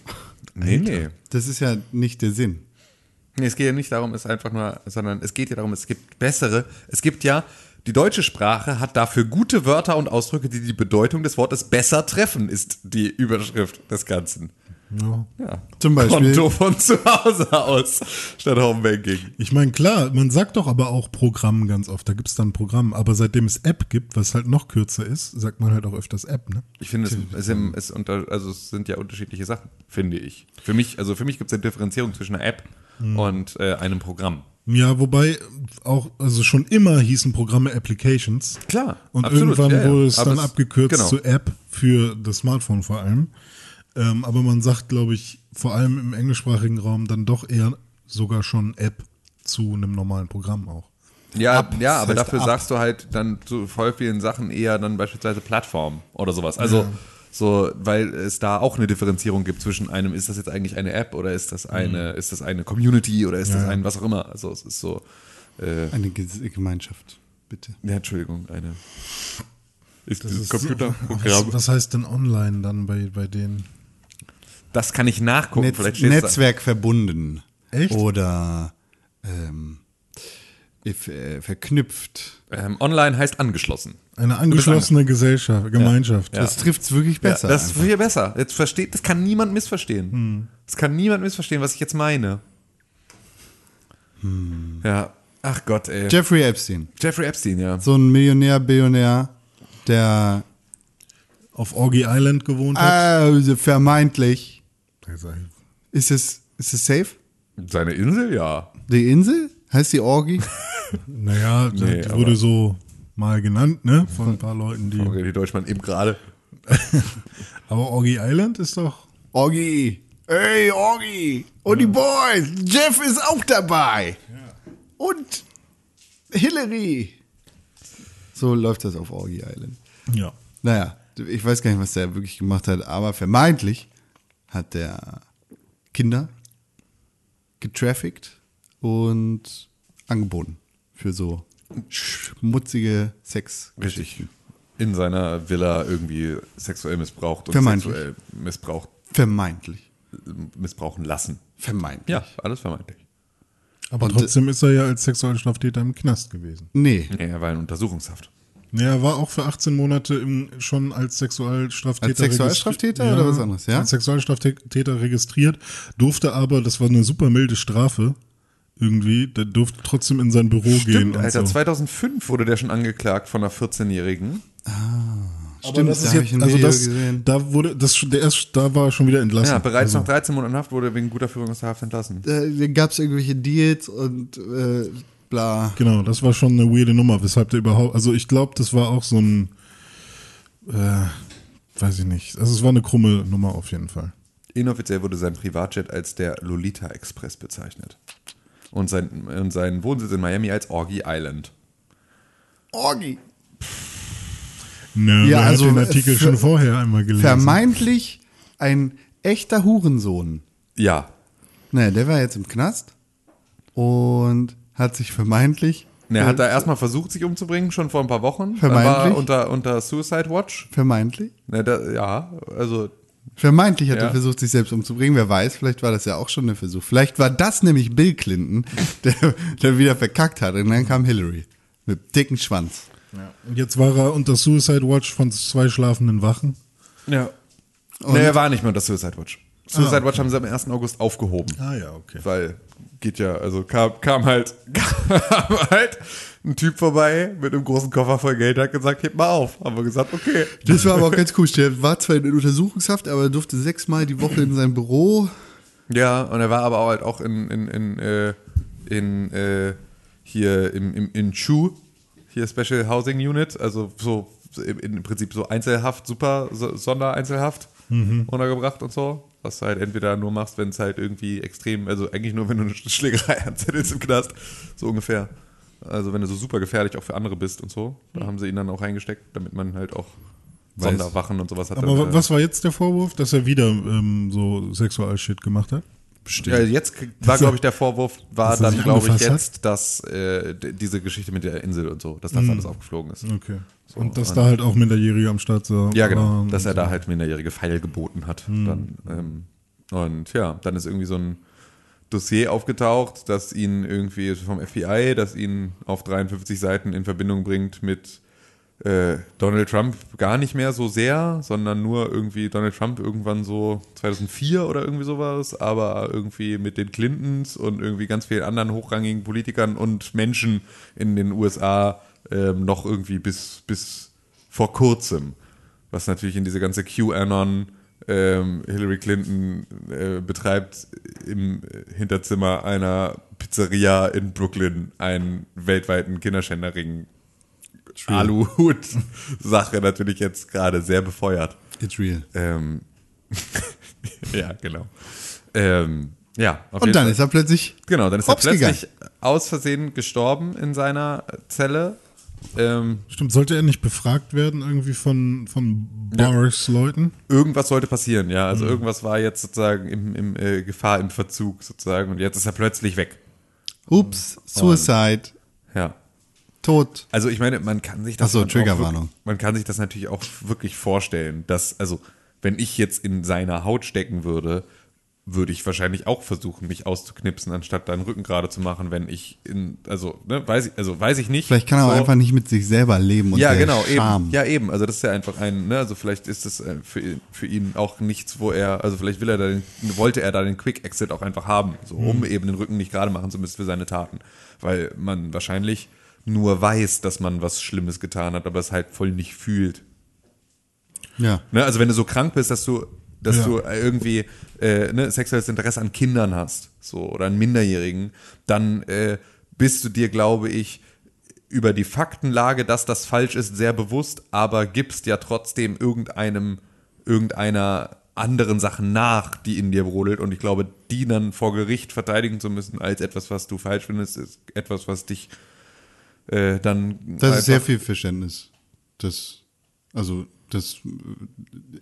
Speaker 4: Nee, nee.
Speaker 2: Das ist ja nicht der Sinn.
Speaker 4: Nee, es geht ja nicht darum, es einfach nur, sondern es geht ja darum, es gibt bessere. Es gibt ja, die deutsche Sprache hat dafür gute Wörter und Ausdrücke, die die Bedeutung des Wortes besser treffen, ist die Überschrift des Ganzen. Ja.
Speaker 2: Zum Beispiel-
Speaker 4: Konto von zu Hause aus statt Homebanking.
Speaker 3: Ich meine, klar, man sagt doch aber auch Programm ganz oft. Da gibt es dann Programm. Aber seitdem es App gibt, was halt noch kürzer ist, sagt man halt auch öfters App, ne?
Speaker 4: Ich finde, es, es, sind- es, unter, also es sind ja unterschiedliche Sachen, finde ich. Für mich, also für mich gibt es eine Differenzierung zwischen einer App und äh, einem Programm.
Speaker 3: Ja, wobei auch, also schon immer hießen Programme Applications.
Speaker 4: Klar,
Speaker 3: Und
Speaker 4: absolut,
Speaker 3: irgendwann
Speaker 4: ja, ja.
Speaker 3: wurde es
Speaker 4: Aber
Speaker 3: dann
Speaker 4: es-
Speaker 3: abgekürzt
Speaker 4: genau.
Speaker 3: zu App für das Smartphone vor allem. Ähm, aber man sagt, glaube ich, vor allem im englischsprachigen Raum dann doch eher sogar schon App zu einem normalen Programm auch.
Speaker 4: Ja, ja aber
Speaker 3: heißt
Speaker 4: dafür
Speaker 3: ab.
Speaker 4: sagst du halt dann zu voll vielen Sachen eher dann beispielsweise Plattform oder sowas. Also so, weil es da auch eine Differenzierung gibt zwischen einem, ist das jetzt eigentlich eine App oder ist das eine, ist das eine Community oder ist das
Speaker 3: Mhm. ja.
Speaker 4: ein was auch immer. Also es ist so,
Speaker 2: Eine Ge- Gemeinschaft, bitte.
Speaker 4: ja, Entschuldigung, eine ist dieses
Speaker 3: so-
Speaker 4: Computerprogramm.
Speaker 3: Was, was heißt denn online dann bei, bei denen?
Speaker 4: das kann ich nachgucken.
Speaker 2: Netz,
Speaker 4: vielleicht steht's da.
Speaker 2: Netzwerk verbunden.
Speaker 3: Echt?
Speaker 2: Oder ähm, if, äh, verknüpft.
Speaker 4: Ähm, online heißt angeschlossen.
Speaker 3: Eine angeschlossene Gesellschaft, Gemeinschaft.
Speaker 2: Das trifft es wirklich besser.
Speaker 4: das ist
Speaker 2: einfach.
Speaker 4: viel besser. Hm. Jetzt versteht, das kann niemand missverstehen. Das kann niemand missverstehen, was ich jetzt meine. Ja. Ach Gott, ey.
Speaker 2: Jeffrey Epstein,
Speaker 4: Jeffrey Epstein, ja.
Speaker 2: so ein Millionär, Billionär, der
Speaker 3: Auf Orgy Island gewohnt
Speaker 4: Ah.
Speaker 3: hat.
Speaker 2: äh, vermeintlich
Speaker 3: Also,
Speaker 2: ist es, ist es safe?
Speaker 4: Seine Insel, ja.
Speaker 2: Die Insel? Heißt die Orgi?
Speaker 3: Naja,
Speaker 4: Nee,
Speaker 3: das
Speaker 4: aber-
Speaker 3: wurde so mal genannt, ne? Von ein paar Leuten, die.
Speaker 4: Okay, die Deutschmann eben gerade.
Speaker 3: Aber Orgy Island ist doch.
Speaker 2: Orgi! Ey, Orgi! Und die Boys! Jeff ist auch dabei! Und Hillary! So läuft das auf Orgi Island.
Speaker 3: Ja.
Speaker 2: Naja, ich weiß gar nicht, was der wirklich gemacht hat, aber vermeintlich hat der Kinder getrafficked und angeboten für so schmutzige Sex.
Speaker 4: Richtig. In seiner Villa irgendwie sexuell missbraucht und
Speaker 2: Vermeintlich.
Speaker 4: sexuell missbraucht,
Speaker 2: Vermeintlich.
Speaker 4: missbrauchen lassen.
Speaker 2: Vermeintlich.
Speaker 4: Ja, alles vermeintlich.
Speaker 3: Aber trotzdem ist er ja als Sexualstraftäter im Knast gewesen.
Speaker 2: Nee.
Speaker 4: Nee, er war in Untersuchungshaft.
Speaker 3: Ja, er war auch für 18 Monate im, schon als Sexualstraftäter
Speaker 2: Als Sexualstraftäter oder was anderes, ja?
Speaker 3: Als Sexualstraftäter registriert, durfte aber, das war eine super milde Strafe, irgendwie, der durfte trotzdem in sein Büro gehen. und
Speaker 4: Alter,
Speaker 3: so.
Speaker 4: 2005 wurde der schon angeklagt von einer 14-Jährigen.
Speaker 2: Stimmt,
Speaker 3: das ist
Speaker 2: da hab
Speaker 3: jetzt,
Speaker 2: ich ein
Speaker 3: also
Speaker 2: Video
Speaker 3: das,
Speaker 2: gesehen.
Speaker 3: da wurde, das, der erst, da war er schon wieder entlassen.
Speaker 4: Ja, bereits
Speaker 3: also,
Speaker 4: nach 13 Monaten Haft wurde er wegen guter Führung aus der Haft entlassen.
Speaker 2: Da gab es irgendwelche Deals und äh, bla.
Speaker 3: Genau, das war schon eine weirde Nummer, weshalb der überhaupt, also ich glaube, das war auch so ein, äh, weiß ich nicht, also es war eine krumme Nummer auf jeden Fall.
Speaker 4: Inoffiziell wurde sein Privatjet als der Lolita Express bezeichnet. Und sein, und sein Wohnsitz in Miami als Orgy Island.
Speaker 2: Orgi.
Speaker 3: Nö,
Speaker 2: Ja,
Speaker 3: ja, wer
Speaker 2: also,
Speaker 3: hat den
Speaker 2: äh,
Speaker 3: Artikel
Speaker 2: ver-
Speaker 3: schon vorher einmal gelesen?
Speaker 2: Vermeintlich ein echter Hurensohn.
Speaker 4: Ja,
Speaker 2: Naja, der war jetzt im Knast und hat sich vermeintlich, äh,
Speaker 4: Ne, Er hat da erstmal versucht, sich umzubringen, schon vor ein paar Wochen. Dann
Speaker 2: Vermeintlich.
Speaker 4: War er unter, unter Suicide Watch.
Speaker 2: vermeintlich,
Speaker 4: Ne, da, ja, also
Speaker 2: vermeintlich hat
Speaker 4: Ja.
Speaker 2: er versucht, sich selbst umzubringen. Wer weiß, vielleicht war das ja auch schon ein Versuch. Vielleicht war das nämlich Bill Clinton, der, der wieder verkackt hat. Und dann kam Hillary mit dicken Schwanz.
Speaker 3: Und jetzt war er unter Suicide Watch von zwei schlafenden Wachen.
Speaker 4: ja. Ne, er war nicht mehr unter Suicide Watch. Suicide Watch haben sie am 1. August aufgehoben.
Speaker 3: Ah ja, okay.
Speaker 4: Weil geht ja, also kam, kam halt kam halt ein Typ vorbei mit einem großen Koffer voll Geld, hat gesagt, heb mal auf. Haben wir gesagt, okay.
Speaker 2: Das war aber auch ganz cool. Der war zwar in Untersuchungshaft, aber er durfte sechsmal die Woche in sein Büro.
Speaker 4: Ja, und er war aber auch halt auch in, in, in, äh, in äh, hier im, im, in Chu, hier Special Housing Unit, also so im, im Prinzip so Einzelhaft, super so, Sondereinzelhaft
Speaker 3: Mhm.
Speaker 4: untergebracht und so. Was du halt entweder nur machst, wenn es halt irgendwie extrem, also eigentlich nur, wenn du eine Sch- Schlägerei anzettelst im Knast, so ungefähr. Also wenn du so super gefährlich auch für andere bist und so,
Speaker 3: Mhm.
Speaker 4: da haben sie ihn dann auch reingesteckt, damit man halt auch Sonderwachen und sowas hat.
Speaker 3: Aber
Speaker 4: Und,
Speaker 3: wa-
Speaker 4: äh,
Speaker 3: was war jetzt der Vorwurf, dass er wieder ähm, so Sexualshit gemacht hat?
Speaker 4: Ja, jetzt krieg- war, glaube ich, der Vorwurf, war
Speaker 3: dass er
Speaker 4: dann,
Speaker 3: sich
Speaker 4: glaube ich,
Speaker 3: angefasst
Speaker 4: Mhm. jetzt, dass äh, d- diese Geschichte mit der Insel und so, dass das alles aufgeflogen ist.
Speaker 3: Okay. Und dass da halt auch Minderjährige am Start so
Speaker 4: Ja, genau.
Speaker 3: waren.
Speaker 4: Dass er da halt minderjährige Pfeil geboten hat. Dann, ähm, und ja, dann ist irgendwie so ein Dossier aufgetaucht, das ihn irgendwie vom FBI, das ihn auf 53 Seiten in Verbindung bringt mit äh, Donald Trump gar nicht mehr so sehr, sondern nur irgendwie Donald Trump irgendwann so 2004 oder irgendwie sowas, aber irgendwie mit den Clintons und irgendwie ganz vielen anderen hochrangigen Politikern und Menschen in den USA ähm, noch irgendwie bis, bis vor kurzem. Was natürlich in diese ganze QAnon ähm, Hillary Clinton äh, betreibt im Hinterzimmer einer Pizzeria in Brooklyn einen weltweiten Kinderschänderring Aluhut-Sache natürlich jetzt gerade sehr befeuert.
Speaker 2: It's real.
Speaker 4: Ähm, ja, genau. Ähm, ja, auf jeden
Speaker 2: Und dann
Speaker 4: Fall.
Speaker 2: ist er plötzlich.
Speaker 4: genau, dann ist er
Speaker 2: hops gegangen.
Speaker 4: plötzlich aus Versehen gestorben in seiner Zelle. Ähm,
Speaker 3: Stimmt, sollte er nicht befragt werden irgendwie von, von Boris-Leuten?
Speaker 4: irgendwas sollte passieren, ja. Also irgendwas war jetzt sozusagen im, im äh, Gefahr im Verzug sozusagen und jetzt ist er plötzlich weg.
Speaker 2: Ups, Suicide,
Speaker 4: Ja.
Speaker 2: tot.
Speaker 4: Also ich meine, man kann sich das
Speaker 2: Ach so,
Speaker 4: dann auch wirklich-
Speaker 2: Triggerwarnung.
Speaker 4: Man kann sich das natürlich auch wirklich vorstellen, dass also wenn ich jetzt in seiner Haut stecken würde, würde ich wahrscheinlich auch versuchen, mich auszuknipsen, anstatt deinen Rücken gerade zu machen, wenn ich in also ne, weiß ich also weiß ich nicht.
Speaker 2: Vielleicht kann er auch
Speaker 4: So.
Speaker 2: einfach nicht mit sich selber leben und
Speaker 4: ja
Speaker 2: der
Speaker 4: genau
Speaker 2: Scham.
Speaker 4: eben ja eben also das ist ja einfach ein ne, also vielleicht ist das äh, für, ihn- für ihn auch nichts, wo er also vielleicht will er da den, wollte er da den Quick Exit auch einfach haben, so
Speaker 2: Hm.
Speaker 4: um eben den Rücken nicht gerade machen zu müssen für seine Taten, weil man wahrscheinlich nur weiß, dass man was Schlimmes getan hat, aber es halt voll nicht fühlt.
Speaker 2: Ja.
Speaker 4: Ne? Also wenn du so krank bist, dass du, dass
Speaker 3: Ja.
Speaker 4: du irgendwie äh, ne, sexuelles Interesse an Kindern hast, so oder an Minderjährigen, dann äh, bist du dir, glaube ich, über die Faktenlage, dass das falsch ist, sehr bewusst, aber gibst ja trotzdem irgendeinem, irgendeiner anderen Sache nach, die in dir brodelt. Und ich glaube, die dann vor Gericht verteidigen zu müssen als etwas, was du falsch findest, ist etwas, was dich äh, dann
Speaker 2: Das ist sehr
Speaker 4: einfach-
Speaker 2: viel Verständnis. Das, also, das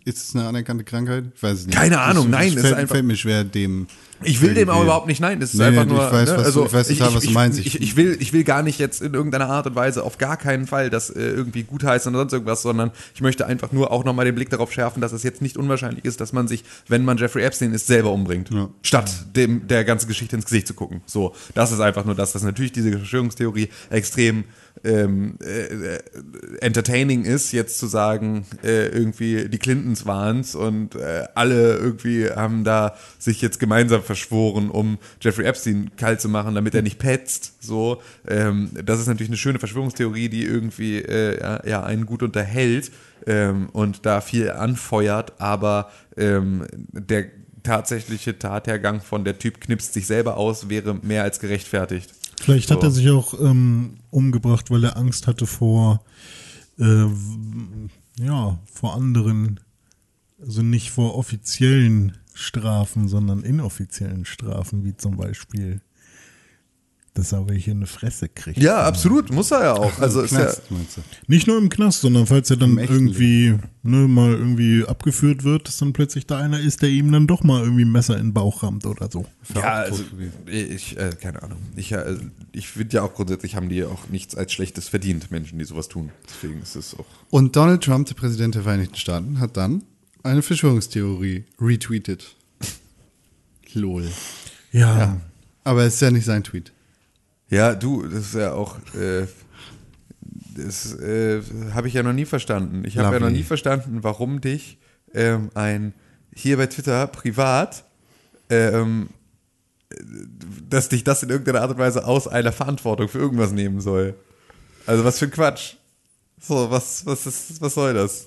Speaker 2: ist es eine anerkannte Krankheit? Ich weiß es nicht.
Speaker 4: Keine Ahnung,
Speaker 2: das,
Speaker 4: nein,
Speaker 2: Es
Speaker 4: ist
Speaker 2: fällt,
Speaker 4: einfach-
Speaker 2: fällt mir schwer, dem.
Speaker 4: Ich will dem auch
Speaker 2: irgendwie-
Speaker 4: überhaupt nicht nein. Das ist
Speaker 2: Nee,
Speaker 4: einfach
Speaker 2: nee,
Speaker 4: nur.
Speaker 2: Ich weiß,
Speaker 4: ne,
Speaker 2: was, du, ich weiß total, was du meinst.
Speaker 4: Ich, ich, ich, will, ich will gar nicht jetzt in irgendeiner Art und Weise auf gar keinen Fall das äh, irgendwie gutheißen oder sonst irgendwas, sondern ich möchte einfach nur auch nochmal den Blick darauf schärfen, dass es jetzt nicht unwahrscheinlich ist, dass man sich, wenn man Jeffrey Epstein ist, selber umbringt.
Speaker 2: Ja.
Speaker 4: Statt dem, der ganzen Geschichte ins Gesicht zu gucken. So, das ist einfach nur das, dass natürlich diese Verschwörungstheorie extrem ähm, äh, äh, entertaining ist, jetzt zu sagen, äh, irgendwie die Clintons waren's und äh, alle irgendwie haben da sich jetzt gemeinsam verschworen, um Jeffrey Epstein kalt zu machen, damit er nicht petzt. So, ähm, das ist natürlich eine schöne Verschwörungstheorie, die irgendwie äh, ja, ja, einen gut unterhält ähm, und da viel anfeuert, aber ähm, der tatsächliche Tathergang von der Typ knipst sich selber aus, wäre mehr als gerechtfertigt.
Speaker 3: Vielleicht hat
Speaker 4: So.
Speaker 3: er sich auch ähm, umgebracht, weil er Angst hatte vor, äh, w- ja, vor anderen, also nicht vor offiziellen Strafen, sondern inoffiziellen Strafen, wie zum Beispiel, dass er welche in die Fresse kriegt.
Speaker 4: Ja, absolut, muss er ja auch. Also ist ja,
Speaker 2: Knast, meinst du?
Speaker 3: Nicht nur im Knast, sondern falls er dann
Speaker 2: echten
Speaker 3: irgendwie ne, mal irgendwie abgeführt wird, dass dann plötzlich da einer ist, der ihm dann doch mal irgendwie ein Messer in den Bauch rammt oder so.
Speaker 4: Ja, also, ich, äh, keine Ahnung. Ich, äh, ich finde ja auch grundsätzlich haben die auch nichts als Schlechtes verdient, Menschen, die sowas tun. Deswegen ist es auch.
Speaker 2: Und Donald Trump, der Präsident der Vereinigten Staaten, hat dann eine Verschwörungstheorie retweetet. Lol.
Speaker 3: Ja.
Speaker 2: Aber es ist ja nicht sein Tweet.
Speaker 4: Ja, du, das ist ja auch. Äh, das äh, habe ich ja noch nie verstanden. Ich habe ja noch
Speaker 2: Lovely.
Speaker 4: nie verstanden, warum dich ähm, ein hier bei Twitter privat, ähm, äh, dass dich das in irgendeiner Art und Weise aus einer Verantwortung für irgendwas nehmen soll. Also was für ein Quatsch. So, was, was, ist, was soll das?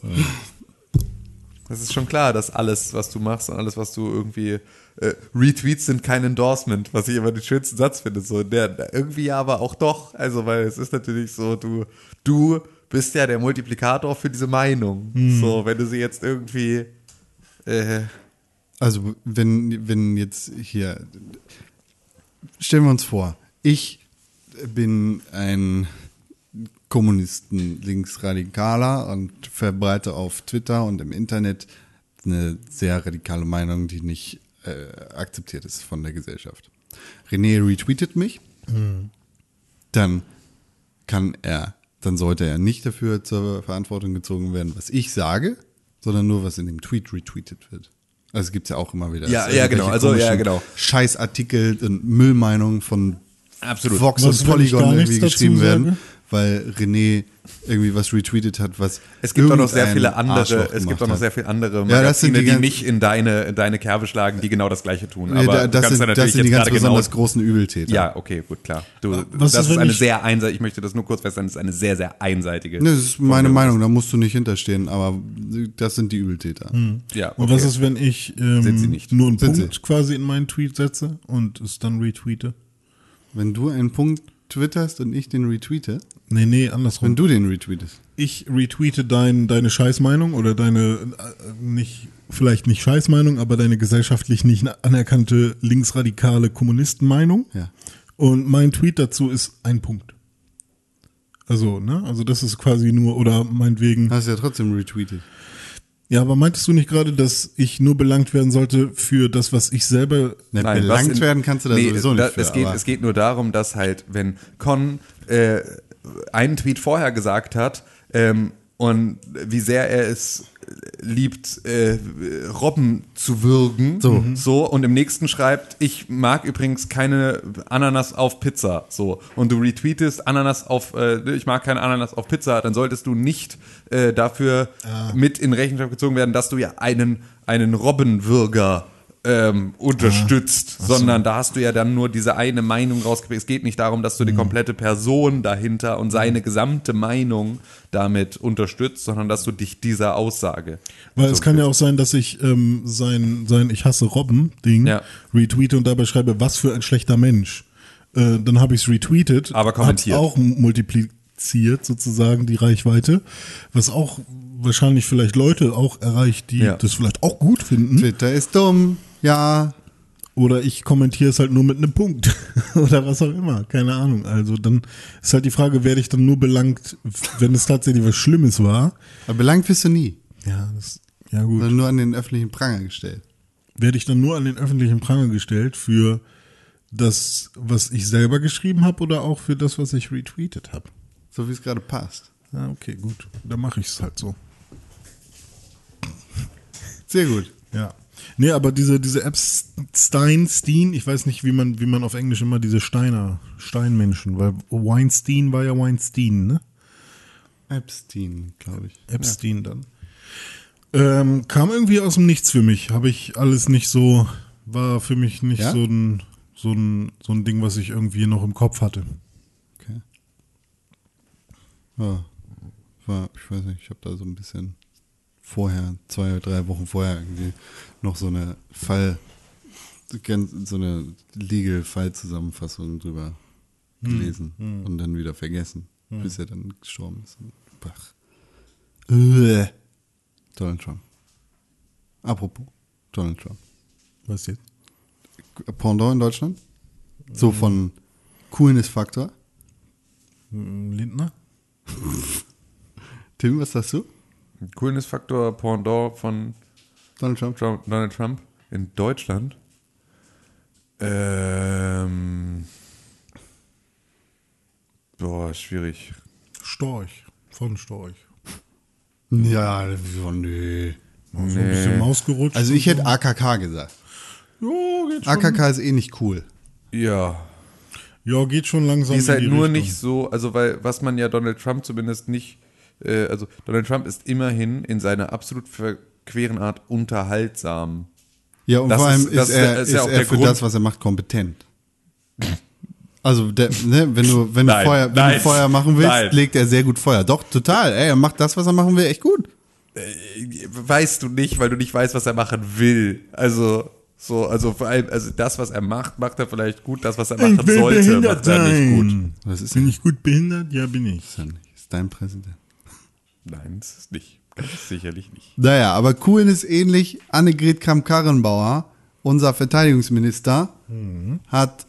Speaker 4: Das ist schon klar, dass alles, was du machst und alles, was du irgendwie äh, Retweets sind kein Endorsement, was ich immer den schönsten Satz finde. So, der, irgendwie ja, aber auch doch. Also, weil es ist natürlich so, du, du bist ja der Multiplikator für diese Meinung.
Speaker 2: Hm.
Speaker 4: So, wenn du sie jetzt irgendwie äh,
Speaker 2: Also, wenn, wenn jetzt hier. Stellen wir uns vor, ich bin ein Kommunisten, Linksradikaler und verbreite auf Twitter und im Internet eine sehr radikale Meinung, die nicht äh, akzeptiert ist von der Gesellschaft.
Speaker 4: Hm.
Speaker 2: René retweetet mich. Dann kann er dann sollte er nicht dafür zur Verantwortung gezogen werden, was ich sage, sondern nur, was in dem Tweet retweetet wird. Also gibt es ja auch immer wieder.
Speaker 4: Ja,
Speaker 2: dass
Speaker 4: ja, genau.
Speaker 2: irgendwelche
Speaker 4: Also, ja,
Speaker 2: komischen
Speaker 4: genau.
Speaker 2: Scheißartikel und Müllmeinungen von
Speaker 4: Absolut.
Speaker 2: Vox
Speaker 3: Was,
Speaker 2: und
Speaker 3: wenn ich
Speaker 2: Polygon
Speaker 3: gar
Speaker 2: irgendwie
Speaker 3: nichts dazu
Speaker 2: geschrieben werden,
Speaker 3: sage?
Speaker 2: weil René irgendwie was retweetet hat, was
Speaker 4: Es gibt auch noch sehr
Speaker 2: irgendein
Speaker 4: viele andere,
Speaker 2: Arschloch
Speaker 4: es gibt
Speaker 2: gemacht
Speaker 4: auch noch
Speaker 2: hat.
Speaker 4: sehr viele andere
Speaker 2: Ja, das
Speaker 4: Magazine,
Speaker 2: sind die
Speaker 4: die,
Speaker 2: ganz-
Speaker 4: nicht in deine, in deine Kerbe schlagen, die genau das Gleiche tun.
Speaker 2: Nee,
Speaker 4: Aber
Speaker 2: da-
Speaker 4: du
Speaker 2: das,
Speaker 4: kannst
Speaker 2: sind,
Speaker 4: da
Speaker 2: das
Speaker 4: natürlich
Speaker 2: sind die
Speaker 4: jetzt
Speaker 2: ganz
Speaker 4: gerade
Speaker 2: besonders
Speaker 4: genau,
Speaker 2: großen Übeltäter.
Speaker 4: Ja, okay, gut, klar. Du,
Speaker 3: was
Speaker 4: das
Speaker 3: ist,
Speaker 4: ist
Speaker 3: wenn
Speaker 4: eine
Speaker 3: ich-
Speaker 4: sehr einseitige, ich möchte das nur kurz feststellen, das ist eine sehr, sehr einseitige.
Speaker 2: Ne, Das ist meine Meinung, da musst du nicht hinterstehen, aber das sind die Übeltäter.
Speaker 3: Hm.
Speaker 4: Ja, okay.
Speaker 3: Und was ist, wenn ich ähm,
Speaker 4: Sind sie nicht.
Speaker 3: nur einen
Speaker 2: Sind
Speaker 3: Punkt quasi in meinen Tweet setze und es dann retweete?
Speaker 2: Wenn du einen Punkt twitterst und ich den retweete,
Speaker 3: Nee, nee, andersrum.
Speaker 2: wenn du den retweetest.
Speaker 3: ich retweete dein, deine Scheißmeinung oder deine äh, nicht vielleicht nicht Scheißmeinung, aber deine gesellschaftlich nicht anerkannte linksradikale Kommunistenmeinung.
Speaker 2: Ja.
Speaker 3: Und mein Tweet dazu ist ein Punkt. Also, ne? Also das ist quasi nur oder meinetwegen.
Speaker 2: Hast du ja trotzdem retweetet.
Speaker 3: Ja, aber meintest du nicht gerade, dass ich nur belangt werden sollte für das, was ich selber
Speaker 2: Ne,
Speaker 4: Nein, was
Speaker 2: belangt
Speaker 4: in-
Speaker 2: werden kannst du da
Speaker 4: Nee,
Speaker 2: sowieso nicht.
Speaker 4: da-
Speaker 2: für,
Speaker 4: es, geht,
Speaker 2: aber-
Speaker 4: es geht nur darum, dass halt, wenn Con äh, einen Tweet vorher gesagt hat ähm, und wie sehr er es liebt, äh, Robben zu würgen, so. so, und im nächsten schreibt, ich mag übrigens keine Ananas auf Pizza, so, und du retweetest Ananas auf, äh, ich mag keine Ananas auf Pizza, dann solltest du nicht äh, dafür
Speaker 2: Ah.
Speaker 4: mit in Rechenschaft gezogen werden, dass du ja einen, einen Robbenwürger ähm, unterstützt, sondern da hast du ja dann nur diese eine Meinung rausgepickt. Es geht nicht darum, dass du die komplette Person dahinter und seine gesamte Meinung damit unterstützt, sondern dass du dich dieser Aussage.
Speaker 3: Weil es kann ja auch sein, dass ich ähm, sein, sein Ich hasse Robben-Ding
Speaker 4: Ja.
Speaker 3: retweete und dabei schreibe, was für ein schlechter Mensch. Äh, dann habe ich es retweetet.
Speaker 4: Aber kommentiert.
Speaker 3: hab's auch multipliziert sozusagen die Reichweite, was auch wahrscheinlich vielleicht Leute auch erreicht, die
Speaker 4: Ja.
Speaker 3: das vielleicht auch gut finden.
Speaker 2: Twitter ist dumm. Ja,
Speaker 3: Oder ich kommentiere es halt nur mit einem Punkt oder was auch immer. Keine Ahnung. Also dann ist halt die Frage, werde ich dann nur belangt, wenn es tatsächlich was Schlimmes war.
Speaker 2: aber belangt wirst du nie.
Speaker 3: Ja, das, ja gut.
Speaker 2: Sondern nur an den öffentlichen Pranger gestellt.
Speaker 3: werde ich dann nur an den öffentlichen Pranger gestellt für das, was ich selber geschrieben habe oder auch für das, was ich retweetet habe.
Speaker 2: So wie es gerade passt.
Speaker 3: Ah, okay, gut. Dann mache ich es halt so.
Speaker 2: Sehr gut.
Speaker 3: Ja. Nee, aber diese, diese Apps Steinstein, ich weiß nicht, wie man, wie man auf Englisch immer diese Steiner, Steinmenschen, weil Weinstein war ja Weinstein, ne?
Speaker 2: Epstein, glaube ich.
Speaker 3: Epstein dann. Ähm, kam irgendwie aus dem Nichts für mich. Habe ich alles nicht so, war für mich nicht
Speaker 2: Ja?
Speaker 3: so, ein, so, ein, so ein Ding, was ich irgendwie noch im Kopf hatte.
Speaker 2: Okay. Ja. War, ich weiß nicht, ich habe da so ein bisschen vorher, zwei, drei Wochen vorher irgendwie noch so eine Fall, ganz- so eine Legal-Fall-Zusammenfassung drüber gelesen und dann wieder vergessen, bis er dann gestorben ist. Und, bach. Uäh. Donald Trump. Apropos Donald Trump.
Speaker 3: Was jetzt?
Speaker 2: Pendant in Deutschland? So von Coolness-Faktor.
Speaker 3: Mm, Lindner?
Speaker 2: Tim, was sagst du?
Speaker 4: Coolness-Faktor Pendant von
Speaker 2: Donald Trump?
Speaker 4: Trump, Donald Trump in Deutschland. Ähm. Boah, schwierig.
Speaker 3: Storch. Von Storch.
Speaker 2: Ja, oh, ja, nee.
Speaker 3: So ein bisschen Mausgerutscht.
Speaker 2: Also ich hätte AKK gesagt.
Speaker 3: ja, geht schon,
Speaker 2: AKK ist eh nicht cool.
Speaker 4: Ja,
Speaker 3: ja, geht schon langsam.
Speaker 4: Die ist
Speaker 3: in
Speaker 4: halt nur
Speaker 3: Richtung.
Speaker 4: nicht so, also weil was man ja Donald Trump zumindest nicht, äh, also Donald Trump ist immerhin in seiner absolut verqueren Art unterhaltsam.
Speaker 2: Ja, und
Speaker 4: Das
Speaker 2: vor
Speaker 4: ist-
Speaker 2: allem ist,
Speaker 4: das ist-
Speaker 2: er,
Speaker 4: ist
Speaker 2: ist
Speaker 4: ja auch
Speaker 2: er
Speaker 4: der
Speaker 2: für
Speaker 4: Grund.
Speaker 2: das, was er macht, kompetent. Also, der, ne, wenn du, wenn du,
Speaker 4: Nein,
Speaker 2: Feuer, wenn du
Speaker 4: nein,
Speaker 2: Feuer machen willst,
Speaker 4: nein.
Speaker 2: legt er sehr gut Feuer. Doch, total. Ey, er macht das, was er machen will, echt gut.
Speaker 4: Weißt du nicht, weil du nicht weißt, was er machen will. Also so, also vor allem, also das, was er macht, macht er vielleicht gut, das, was er machen
Speaker 3: Ich will
Speaker 4: sollte,
Speaker 3: behindert
Speaker 4: macht er
Speaker 3: sein.
Speaker 4: nicht gut.
Speaker 2: Das ist
Speaker 3: Bin ich gut behindert? Ja, bin ich.
Speaker 2: ja nicht. Ist dein Präsident.
Speaker 4: Nein, das ist nicht. Ganz sicherlich nicht.
Speaker 2: Naja, aber Kuhn ist ähnlich. Annegret Kramp-Karrenbauer, unser Verteidigungsminister, hat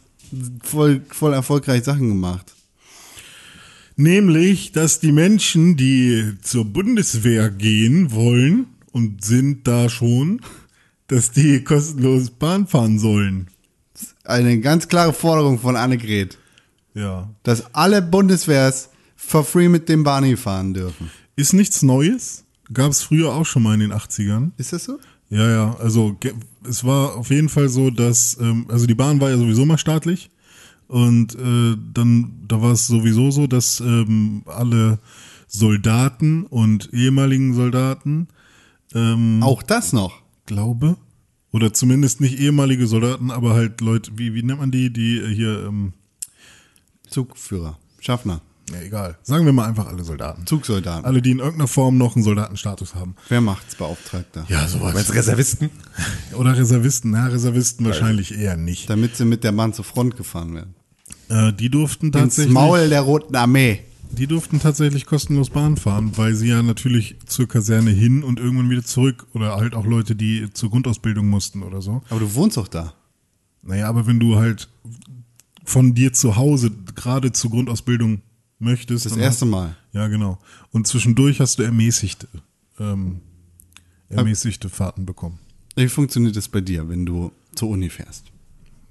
Speaker 2: voll, voll erfolgreich Sachen gemacht.
Speaker 3: Nämlich, dass die Menschen, die zur Bundeswehr gehen wollen und sind da schon, dass die kostenlos Bahn fahren sollen.
Speaker 2: Eine ganz klare Forderung von Annegret.
Speaker 3: Ja.
Speaker 2: dass alle Bundeswehrs for free mit dem Barney fahren dürfen.
Speaker 3: Ist nichts Neues. Gab es früher auch schon mal in den 80ern.
Speaker 2: Ist das so?
Speaker 3: Ja, ja, also ge- es war auf jeden Fall so, dass, ähm, also die Bahn war ja sowieso mal staatlich und äh, dann, da war es sowieso so, dass ähm, alle Soldaten und ehemaligen Soldaten, Mhm.
Speaker 2: Auch das noch.
Speaker 3: glaube, oder zumindest nicht ehemalige Soldaten, aber halt Leute, wie, wie nennt man die, die äh, hier, ähm,
Speaker 2: Zugführer, Schaffner,
Speaker 3: ja, egal, sagen wir mal einfach alle Soldaten.
Speaker 2: Zugsoldaten.
Speaker 3: Alle, die in irgendeiner Form noch einen Soldatenstatus haben.
Speaker 2: Wer macht's? Beauftragter.
Speaker 3: Ja, sowas.
Speaker 6: Meinst du Reservisten?
Speaker 3: Oder Reservisten, na, Reservisten wahrscheinlich eher nicht.
Speaker 2: Damit sie mit der Bahn zur Front gefahren werden.
Speaker 3: Äh, die durften
Speaker 2: Ins
Speaker 3: tatsächlich.
Speaker 2: Maul der Roten Armee.
Speaker 3: Die durften tatsächlich kostenlos Bahn fahren, weil sie ja natürlich zur Kaserne hin und irgendwann wieder zurück oder halt auch Leute, die zur Grundausbildung mussten oder so.
Speaker 2: Aber du wohnst doch da.
Speaker 3: Naja, aber wenn du halt von dir zu Hause gerade zur Grundausbildung möchtest.
Speaker 2: Das
Speaker 3: dann
Speaker 2: erste
Speaker 3: hast-
Speaker 2: Mal.
Speaker 3: Ja, genau. Und zwischendurch hast du ermäßigte, ähm, ermäßigte Fahrten bekommen.
Speaker 2: Wie funktioniert das bei dir, wenn du zur Uni fährst?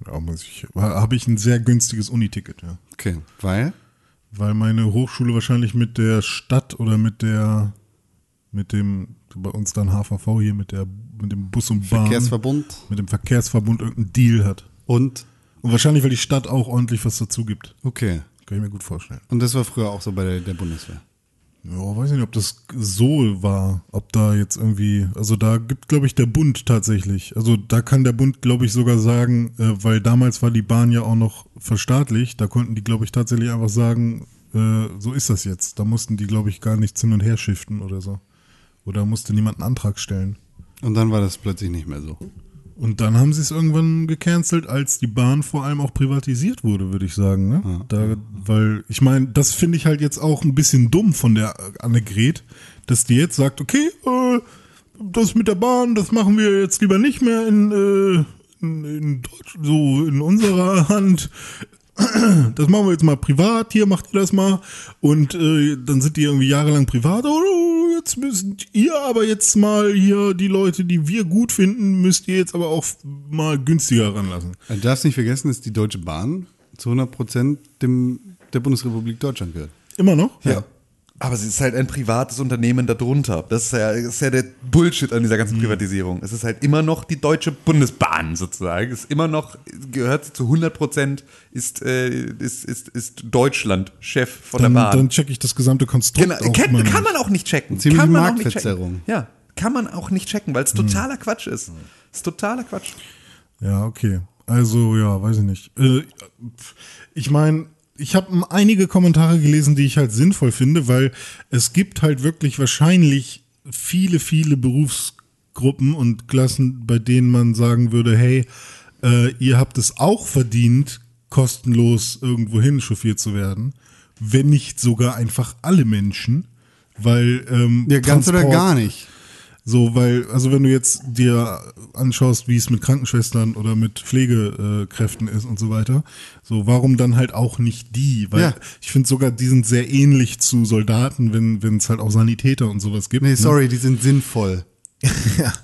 Speaker 3: Ja, muss ich, habe ich ein sehr günstiges Uniticket, ja.
Speaker 2: Okay. Weil?
Speaker 3: Weil meine Hochschule wahrscheinlich mit der Stadt oder mit der, mit dem, bei uns dann HVV hier, mit der, mit dem Bus und Bahn,
Speaker 2: Verkehrsverbund
Speaker 3: mit dem Verkehrsverbund irgendeinen Deal hat.
Speaker 2: und?
Speaker 3: Und wahrscheinlich, weil die Stadt auch ordentlich was dazu gibt.
Speaker 2: Okay.
Speaker 3: Kann ich mir gut vorstellen.
Speaker 2: Und das war früher auch so bei der, der Bundeswehr.
Speaker 3: Ja, weiß nicht, ob das so war, ob da jetzt irgendwie, also da gibt, glaube ich, der Bund tatsächlich. Also da kann der Bund, glaube ich, sogar sagen, äh, weil damals war die Bahn ja auch noch verstaatlicht, da konnten die, glaube ich, tatsächlich einfach sagen, äh, so ist das jetzt. Da mussten die, glaube ich, gar nichts hin und her shiften oder so. Oder musste niemand einen Antrag stellen.
Speaker 2: Und dann war das plötzlich nicht mehr so.
Speaker 3: Und dann haben sie es irgendwann gecancelt, als die Bahn vor allem auch privatisiert wurde, würde ich sagen. Ne? Da, weil ich meine, das finde ich halt jetzt auch ein bisschen dumm von der Annegret, dass die jetzt sagt, okay, äh, das mit der Bahn, das machen wir jetzt lieber nicht mehr in, äh, in, in Deutsch, so in unserer Hand. Das machen wir jetzt mal privat, hier macht ihr das mal. Und äh, dann sind die irgendwie jahrelang privat. Oh, jetzt müsst ihr aber jetzt mal hier die Leute, die wir gut finden, müsst ihr jetzt aber auch mal günstiger ranlassen.
Speaker 2: Du darfst Äh, nicht vergessen, dass die Deutsche Bahn zu 100 Prozent dem, der Bundesrepublik Deutschland gehört.
Speaker 3: Immer noch?
Speaker 4: Ja. Aber es ist halt ein privates Unternehmen darunter. Das ist ja, ist ja der Bullshit an dieser
Speaker 3: Mhm.
Speaker 4: ganzen Privatisierung. Es ist halt immer noch die Deutsche Bundesbahn sozusagen. Es ist immer noch, gehört zu 100 Prozent, ist, äh, ist, ist, ist Deutschland Chef von
Speaker 3: Dann,
Speaker 4: der Bahn.
Speaker 3: dann checke ich das gesamte Konstrukt.
Speaker 4: Genau,
Speaker 3: auch
Speaker 4: kann,
Speaker 3: immer
Speaker 4: kann
Speaker 3: nicht.
Speaker 4: man auch nicht checken.
Speaker 2: Ziemliche
Speaker 4: kann man auch nicht
Speaker 2: Marktverzerrung.
Speaker 4: checken. Ja, kann man auch nicht checken, weil es
Speaker 3: Mhm.
Speaker 4: totaler Quatsch ist. Es ist totaler Quatsch.
Speaker 3: Ja, okay. Also, ja, weiß ich nicht. Äh, ich meine, ich habe einige Kommentare gelesen, die ich halt sinnvoll finde, weil es gibt halt wirklich wahrscheinlich viele, viele Berufsgruppen und Klassen, bei denen man sagen würde, hey, äh, ihr habt es auch verdient, kostenlos irgendwohin chauffiert zu werden, wenn nicht sogar einfach alle Menschen, weil ähm,
Speaker 2: Ja, ganz oder
Speaker 3: Transport-
Speaker 2: gar nicht.
Speaker 3: so, weil, also wenn du jetzt dir anschaust, wie es mit Krankenschwestern oder mit Pflegekräften ist und so weiter, so, warum dann halt auch nicht die? Weil
Speaker 2: Ja.
Speaker 3: ich finde sogar, die sind sehr ähnlich zu Soldaten, wenn wenn es halt auch Sanitäter und sowas gibt.
Speaker 2: Nee,
Speaker 3: ne?
Speaker 2: sorry, die sind sinnvoll.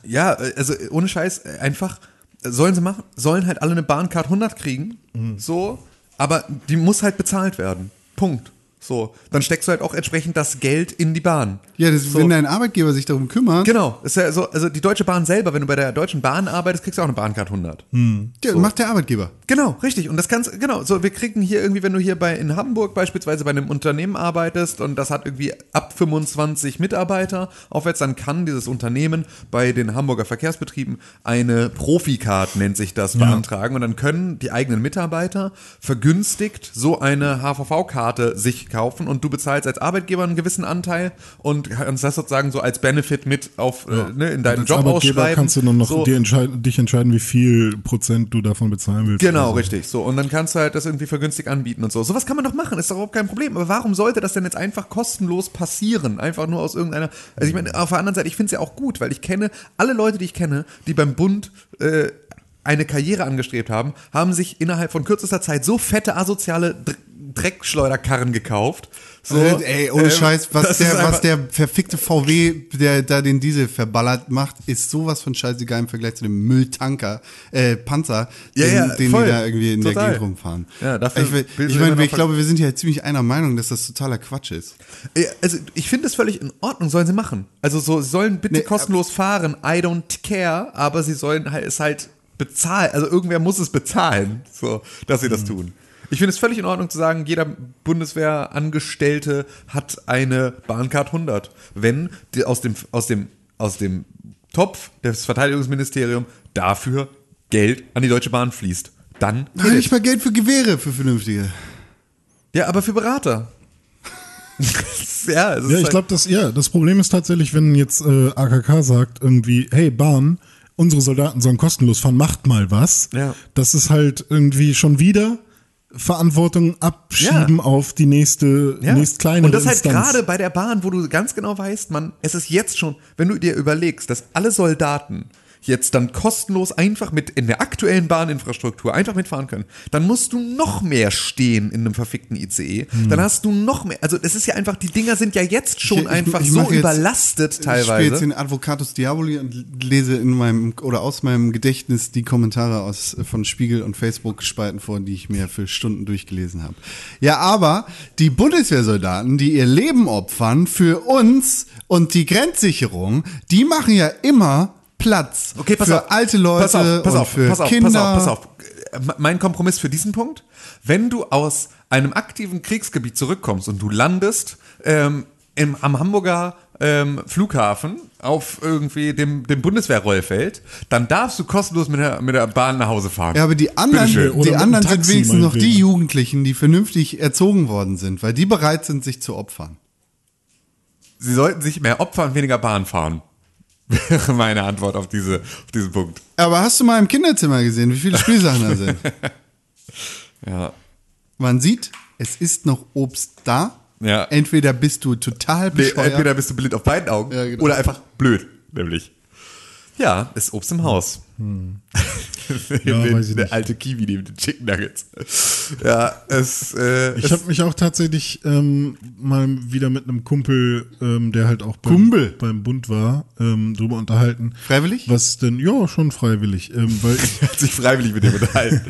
Speaker 4: Ja, äh, also äh, ohne Scheiß, äh, einfach, äh, sollen sie machen, sollen halt alle eine Bahncard 100 kriegen, so, aber die muss halt bezahlt werden. Punkt. So, dann steckst du halt auch entsprechend das Geld in die Bahn.
Speaker 2: Ja, das,
Speaker 4: so.
Speaker 2: wenn dein Arbeitgeber sich darum kümmert,
Speaker 4: Genau, ist ja so, also die Deutsche Bahn selber, wenn du bei der Deutschen Bahn arbeitest, kriegst du auch eine Bahncard 100.
Speaker 2: ja, macht der Arbeitgeber.
Speaker 4: Genau, richtig. Und das kannst, genau, so, wir kriegen hier irgendwie, wenn du hier bei, in Hamburg beispielsweise bei einem Unternehmen arbeitest und das hat irgendwie ab 25 Mitarbeiter aufwärts, dann kann dieses Unternehmen bei den Hamburger Verkehrsbetrieben eine Profikart, nennt sich das, beantragen und dann können die eigenen Mitarbeiter vergünstigt so eine HVV-Karte sich kaufen und du bezahlst als Arbeitgeber einen gewissen Anteil und kannst das sozusagen so als Benefit mit auf, äh, ne, in deinen
Speaker 3: Als
Speaker 4: Job
Speaker 3: Arbeitgeber
Speaker 4: ausschreiben.
Speaker 3: kannst du dann noch
Speaker 4: so,
Speaker 3: dir entscheiden, dich entscheiden, wie viel Prozent du davon bezahlen willst.
Speaker 4: Genau,
Speaker 3: Also,
Speaker 4: richtig. So, und dann kannst du halt das irgendwie vergünstigt anbieten und so. Sowas kann man doch machen, ist doch überhaupt kein Problem. Aber warum sollte das denn jetzt einfach kostenlos passieren? Einfach nur aus irgendeiner. Also ich meine, auf der anderen Seite, ich finde es ja auch gut, weil ich kenne alle Leute, die ich kenne, die beim Bund äh, eine Karriere angestrebt haben, haben sich innerhalb von kürzester Zeit so fette asoziale Dr Dreckschleuderkarren gekauft. So,
Speaker 2: Halt, Ey, ohne
Speaker 4: ähm,
Speaker 2: Scheiß,
Speaker 4: das
Speaker 2: was
Speaker 4: ist
Speaker 2: der,
Speaker 4: einfach-
Speaker 2: was der verfickte VW, der da den Diesel verballert macht, ist sowas von scheißegal im Vergleich zu dem Mülltanker, äh, Panzer,
Speaker 4: Ja,
Speaker 2: den,
Speaker 4: ja,
Speaker 2: den
Speaker 4: voll.
Speaker 2: die da irgendwie in
Speaker 4: Total.
Speaker 2: der Gegend rumfahren.
Speaker 4: Ja, dafür
Speaker 2: ich will-
Speaker 4: will
Speaker 2: ich
Speaker 4: sie immer
Speaker 2: meine,
Speaker 4: noch
Speaker 2: ich glaube, wir sind ja ziemlich einer Meinung, dass das totaler Quatsch ist.
Speaker 4: Ja, Also ich finde es völlig in Ordnung, sollen sie machen. Also so, sie sollen bitte
Speaker 2: Nee,
Speaker 4: kostenlos fahren, I don't care, aber sie sollen halt, es halt bezahlen. Also irgendwer muss es bezahlen, so, dass sie das tun. Ich finde es völlig in Ordnung zu sagen, jeder Bundeswehrangestellte hat eine Bahncard 100, wenn die aus dem aus dem aus dem Topf des Verteidigungsministeriums dafür Geld an die Deutsche Bahn fließt. Dann
Speaker 2: Da hätte ich mal Geld für Gewehre, für vernünftige.
Speaker 4: ja, aber für Berater. ja, es ist
Speaker 3: Ja, ich
Speaker 4: halt-
Speaker 3: glaube, das, ja, das Problem ist tatsächlich, wenn jetzt äh, AKK sagt irgendwie, hey Bahn, unsere Soldaten sollen kostenlos fahren, macht mal was.
Speaker 4: Ja.
Speaker 3: Das ist halt irgendwie schon wieder Verantwortung abschieben
Speaker 4: Ja.
Speaker 3: auf die nächste,
Speaker 4: Ja.
Speaker 3: nächst kleinere
Speaker 4: Und das halt
Speaker 3: Instanz.
Speaker 4: gerade bei der Bahn, wo du ganz genau weißt, man, es ist jetzt schon, wenn du dir überlegst, dass alle Soldaten jetzt dann kostenlos einfach mit in der aktuellen Bahninfrastruktur einfach mitfahren können, dann musst du noch mehr stehen in einem verfickten ICE. Dann hast du noch mehr, also es ist ja einfach, die Dinger sind ja jetzt schon
Speaker 2: Hm. Ich- ich-
Speaker 4: einfach
Speaker 2: ich
Speaker 4: so
Speaker 2: mach jetzt-
Speaker 4: überlastet
Speaker 2: Ich spiele jetzt
Speaker 4: teilweise.
Speaker 2: den Advocatus Diaboli und lese in meinem oder aus meinem Gedächtnis die Kommentare aus, äh, von Spiegel und Facebook gespalten vor, die ich mir für Stunden durchgelesen habe. Ja, aber die Bundeswehrsoldaten, die ihr Leben opfern für uns und die Grenzsicherung, die machen ja immer Platz
Speaker 4: Okay, pass
Speaker 2: für
Speaker 4: auf.
Speaker 2: alte Leute
Speaker 4: pass auf, pass
Speaker 2: und
Speaker 4: auf,
Speaker 2: für
Speaker 4: pass auf,
Speaker 2: Kinder.
Speaker 4: Pass auf, pass auf. Äh, Mein Kompromiss für diesen Punkt, wenn du aus einem aktiven Kriegsgebiet zurückkommst und du landest ähm, im, am Hamburger ähm, Flughafen auf irgendwie dem, dem Bundeswehrrollfeld, dann darfst du kostenlos mit der, mit der Bahn nach Hause fahren.
Speaker 2: Ja, aber die anderen,
Speaker 3: Bitteschön. Oder
Speaker 2: die
Speaker 3: mit dem
Speaker 2: anderen sind
Speaker 3: Taxi
Speaker 2: wenigstens noch die
Speaker 3: meinetwegen.
Speaker 2: Jugendlichen, die vernünftig erzogen worden sind, weil die bereit sind, sich zu opfern.
Speaker 4: Sie sollten sich mehr opfern, weniger Bahn fahren. Wäre meine Antwort auf, diese, auf diesen Punkt.
Speaker 2: Aber hast du mal im Kinderzimmer gesehen, wie viele Spielsachen da sind?
Speaker 4: Ja.
Speaker 2: Man sieht, es ist noch Obst da.
Speaker 4: Ja.
Speaker 2: Entweder bist du total
Speaker 4: Nee,
Speaker 2: bescheuert.
Speaker 4: entweder bist du blind auf beiden Augen
Speaker 2: Ja, genau.
Speaker 4: oder einfach blöd, nämlich. Ja, ist Obst im Haus.
Speaker 3: Hm. Ja,
Speaker 4: Eine
Speaker 3: weiß ich nicht.
Speaker 4: alte Kiwi neben den Chicken Nuggets. Ja, es, äh,
Speaker 3: Ich habe mich auch tatsächlich ähm, mal wieder mit einem Kumpel, ähm, der halt auch beim,
Speaker 2: Kumpel?
Speaker 3: beim Bund war, ähm, drüber unterhalten.
Speaker 2: Freiwillig?
Speaker 3: Was denn? Ja, schon freiwillig. Ähm, weil ich,
Speaker 4: es hat sich freiwillig mit dem unterhalten.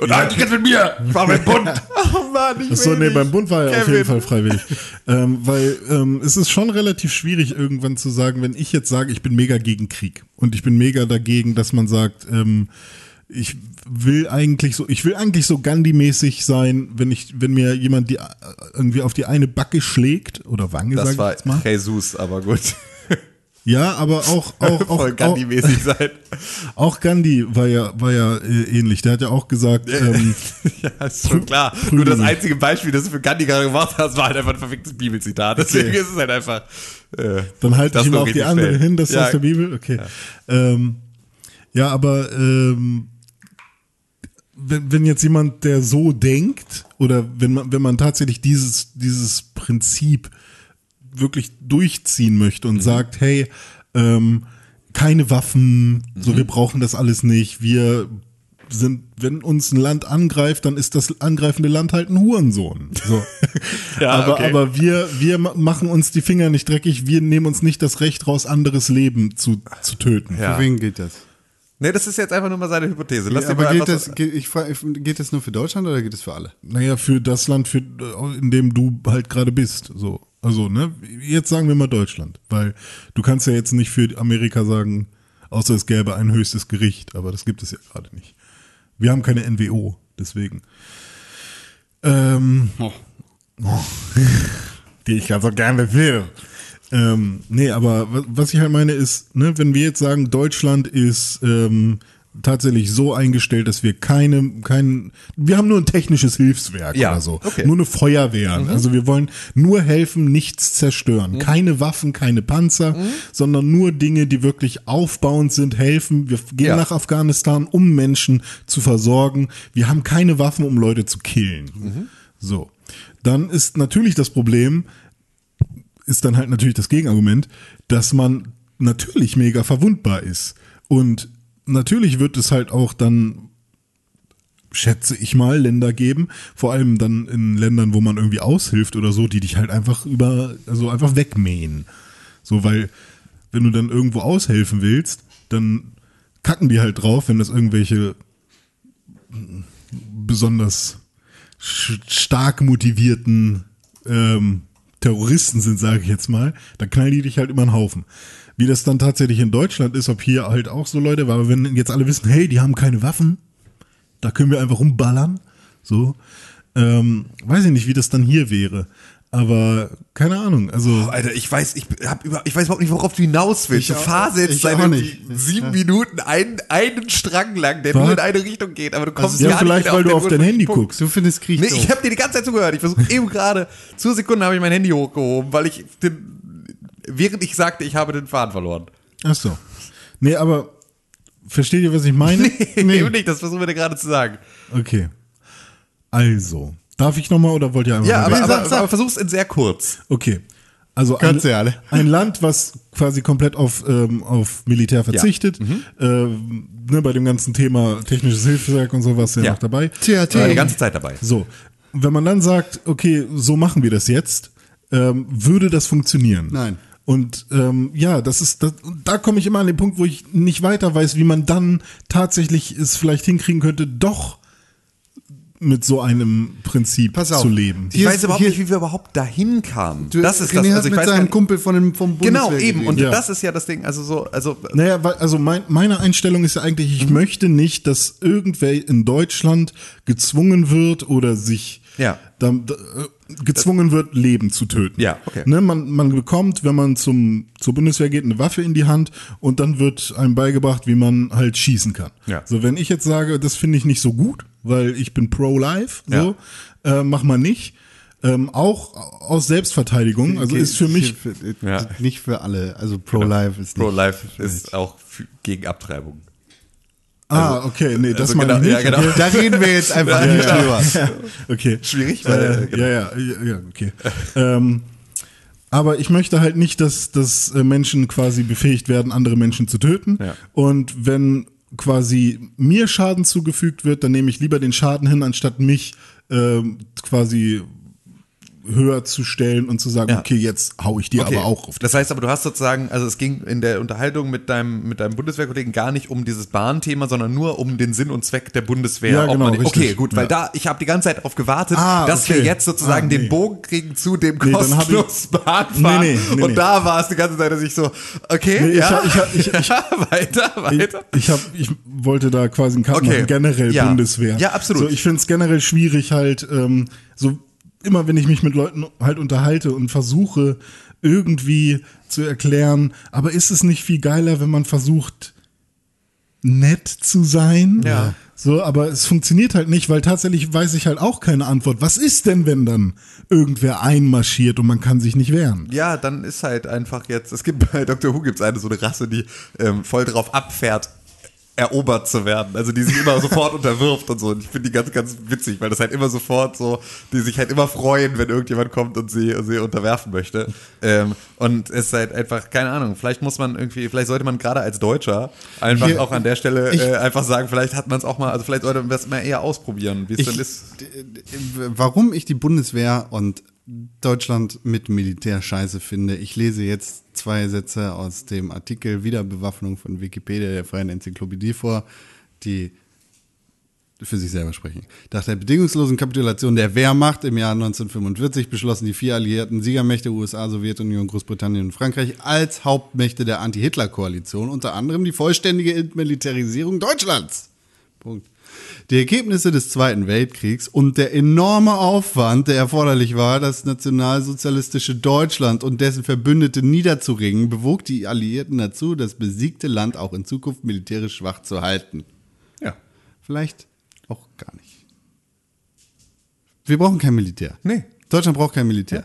Speaker 4: Und halt dich jetzt mit mir! Ich war mit Bund! Oh Mann, ich
Speaker 3: Ach so,
Speaker 4: will
Speaker 3: nee,
Speaker 4: nicht.
Speaker 3: beim Bund war er auf
Speaker 4: Kevin.
Speaker 3: jeden Fall freiwillig. ähm, weil ähm, es ist schon relativ schwierig, irgendwann zu sagen, wenn ich jetzt sage, ich bin mega gegen Krieg und ich bin mega dagegen, dass man sagt, ähm, ich will eigentlich so, ich will eigentlich so Gandhi-mäßig sein, wenn ich, wenn mir jemand die äh, irgendwie auf die eine Backe schlägt oder Wange, sag
Speaker 4: Das
Speaker 3: ich
Speaker 4: war
Speaker 3: jetzt mal.
Speaker 4: Jesus, aber gut.
Speaker 3: Ja, aber auch auch auch,
Speaker 4: Voll Gandhi-mäßig sein.
Speaker 3: auch, auch Gandhi war ja war ja äh, ähnlich. Der hat ja auch gesagt. Ähm,
Speaker 4: ja, ist schon klar. Nur das einzige Beispiel, das du für Gandhi gerade gemacht hast, war halt einfach ein verficktes Bibelzitat. Deswegen ist es halt einfach. Äh,
Speaker 3: Dann halte
Speaker 4: das
Speaker 3: ich ihm
Speaker 4: war
Speaker 3: auch die
Speaker 4: richtig
Speaker 3: andere
Speaker 4: schnell.
Speaker 3: hin, das ist
Speaker 4: Ja.
Speaker 3: aus der Bibel. Okay. Ja, ähm, ja aber ähm, wenn, wenn jetzt jemand, der so denkt, oder wenn man, wenn man tatsächlich dieses, dieses Prinzip wirklich durchziehen möchte
Speaker 4: Mhm.
Speaker 3: und sagt, hey, ähm, keine Waffen,
Speaker 4: Mhm.
Speaker 3: so wir brauchen das alles nicht, wir sind, wenn uns ein Land angreift, dann ist das angreifende Land halt ein Hurensohn. So.
Speaker 4: Ja,
Speaker 3: aber
Speaker 4: okay.
Speaker 3: aber wir, wir ma- machen uns die Finger nicht dreckig, wir nehmen uns nicht das Recht raus, anderes Leben zu, zu töten.
Speaker 4: Ja.
Speaker 2: Für wen gilt das?
Speaker 4: Nee, das ist jetzt einfach nur mal seine Hypothese. Lass dir
Speaker 2: aber
Speaker 4: mal
Speaker 2: gilt
Speaker 4: einfach
Speaker 2: das, geht, ich frage, geht das nur für Deutschland oder geht das für alle?
Speaker 3: Naja, für das Land, für, in dem du halt gerade bist. So. Also, ne, jetzt sagen wir mal Deutschland, weil du kannst ja jetzt nicht für Amerika sagen, außer es gäbe ein höchstes Gericht, aber das gibt es ja gerade nicht. Wir haben keine NWO, deswegen. Ähm,
Speaker 4: Oh.
Speaker 3: die ich ja so gerne will. Ähm, nee, aber wa- was ich halt meine ist, ne, wenn wir jetzt sagen, Deutschland ist ähm, tatsächlich so eingestellt, dass wir keine, kein, wir haben nur ein technisches Hilfswerk
Speaker 4: Ja,
Speaker 3: oder so,
Speaker 4: okay. Mhm.
Speaker 3: nur eine Feuerwehr. Also wir wollen nur helfen, nichts zerstören. Keine Waffen, keine Panzer,
Speaker 4: Mhm.
Speaker 3: sondern nur Dinge, die wirklich aufbauend sind, helfen. Wir f- gehen
Speaker 4: Ja.
Speaker 3: nach Afghanistan, um Menschen zu versorgen. Wir haben keine Waffen, um Leute zu killen. So. Dann ist natürlich das Problem, ist dann halt natürlich das Gegenargument, dass man natürlich mega verwundbar ist. Und natürlich wird es halt auch dann, schätze ich mal, Länder geben, vor allem dann in Ländern, wo man irgendwie aushilft oder so, die dich halt einfach über, also einfach wegmähen. So, weil, wenn du dann irgendwo aushelfen willst, dann kacken die halt drauf, wenn das irgendwelche besonders sch- stark motivierten ähm, Terroristen sind, sage ich jetzt mal, dann knallen die dich halt immer einen Haufen. Wie das dann tatsächlich in Deutschland ist, ob hier halt auch so Leute, weil wenn jetzt alle wissen, hey, die haben keine Waffen, da können wir einfach rumballern, so, ähm, weiß ich nicht, wie das dann hier wäre. Aber keine Ahnung, also
Speaker 4: Alter, ich weiß, ich hab über, ich weiß überhaupt nicht, worauf du hinaus willst. du
Speaker 2: Ich auch-
Speaker 4: fahrsetzt
Speaker 2: ich
Speaker 4: seit
Speaker 2: auch
Speaker 4: irgendwie
Speaker 2: nicht.
Speaker 4: sieben Minuten einen, einen Strang lang, der nur
Speaker 3: Was? Also
Speaker 4: in eine Richtung geht, aber du kommst
Speaker 3: ja,
Speaker 4: gar nicht
Speaker 3: vielleicht,
Speaker 4: wieder
Speaker 3: weil du auf dein
Speaker 4: ursprünglichen
Speaker 3: Handy
Speaker 4: Punkt.
Speaker 3: guckst.
Speaker 2: Du findest Krieg
Speaker 4: Nee,
Speaker 2: doof.
Speaker 4: ich habe dir die ganze Zeit zugehört. Ich versuche eben gerade, zur Sekunde habe ich mein Handy hochgehoben, weil ich den, während ich sagte, ich habe den Faden verloren.
Speaker 3: Ach so. Nee, aber versteht ihr, was ich meine?
Speaker 4: Eben nicht, das versuchen wir dir gerade zu sagen.
Speaker 3: Okay. Also, darf ich nochmal oder wollt ihr einfach?
Speaker 4: Ja,
Speaker 3: mal
Speaker 4: aber,
Speaker 3: weg?
Speaker 4: aber,
Speaker 2: sag, sag.
Speaker 4: aber versuch's in sehr kurz.
Speaker 3: okay. Also ein,
Speaker 2: Könnt ihr alle.
Speaker 3: ein Land, was quasi komplett auf, ähm, auf Militär verzichtet, ähm, ne, bei dem ganzen Thema technisches Hilfswerk und so was ja,
Speaker 4: Ja.
Speaker 3: noch dabei.
Speaker 2: Tja,
Speaker 4: Ich war
Speaker 2: tja.
Speaker 4: die ganze Zeit dabei.
Speaker 3: So, Und wenn man dann sagt, okay, so machen wir das jetzt, ähm, würde das funktionieren?
Speaker 2: Nein.
Speaker 3: Und ähm, ja, das ist, das, und da komme ich immer an den Punkt, wo ich nicht weiter weiß, wie man dann tatsächlich es vielleicht hinkriegen könnte, doch mit so einem Prinzip
Speaker 2: Pass auf.
Speaker 3: zu
Speaker 4: genau.
Speaker 3: leben.
Speaker 4: Ich
Speaker 2: Hier
Speaker 4: weiß
Speaker 2: ist-
Speaker 4: überhaupt
Speaker 2: hier-
Speaker 4: nicht, wie wir überhaupt dahin kamen.
Speaker 2: Du-
Speaker 4: das ist das.
Speaker 2: René hat
Speaker 4: Also ich
Speaker 2: mit
Speaker 4: weiß
Speaker 2: seinem
Speaker 4: gar nicht-
Speaker 2: Kumpel von dem, vom Bundeswehr
Speaker 4: genau, eben.
Speaker 2: geredet.
Speaker 4: Und
Speaker 3: Ja.
Speaker 4: das ist ja das Ding. Also so, also
Speaker 3: Naja, weil, also mein, meine Einstellung ist ja eigentlich,
Speaker 4: Mhm.
Speaker 3: ich möchte nicht, dass irgendwer in Deutschland gezwungen wird oder sich
Speaker 4: Ja.
Speaker 3: da, da, äh, gezwungen wird, Leben zu töten.
Speaker 4: Ja, okay.
Speaker 3: Ne, man, man bekommt, wenn man zum, zur Bundeswehr geht, eine Waffe in die Hand und dann wird einem beigebracht, wie man halt schießen kann.
Speaker 4: Ja.
Speaker 3: So, wenn ich jetzt sage, das finde ich nicht so gut, weil ich bin pro-life, so, äh, mach mal nicht. Ähm, auch aus Selbstverteidigung, also
Speaker 2: Okay,
Speaker 3: ist für mich
Speaker 2: für- für-
Speaker 4: Ja. Genau.
Speaker 2: nicht für alle. Also Pro-Life ist nicht.
Speaker 4: Pro-Life ist auch für- gegen Abtreibung.
Speaker 3: Ah, okay, nee, das
Speaker 4: also
Speaker 3: meine
Speaker 4: genau-
Speaker 3: ich
Speaker 4: ja,
Speaker 3: nicht.
Speaker 4: genau.
Speaker 3: Okay.
Speaker 2: Da reden wir jetzt einfach
Speaker 3: Ja,
Speaker 2: nicht
Speaker 3: ja.
Speaker 2: drüber.
Speaker 3: Okay.
Speaker 4: Schwierig, weil- genau.
Speaker 3: weil. Äh, ja, ja, ja, ja, okay. ähm, aber ich möchte halt nicht, dass, dass äh, Menschen quasi befähigt werden, andere Menschen zu töten.
Speaker 4: Ja.
Speaker 3: Und wenn quasi mir Schaden zugefügt wird, dann nehme ich lieber den Schaden hin, anstatt mich ähm, quasi höher zu stellen und zu sagen,
Speaker 4: Ja.
Speaker 3: okay, jetzt hau ich dir
Speaker 4: Okay.
Speaker 3: aber auch auf.
Speaker 4: Das heißt aber, du hast sozusagen, also es ging in der Unterhaltung mit deinem, mit deinem Bundeswehrkollegen gar nicht um dieses Bahnthema, sondern nur um den Sinn und Zweck der Bundeswehr.
Speaker 3: Ja, genau,
Speaker 4: den,
Speaker 3: richtig.
Speaker 4: okay, gut, weil
Speaker 3: Ja.
Speaker 4: da, ich habe die ganze Zeit darauf gewartet,
Speaker 3: Ah,
Speaker 4: dass wir
Speaker 3: okay.
Speaker 4: jetzt sozusagen
Speaker 3: Ah, nee.
Speaker 4: den Bogen kriegen zu dem
Speaker 3: Nee, dann hab ich-
Speaker 4: kostenlos Bahnfahren.
Speaker 3: Nee, nee, nee,
Speaker 4: und
Speaker 3: nee.
Speaker 4: da war es die ganze Zeit, dass ich so, okay,
Speaker 3: Nee, ich
Speaker 4: ja,
Speaker 3: hab- ich hab- ich- ich-
Speaker 4: ja, weiter,
Speaker 3: Ich,
Speaker 4: weiter.
Speaker 3: ich, hab, ich wollte da quasi einen Cut
Speaker 4: Okay.
Speaker 3: machen, generell
Speaker 4: Ja.
Speaker 3: Bundeswehr.
Speaker 4: Ja, absolut.
Speaker 3: So, ich finde es generell schwierig halt, ähm, so immer wenn ich mich mit Leuten halt unterhalte und versuche irgendwie zu erklären, aber ist es nicht viel geiler, wenn man versucht, nett zu sein?
Speaker 4: Ja.
Speaker 3: So, aber es funktioniert halt nicht, weil tatsächlich weiß ich halt auch keine Antwort. Was ist denn, wenn dann irgendwer einmarschiert und man kann sich nicht wehren?
Speaker 4: Ja, dann ist halt einfach jetzt, es gibt bei Dr. Who gibt's eine so eine Rasse, die ähm, voll drauf abfährt, erobert zu werden. Also die sich immer sofort unterwirft und so. Und ich finde die ganz, ganz witzig, weil das halt immer sofort so, die sich halt immer freuen, wenn irgendjemand kommt und sie, sie unterwerfen möchte. Ähm, und es ist halt einfach, keine Ahnung, vielleicht muss man irgendwie, vielleicht sollte man gerade als Deutscher einfach
Speaker 2: Hier-
Speaker 4: auch an der Stelle
Speaker 2: ich-
Speaker 4: äh, einfach sagen, vielleicht hat man es auch mal, also vielleicht sollte man das mal eher ausprobieren, wie es
Speaker 2: Ich,
Speaker 4: dann
Speaker 2: d-
Speaker 4: ist.
Speaker 2: d- warum ich die Bundeswehr und Deutschland mit Militär scheiße finde, ich lese jetzt zwei Sätze aus dem Artikel Wiederbewaffnung von Wikipedia der Freien Enzyklopädie vor, die für sich selber sprechen. Nach der bedingungslosen Kapitulation der Wehrmacht im Jahr 1945 beschlossen die vier alliierten Siegermächte USA, Sowjetunion, Großbritannien und Frankreich als Hauptmächte der Anti-Hitler-Koalition unter anderem die vollständige Entmilitarisierung Deutschlands. Punkt. Die Ergebnisse des Zweiten Weltkriegs und der enorme Aufwand, der erforderlich war, das nationalsozialistische Deutschland und dessen Verbündete niederzuringen, bewog die Alliierten dazu, das besiegte Land auch in Zukunft militärisch schwach zu halten.
Speaker 4: Ja.
Speaker 2: Vielleicht auch gar nicht. Wir brauchen kein Militär.
Speaker 4: Nee.
Speaker 2: Deutschland braucht kein Militär.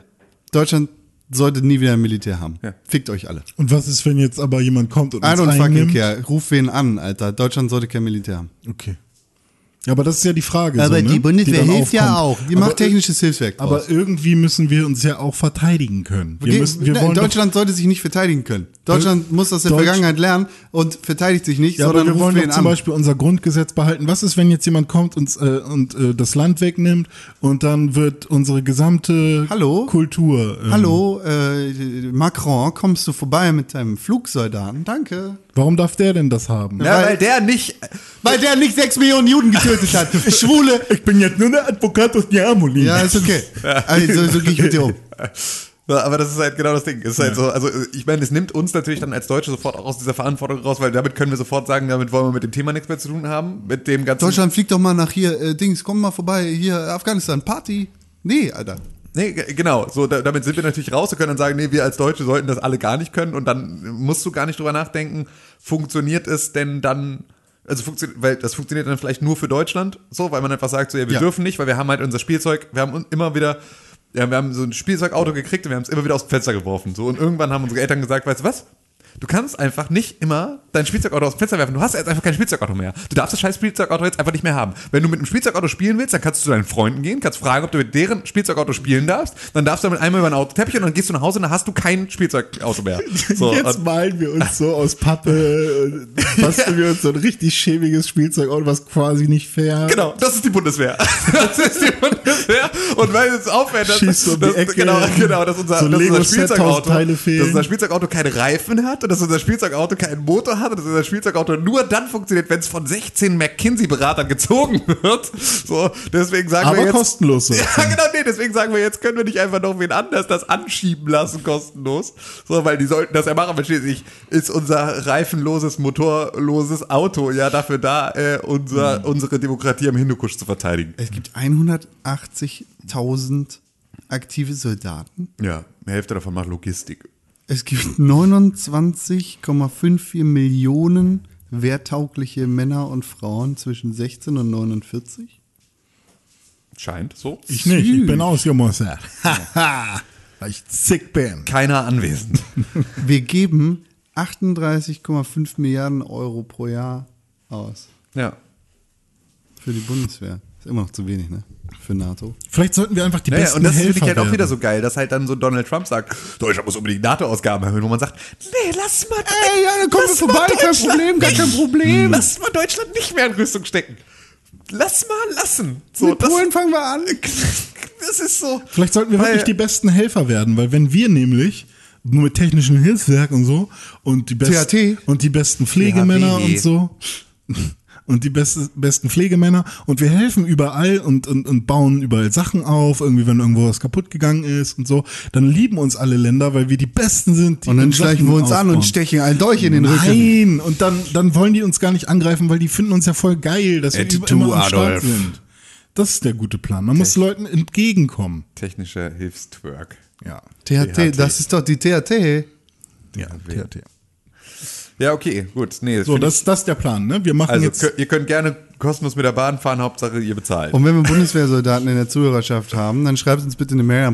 Speaker 2: Deutschland sollte nie wieder ein Militär haben.
Speaker 4: Ja.
Speaker 2: Fickt euch alle.
Speaker 3: Und was ist, wenn jetzt aber jemand kommt und
Speaker 2: I
Speaker 3: uns
Speaker 2: don't fucking
Speaker 3: einnimmt?
Speaker 2: care. Ruf wen an, Alter. Deutschland sollte kein Militär haben.
Speaker 3: Okay. Ja, aber das ist ja die Frage.
Speaker 2: Aber
Speaker 3: so, ne?
Speaker 2: die Bundeswehr
Speaker 3: dann
Speaker 2: hilft ja auch.
Speaker 3: aufkommt.
Speaker 2: Die macht
Speaker 3: aber, äh,
Speaker 2: technisches Hilfswerk. draus.
Speaker 3: Aber irgendwie müssen wir uns ja auch verteidigen können. Wir
Speaker 2: Ge-
Speaker 3: müssen, wir
Speaker 2: Nein,
Speaker 3: wollen doch,
Speaker 2: Deutschland sollte sich nicht verteidigen können. Deutschland muss aus der
Speaker 3: Deutsch-
Speaker 2: Vergangenheit lernen und verteidigt sich nicht,
Speaker 3: ja, aber
Speaker 2: sondern
Speaker 3: wir
Speaker 2: ruft
Speaker 3: wollen doch
Speaker 2: wen
Speaker 3: zum
Speaker 2: an.
Speaker 3: Beispiel unser Grundgesetz behalten. Was ist, wenn jetzt jemand kommt und, äh, und äh, das Land wegnimmt und dann wird unsere gesamte
Speaker 2: Hallo?
Speaker 3: Kultur. ähm,
Speaker 2: Hallo, äh, Macron, kommst du vorbei mit deinem Flugsoldaten? Danke.
Speaker 3: Warum darf der denn das haben?
Speaker 4: Ja,
Speaker 2: weil-
Speaker 4: weil, der nicht.
Speaker 2: Weil der nicht sechs Millionen Juden getötet hat. Schwule.
Speaker 3: Ich bin jetzt nur der Advocatus Diamoli.
Speaker 2: Ja, ist okay. Also, so gehe ich mit dir um.
Speaker 4: Ja, Aber das ist halt genau das Ding. Es Ist halt so, also ich meine, es nimmt uns natürlich dann als Deutsche sofort auch aus dieser Verantwortung raus, weil damit können wir sofort sagen, damit wollen wir mit dem Thema nichts mehr zu tun haben, mit dem ganzen.
Speaker 2: Deutschland, flieg doch mal nach hier, äh, Dings, komm mal vorbei, hier, Afghanistan, Party. Nee, Alter.
Speaker 4: Nee, g- genau. So, da, damit sind wir natürlich raus. Wir können dann sagen, nee, wir als Deutsche sollten das alle gar nicht können. Und dann musst du gar nicht drüber nachdenken, funktioniert es denn dann, also funktioniert, weil das funktioniert dann vielleicht nur für Deutschland, so, weil man einfach sagt, so, ja, wir
Speaker 2: Ja.
Speaker 4: dürfen nicht, weil wir haben halt unser Spielzeug, wir haben un- immer wieder, ja, wir haben so ein Spielzeugauto gekriegt und wir haben es immer wieder aus dem Fenster geworfen. So, und irgendwann haben unsere Eltern gesagt, weißt du was? Du kannst einfach nicht immer dein Spielzeugauto aus dem Fenster werfen. Du hast jetzt einfach kein Spielzeugauto mehr. Du darfst das scheiß Spielzeugauto jetzt einfach nicht mehr haben. Wenn du mit einem Spielzeugauto spielen willst, dann kannst du zu deinen Freunden gehen, kannst fragen, ob du mit deren Spielzeugauto spielen darfst. Dann darfst du damit einmal über einen Autoteppich und dann gehst du nach Hause und dann hast du kein Spielzeugauto mehr. So,
Speaker 3: Jetzt
Speaker 4: und-
Speaker 3: malen wir uns so aus Pappe, und basteln wir uns so ein richtig schäbiges Spielzeug an, was quasi nicht fair.
Speaker 4: Genau, das ist die Bundeswehr. Das ist die Bundeswehr. Und weil es auffällt, dass,
Speaker 3: Schießt so um die
Speaker 4: dass
Speaker 3: Ecke.
Speaker 4: genau, genau, dass unser,
Speaker 3: So ein
Speaker 4: dass unser
Speaker 3: Lego-Set,
Speaker 4: Spielzeugauto,
Speaker 3: tausend Teile fehlen.
Speaker 4: dass unser Spielzeugauto keine Reifen hat und dass unser Spielzeugauto keinen Motor hat und dass unser Spielzeugauto nur dann funktioniert, wenn es von 16 McKinsey-Beratern gezogen wird. So, deswegen sagen
Speaker 3: Aber
Speaker 4: wir jetzt,
Speaker 3: kostenlos. so.
Speaker 4: ja, genau, nee, deswegen sagen wir jetzt, können wir nicht einfach noch wen anders das anschieben lassen, kostenlos. So, weil die sollten das ja machen, weil schließlich ist unser reifenloses, motorloses Auto ja dafür da, äh, unser, unsere Demokratie am Hindukusch zu verteidigen.
Speaker 2: Es gibt 180.000 aktive Soldaten.
Speaker 4: Ja, die Hälfte davon macht Logistik.
Speaker 2: Es gibt 29,54 Millionen wehrtaugliche Männer und Frauen zwischen 16 und 49.
Speaker 4: Scheint so.
Speaker 3: Ich nicht, ich bin ausgemustert. Haha, weil ich zick bin.
Speaker 4: Keiner anwesend.
Speaker 2: Wir geben 38,5 Milliarden Euro pro Jahr aus
Speaker 4: ja.
Speaker 2: für die Bundeswehr. Ist immer noch zu wenig, ne? Für NATO.
Speaker 3: Vielleicht sollten wir einfach die
Speaker 4: Naja,
Speaker 3: besten
Speaker 4: und das
Speaker 3: Helfer
Speaker 4: finde ich halt auch
Speaker 3: werden.
Speaker 4: wieder so geil, dass halt dann so Donald Trump sagt, Deutschland muss unbedingt NATO-Ausgaben erhöhen, wo man sagt, nee, lass mal,
Speaker 2: Ey, ja, dann kommen wir
Speaker 4: lass
Speaker 2: vorbei,
Speaker 4: mal
Speaker 2: kein
Speaker 4: Deutschland
Speaker 2: Problem, gar kein
Speaker 4: nicht-
Speaker 2: Problem.
Speaker 4: Lass mal Deutschland nicht mehr in Rüstung stecken. Lass mal lassen. So,
Speaker 2: Mit Polen fangen wir an.
Speaker 4: das ist so.
Speaker 3: Vielleicht sollten wir
Speaker 4: Weil-
Speaker 3: wirklich die besten Helfer werden, weil wenn wir nämlich nur mit technischen Hilfswerk und so und die, best
Speaker 2: THT.
Speaker 3: und die besten Pflegemänner
Speaker 4: THW.
Speaker 3: und so und die beste, besten Pflegemänner und wir helfen überall und, und, und bauen überall Sachen auf, irgendwie wenn irgendwo was kaputt gegangen ist und so, dann lieben uns alle Länder, weil wir die Besten sind. Die
Speaker 2: Und dann
Speaker 3: Sachen
Speaker 2: schleichen wir uns an
Speaker 3: aufbauen.
Speaker 2: und stechen einen Dolch in den Rücken.
Speaker 3: Nein, und dann, dann wollen die uns gar nicht angreifen, weil die finden uns ja voll geil, dass wir
Speaker 4: Attitude,
Speaker 3: über- immer am Start
Speaker 4: Adolf.
Speaker 3: sind. Das ist der gute Plan. Man muss Leuten entgegenkommen.
Speaker 4: Technischer Hilfstwerk.
Speaker 3: Ja.
Speaker 2: THT, das ist doch die THT.
Speaker 3: Ja, THT.
Speaker 4: Ja, okay, gut. Nee,
Speaker 3: So,
Speaker 4: find
Speaker 3: das, das ist der Plan, ne? Wir machen
Speaker 4: ich, also
Speaker 3: jetzt.
Speaker 4: kö- ihr könnt gerne kostenlos mit der Bahn fahren, Hauptsache ihr bezahlt.
Speaker 2: Und wenn wir Bundeswehrsoldaten in der Zuhörerschaft haben, dann schreibt uns bitte eine Mail an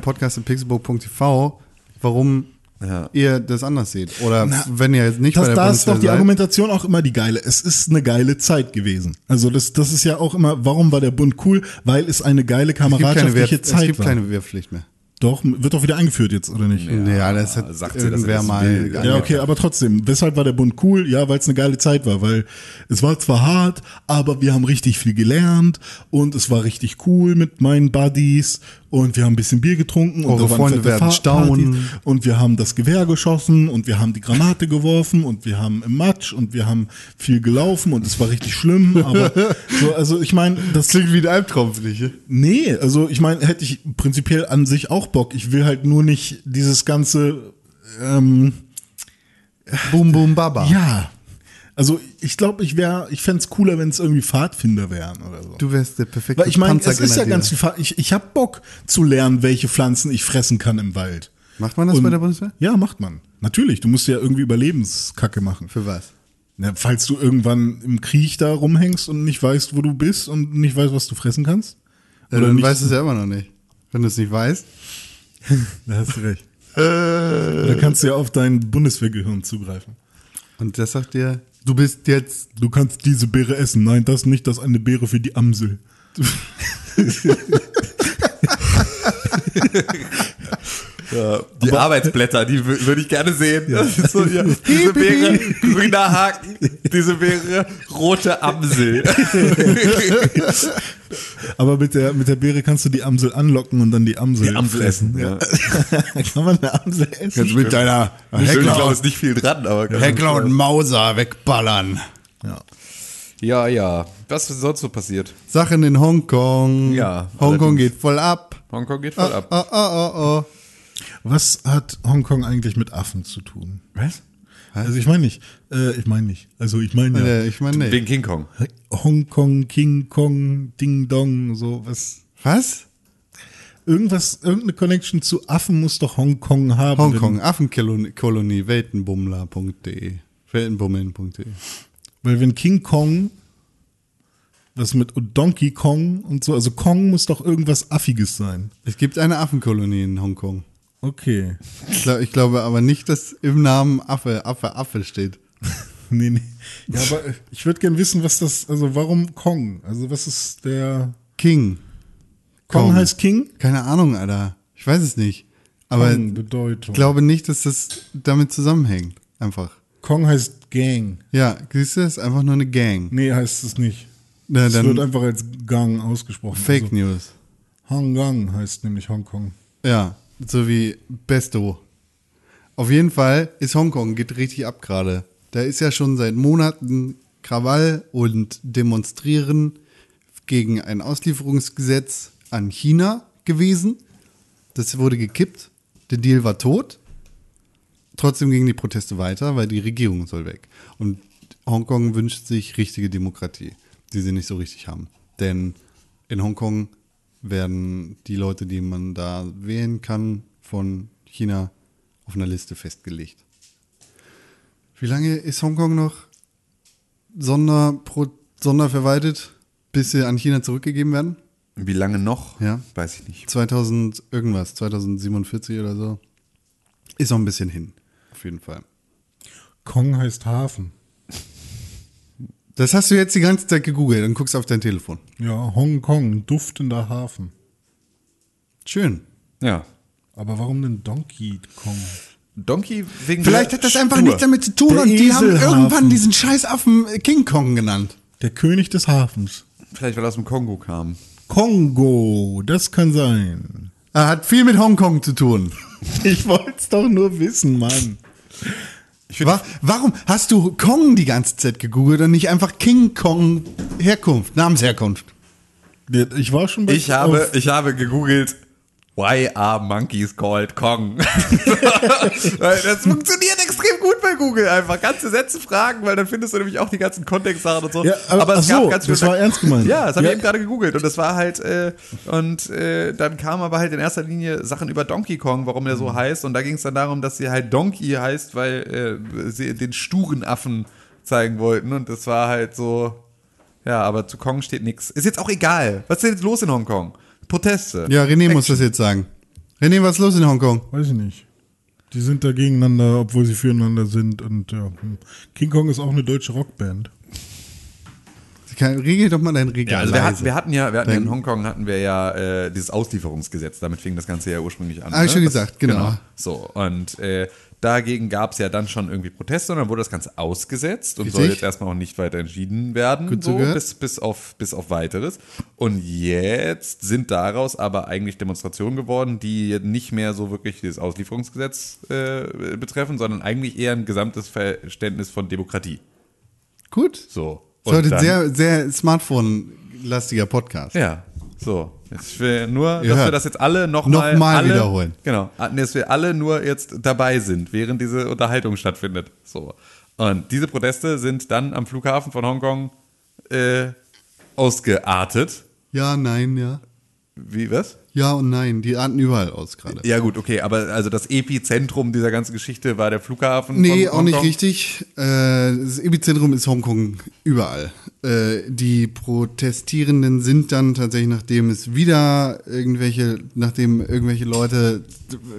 Speaker 2: podcast.pixelburg.tv, warum
Speaker 4: Ja.
Speaker 2: ihr das anders seht. Oder wenn ihr jetzt nicht bei
Speaker 3: Das,
Speaker 2: der
Speaker 3: da ist
Speaker 2: Bundeswehr
Speaker 3: doch die
Speaker 2: seid.
Speaker 3: Argumentation auch immer die geile. Es ist eine geile Zeit gewesen. Also das, das ist ja auch immer, warum war der Bund cool? Weil es eine geile
Speaker 2: es gibt keine, Wehr,
Speaker 3: kameradschaftliche
Speaker 2: es
Speaker 3: Zeit
Speaker 2: gibt
Speaker 3: war.
Speaker 2: keine Wehrpflicht mehr.
Speaker 3: doch, wird doch wieder eingeführt jetzt, oder nicht?
Speaker 2: Ja, das hat
Speaker 4: sagt sie, dass
Speaker 2: irgendwer
Speaker 4: er das
Speaker 2: mal.
Speaker 4: will.
Speaker 2: geändert.
Speaker 3: Ja, okay, aber trotzdem, weshalb war der Bund cool? Ja, weil es eine geile Zeit war, weil es war zwar hart, aber wir haben richtig viel gelernt und es war richtig cool mit meinen Buddies und wir haben ein bisschen Bier getrunken und
Speaker 2: Eure
Speaker 3: da waren
Speaker 2: Freunde
Speaker 3: fette
Speaker 2: werden
Speaker 3: Fahr-
Speaker 2: staunen.
Speaker 3: Partys und wir haben das Gewehr geschossen und wir haben die Granate geworfen und wir haben im Matsch und wir haben viel gelaufen und es war richtig schlimm, aber so, also ich meine, das
Speaker 2: Das klingt wie ein Albtraum für dich.
Speaker 3: Nee, also ich meine, hätte ich prinzipiell an sich auch Bock. Ich will halt nur nicht dieses ganze ähm,
Speaker 2: Boom, boom, baba.
Speaker 3: Ja. Also ich glaube, ich wäre, ich fänd's cooler, wenn es irgendwie Pfadfinder wären oder so.
Speaker 2: Du wärst der perfekte
Speaker 3: Weil ich meine, es ist ja
Speaker 2: Panzergrenadier.
Speaker 3: ganz viel. Pfad- Ich, ich habe Bock zu lernen, welche Pflanzen ich fressen kann im Wald.
Speaker 2: Macht man das
Speaker 3: Und-
Speaker 2: bei der Bundeswehr?
Speaker 3: Ja, macht man. Natürlich. Du musst ja irgendwie Überlebenskacke machen.
Speaker 2: Für was?
Speaker 3: Na, falls du irgendwann im Krieg da rumhängst und nicht weißt, wo du bist und nicht weißt, was du fressen kannst.
Speaker 2: Ja, Äh, dann
Speaker 3: nicht-
Speaker 2: weißt du es ja immer noch nicht. Wenn du es nicht weißt.
Speaker 3: Da hast du recht. Äh. da kannst du ja auf dein Bundeswehrgehirn zugreifen.
Speaker 2: Und das sagt dir Du bist jetzt.
Speaker 3: Du kannst diese Beere essen. Nein, das nicht, das ist eine Beere für die Amsel.
Speaker 4: Die Arbeitsblätter, die wü- würde ich gerne sehen. Das ist so, ja. Diese Beere, grüner Haken, diese Beere, rote Amsel.
Speaker 3: Aber mit der, mit der Beere kannst du die Amsel anlocken und dann die Amsel. fressen.
Speaker 4: Ja.
Speaker 3: Kann man eine Amsel essen?
Speaker 2: mit deiner
Speaker 4: Ich glaube, es ist nicht viel dran, aber.
Speaker 2: Heckler und Mauser wegballern.
Speaker 7: Ja, ja. Was ist sonst so passiert?
Speaker 2: Sachen in Hongkong.
Speaker 7: Ja,
Speaker 2: Hongkong
Speaker 7: allerdings.
Speaker 2: geht voll ab.
Speaker 7: Hongkong geht voll ab.
Speaker 2: Oh, oh, oh, oh.
Speaker 3: Was hat Hongkong eigentlich mit Affen zu tun?
Speaker 4: Was?
Speaker 3: Also ich meine nicht. Äh, ich meine nicht. Also ich meine ja.
Speaker 2: Nee, Äh, ich meine nicht.
Speaker 7: Wegen King Kong.
Speaker 3: Hongkong, King Kong, Ding Dong, so was.
Speaker 2: Was?
Speaker 3: Irgendwas, irgendeine Connection zu Affen muss doch Hongkong haben.
Speaker 2: Hongkong, Affenkolonie, weltenbummler.de. Weltenbummeln.de.
Speaker 3: Wenn, weil wenn King Kong, was mit Donkey Kong und so, also Kong muss doch irgendwas Affiges sein.
Speaker 2: Es gibt eine Affenkolonie in Hongkong.
Speaker 3: Okay.
Speaker 2: Ich, glaub, ich glaube aber nicht, dass im Namen Affe, Affe, Affe steht.
Speaker 3: Nee, nee. Ja, aber äh, ich würde gern wissen, was das, also warum Kong? Also was ist der.
Speaker 2: King.
Speaker 3: Kong,
Speaker 2: Kong.
Speaker 3: heißt King?
Speaker 2: Keine Ahnung, Alter. Ich weiß es nicht. Aber
Speaker 3: Kong
Speaker 2: ich
Speaker 3: Bedeutung.
Speaker 2: glaube nicht, dass das damit zusammenhängt. Einfach.
Speaker 3: Kong heißt Gang.
Speaker 2: Ja, siehst du, es ist einfach nur eine Gang.
Speaker 3: Nee, heißt es nicht.
Speaker 2: Na,
Speaker 3: es
Speaker 2: dann-
Speaker 3: wird einfach als Gang ausgesprochen.
Speaker 2: Fake
Speaker 3: also,
Speaker 2: News.
Speaker 3: Honggang heißt nämlich Hongkong.
Speaker 2: Ja, so wie Besto. Auf jeden Fall ist Hongkong, geht richtig ab gerade. Da ist ja schon seit Monaten Krawall und Demonstrieren gegen ein Auslieferungsgesetz an China gewesen. Das wurde gekippt. Der Deal war tot. Trotzdem gingen die Proteste weiter, weil die Regierung soll weg. Und Hongkong wünscht sich richtige Demokratie, die sie nicht so richtig haben. Denn in Hongkong werden die Leute, die man da wählen kann, von China auf einer Liste festgelegt. Wie lange ist Hongkong noch Sonderpro sonderverwaltet, bis sie an China zurückgegeben werden?
Speaker 7: Wie lange noch?
Speaker 2: Ja.
Speaker 7: Weiß ich nicht.
Speaker 2: 2000 irgendwas, 2047 oder so. Ist noch ein bisschen hin, auf jeden Fall.
Speaker 3: Kong heißt Hafen.
Speaker 2: Das hast du jetzt die ganze Zeit gegoogelt und guckst auf dein Telefon.
Speaker 3: Ja, Hongkong, duftender Hafen.
Speaker 2: Schön.
Speaker 7: Ja.
Speaker 3: Aber warum denn Donkey Kong?
Speaker 7: Donkey wegen
Speaker 2: Vielleicht
Speaker 7: der
Speaker 2: hat das einfach
Speaker 7: Spur.
Speaker 2: nichts damit zu tun
Speaker 3: Der
Speaker 2: und die haben
Speaker 3: Eselhafen.
Speaker 2: irgendwann diesen Scheißaffen King Kong genannt.
Speaker 3: Der König des Hafens.
Speaker 7: Vielleicht, weil er aus dem Kongo kam.
Speaker 3: Kongo, das kann sein.
Speaker 2: Er hat viel mit Hongkong zu tun.
Speaker 3: Ich wollte es doch nur wissen, Mann.
Speaker 2: Wa warum hast du Kong die ganze Zeit gegoogelt und nicht einfach King Kong Herkunft, Namensherkunft?
Speaker 3: Ich war schon bei Oh,
Speaker 4: Ich habe,
Speaker 3: auf-
Speaker 4: ich habe gegoogelt, why are monkeys called Kong? Weil das funktioniert extrem gut bei Google. Einfach ganze Sätze fragen, weil dann findest du nämlich auch die ganzen Kontextsachen und so.
Speaker 3: Ja, aber- ach so, das
Speaker 4: viele-
Speaker 3: war ernst gemeint.
Speaker 4: Ja, das habe
Speaker 3: Ja.
Speaker 4: ich eben gerade gegoogelt und das war halt, äh, und äh, dann kam aber halt in erster Linie Sachen über Donkey Kong, warum er so heißt und da ging es dann darum, dass sie halt Donkey heißt, weil äh, sie den sturen Affen zeigen wollten und das war halt so, ja, aber zu Kong steht nichts. Ist jetzt auch egal. Was ist denn jetzt los in Hongkong? Proteste.
Speaker 2: Ja, René muss das jetzt sagen. René, was ist los in Hongkong?
Speaker 3: Weiß ich nicht. Die sind da gegeneinander, obwohl sie füreinander sind. Und ja. hm. King Kong ist auch eine deutsche Rockband.
Speaker 2: Kann, regel doch mal dein Regel.
Speaker 4: Ja, also wir, hatten,
Speaker 2: leise.
Speaker 4: wir hatten ja, wir hatten ja in
Speaker 2: Dann-
Speaker 4: Hongkong hatten wir ja äh, dieses Auslieferungsgesetz, damit fing das Ganze ja ursprünglich an. ne?
Speaker 2: Hab ich schon
Speaker 4: Das-
Speaker 2: gesagt, genau.
Speaker 4: So, und äh, dagegen gab es ja dann schon irgendwie Proteste und dann wurde das Ganze ausgesetzt und soll
Speaker 2: Richtig.
Speaker 4: jetzt erstmal auch nicht weiter entschieden werden,
Speaker 2: Gut
Speaker 4: so,
Speaker 2: zugehört.
Speaker 4: bis, bis, auf, bis auf weiteres. Und jetzt sind daraus aber eigentlich Demonstrationen geworden, die nicht mehr so wirklich dieses Auslieferungsgesetz äh, betreffen, sondern eigentlich eher ein gesamtes Verständnis von Demokratie.
Speaker 2: Gut.
Speaker 4: So.
Speaker 2: Das ist heute
Speaker 4: dann-
Speaker 2: sehr, sehr Smartphone-lastiger Podcast.
Speaker 4: Ja, so. Jetzt ich will nur,
Speaker 2: Ihr
Speaker 4: dass wir
Speaker 2: hört.
Speaker 4: das jetzt alle nochmal
Speaker 2: Nochmal
Speaker 4: alle,
Speaker 2: wiederholen.
Speaker 4: Genau, dass wir alle nur jetzt dabei sind, während diese Unterhaltung stattfindet. So. Und diese Proteste sind dann am Flughafen von Hongkong äh, ausgeartet.
Speaker 2: Ja, nein, ja.
Speaker 4: Wie, was?
Speaker 2: Ja und nein, die arten überall aus gerade.
Speaker 4: Ja gut, okay, aber also das Epizentrum dieser ganzen Geschichte war der Flughafen
Speaker 2: Nee,
Speaker 4: von
Speaker 2: auch nicht
Speaker 4: Hongkong.
Speaker 2: richtig. Äh, Das Epizentrum ist Hongkong überall. äh, die Protestierenden sind dann tatsächlich, nachdem es wieder irgendwelche, nachdem irgendwelche Leute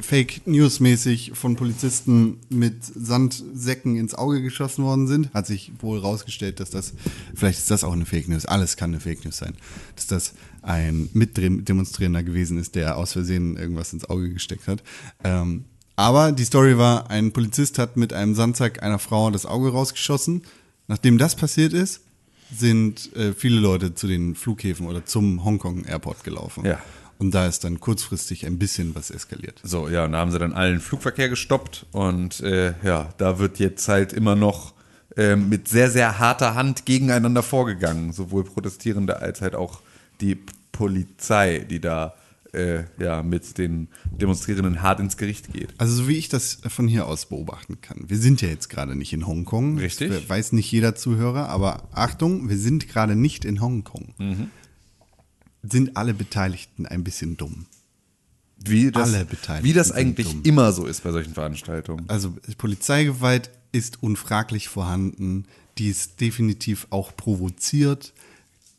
Speaker 2: Fake News mäßig von Polizisten mit Sandsäcken ins Auge geschossen worden sind, hat sich wohl rausgestellt, dass das, vielleicht ist das auch eine Fake News, alles kann eine Fake News sein, dass das ein Mitdemonstrierender gewesen ist, der aus Versehen irgendwas ins Auge gesteckt hat. Ähm, aber die Story war, ein Polizist hat mit einem Sandsack einer Frau das Auge rausgeschossen. Nachdem das passiert ist, sind äh, viele Leute zu den Flughäfen oder zum Hongkong Airport gelaufen.
Speaker 4: Ja.
Speaker 2: Und da ist dann kurzfristig ein bisschen was eskaliert.
Speaker 4: So, ja, und da haben sie dann allen Flugverkehr gestoppt und äh, ja, da wird jetzt halt immer noch ähm, mit sehr, sehr harter Hand gegeneinander vorgegangen. Sowohl Protestierende als halt auch die P- Polizei, die da äh, ja, mit den Demonstrierenden hart ins Gericht geht.
Speaker 2: Also so wie ich das von hier aus beobachten kann. Wir sind ja jetzt gerade nicht in Hongkong.
Speaker 4: Richtig.
Speaker 2: Das weiß nicht jeder Zuhörer, aber Achtung, wir sind gerade nicht in Hongkong.
Speaker 4: Mhm.
Speaker 2: Sind alle Beteiligten ein bisschen dumm.
Speaker 4: Wie das,
Speaker 2: Alle Beteiligten
Speaker 4: wie das
Speaker 2: sind
Speaker 4: eigentlich
Speaker 2: dumm.
Speaker 4: immer so ist bei solchen Veranstaltungen.
Speaker 2: Also Polizeigewalt ist unfraglich vorhanden. Die ist definitiv auch provoziert.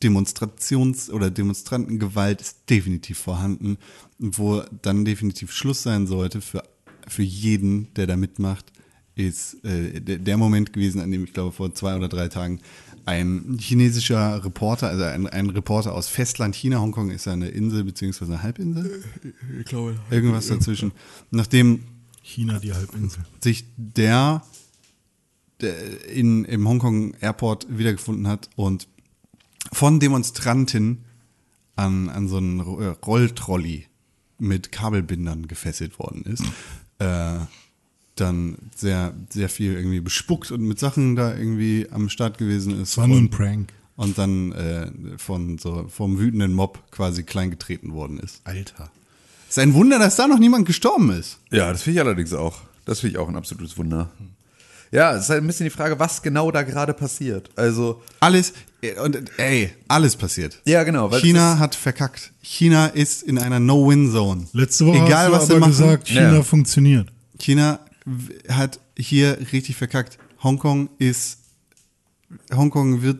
Speaker 2: Demonstrations- oder Demonstrantengewalt ist definitiv vorhanden, wo dann definitiv Schluss sein sollte für, für jeden, der da mitmacht, ist äh, der, der Moment gewesen, an dem ich glaube vor zwei oder drei Tagen ein chinesischer Reporter, also ein, ein Reporter aus Festland China, Hongkong ist ja eine Insel beziehungsweise eine Halbinsel,
Speaker 3: Ich glaube,
Speaker 2: irgendwas dazwischen, nachdem
Speaker 3: China, die Halbinsel.
Speaker 2: sich der, der in, im Hongkong Airport wiedergefunden hat und von Demonstranten an, an so einen Ro- äh, Rolltrolley mit Kabelbindern gefesselt worden ist. Äh, dann sehr, sehr viel irgendwie bespuckt und mit Sachen da irgendwie am Start gewesen ist.
Speaker 3: Es war nur ein
Speaker 2: und,
Speaker 3: Prank.
Speaker 2: und dann äh, von so vom wütenden Mob quasi kleingetreten worden ist.
Speaker 3: Alter.
Speaker 2: Es ist ein Wunder, dass da noch niemand gestorben ist.
Speaker 4: Ja, das finde ich allerdings auch. Das finde ich auch ein absolutes Wunder. Ja, es ist halt ein bisschen die Frage, was genau da gerade passiert. Also,
Speaker 2: Alles, äh, und ey, alles passiert.
Speaker 4: ja, genau. weil es
Speaker 2: China hat verkackt. China ist in einer No-Win-Zone.
Speaker 3: Letzte Woche
Speaker 2: Egal,
Speaker 3: hast du
Speaker 2: was sie
Speaker 3: aber
Speaker 2: machen,
Speaker 3: gesagt, China
Speaker 4: Ja.
Speaker 3: funktioniert.
Speaker 2: China w- hat hier richtig verkackt. Hongkong ist, Hongkong wird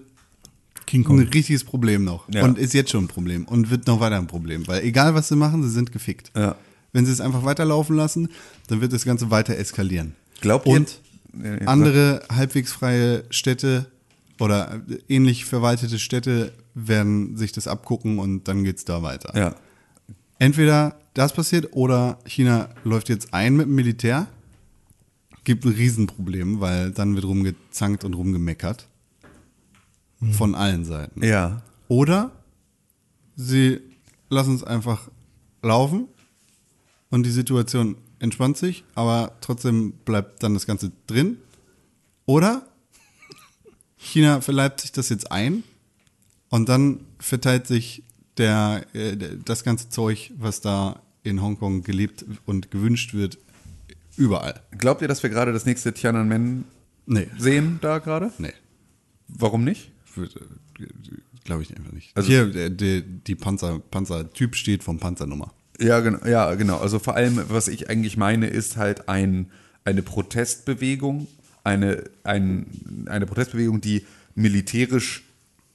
Speaker 3: King
Speaker 2: ein
Speaker 3: Kong.
Speaker 2: richtiges Problem noch.
Speaker 4: Ja.
Speaker 2: Und ist jetzt schon ein Problem und wird noch weiter ein Problem. Weil egal, was sie machen, sie sind gefickt.
Speaker 4: Ja.
Speaker 2: Wenn sie es einfach weiterlaufen lassen, dann wird das Ganze weiter eskalieren.
Speaker 4: Glaubt ihr-
Speaker 2: und
Speaker 4: Nee, nee, sag.
Speaker 2: andere halbwegs freie Städte oder ähnlich verwaltete Städte werden sich das abgucken und dann geht's da weiter.
Speaker 4: Ja.
Speaker 2: entweder das passiert oder China läuft jetzt ein mit dem Militär, gibt ein Riesenproblem, weil dann wird rumgezankt und rumgemeckert.
Speaker 4: Hm.
Speaker 2: Von allen Seiten.
Speaker 4: Ja.
Speaker 2: Oder sie lassen es einfach laufen und die Situation entspannt sich, aber trotzdem bleibt dann das Ganze drin. Oder China verleibt sich das jetzt ein und dann verteilt sich der, äh, der- das ganze Zeug, was da in Hongkong gelebt und gewünscht wird, überall.
Speaker 4: Glaubt ihr, dass wir gerade das nächste Tiananmen
Speaker 2: Nee.
Speaker 4: sehen da gerade?
Speaker 2: Nee. äh,
Speaker 4: Warum nicht?
Speaker 2: Glaube ich einfach nicht.
Speaker 4: Also-
Speaker 2: Hier, der, der, die Panzer, Panzertyp steht vom Panzernummer.
Speaker 4: Ja, genau. Ja, genau. Also vor allem, was ich eigentlich meine, ist halt ein, eine Protestbewegung, eine, ein, eine Protestbewegung, die militärisch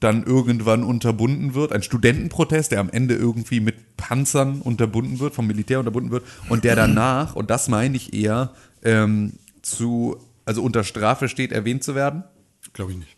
Speaker 4: dann irgendwann unterbunden wird. Ein Studentenprotest, der am Ende irgendwie mit Panzern unterbunden wird, vom Militär unterbunden wird und der danach, und das meine ich eher, ähm, zu, also unter Strafe steht, erwähnt zu werden.
Speaker 2: Glaube ich nicht.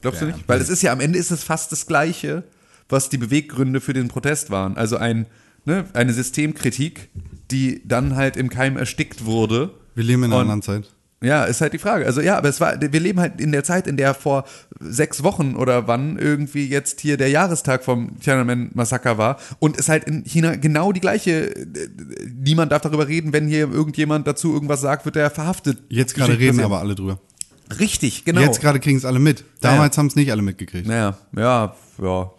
Speaker 4: Glaubst du nicht? Weil es ist ja am Ende ist es fast das Gleiche, was die Beweggründe für den Protest waren. Also ein, ne, eine Systemkritik, die dann halt im Keim erstickt wurde.
Speaker 2: Wir leben in einer
Speaker 4: Und-
Speaker 2: anderen Zeit.
Speaker 4: Ja, ist halt die Frage. Also ja, aber es war, wir leben halt in der Zeit, in der vor sechs Wochen oder wann irgendwie jetzt hier der Jahrestag vom Tiananmen-Massaker war und es halt in China genau die gleiche. äh, Niemand darf darüber reden, wenn hier irgendjemand dazu irgendwas sagt, wird er verhaftet.
Speaker 2: Jetzt gerade
Speaker 4: Geschichte
Speaker 2: reden
Speaker 4: passieren.
Speaker 2: aber alle drüber.
Speaker 4: richtig, genau.
Speaker 2: Jetzt gerade kriegen es alle mit. Damals haben es nicht alle mitgekriegt.
Speaker 4: Naja, ja, ja,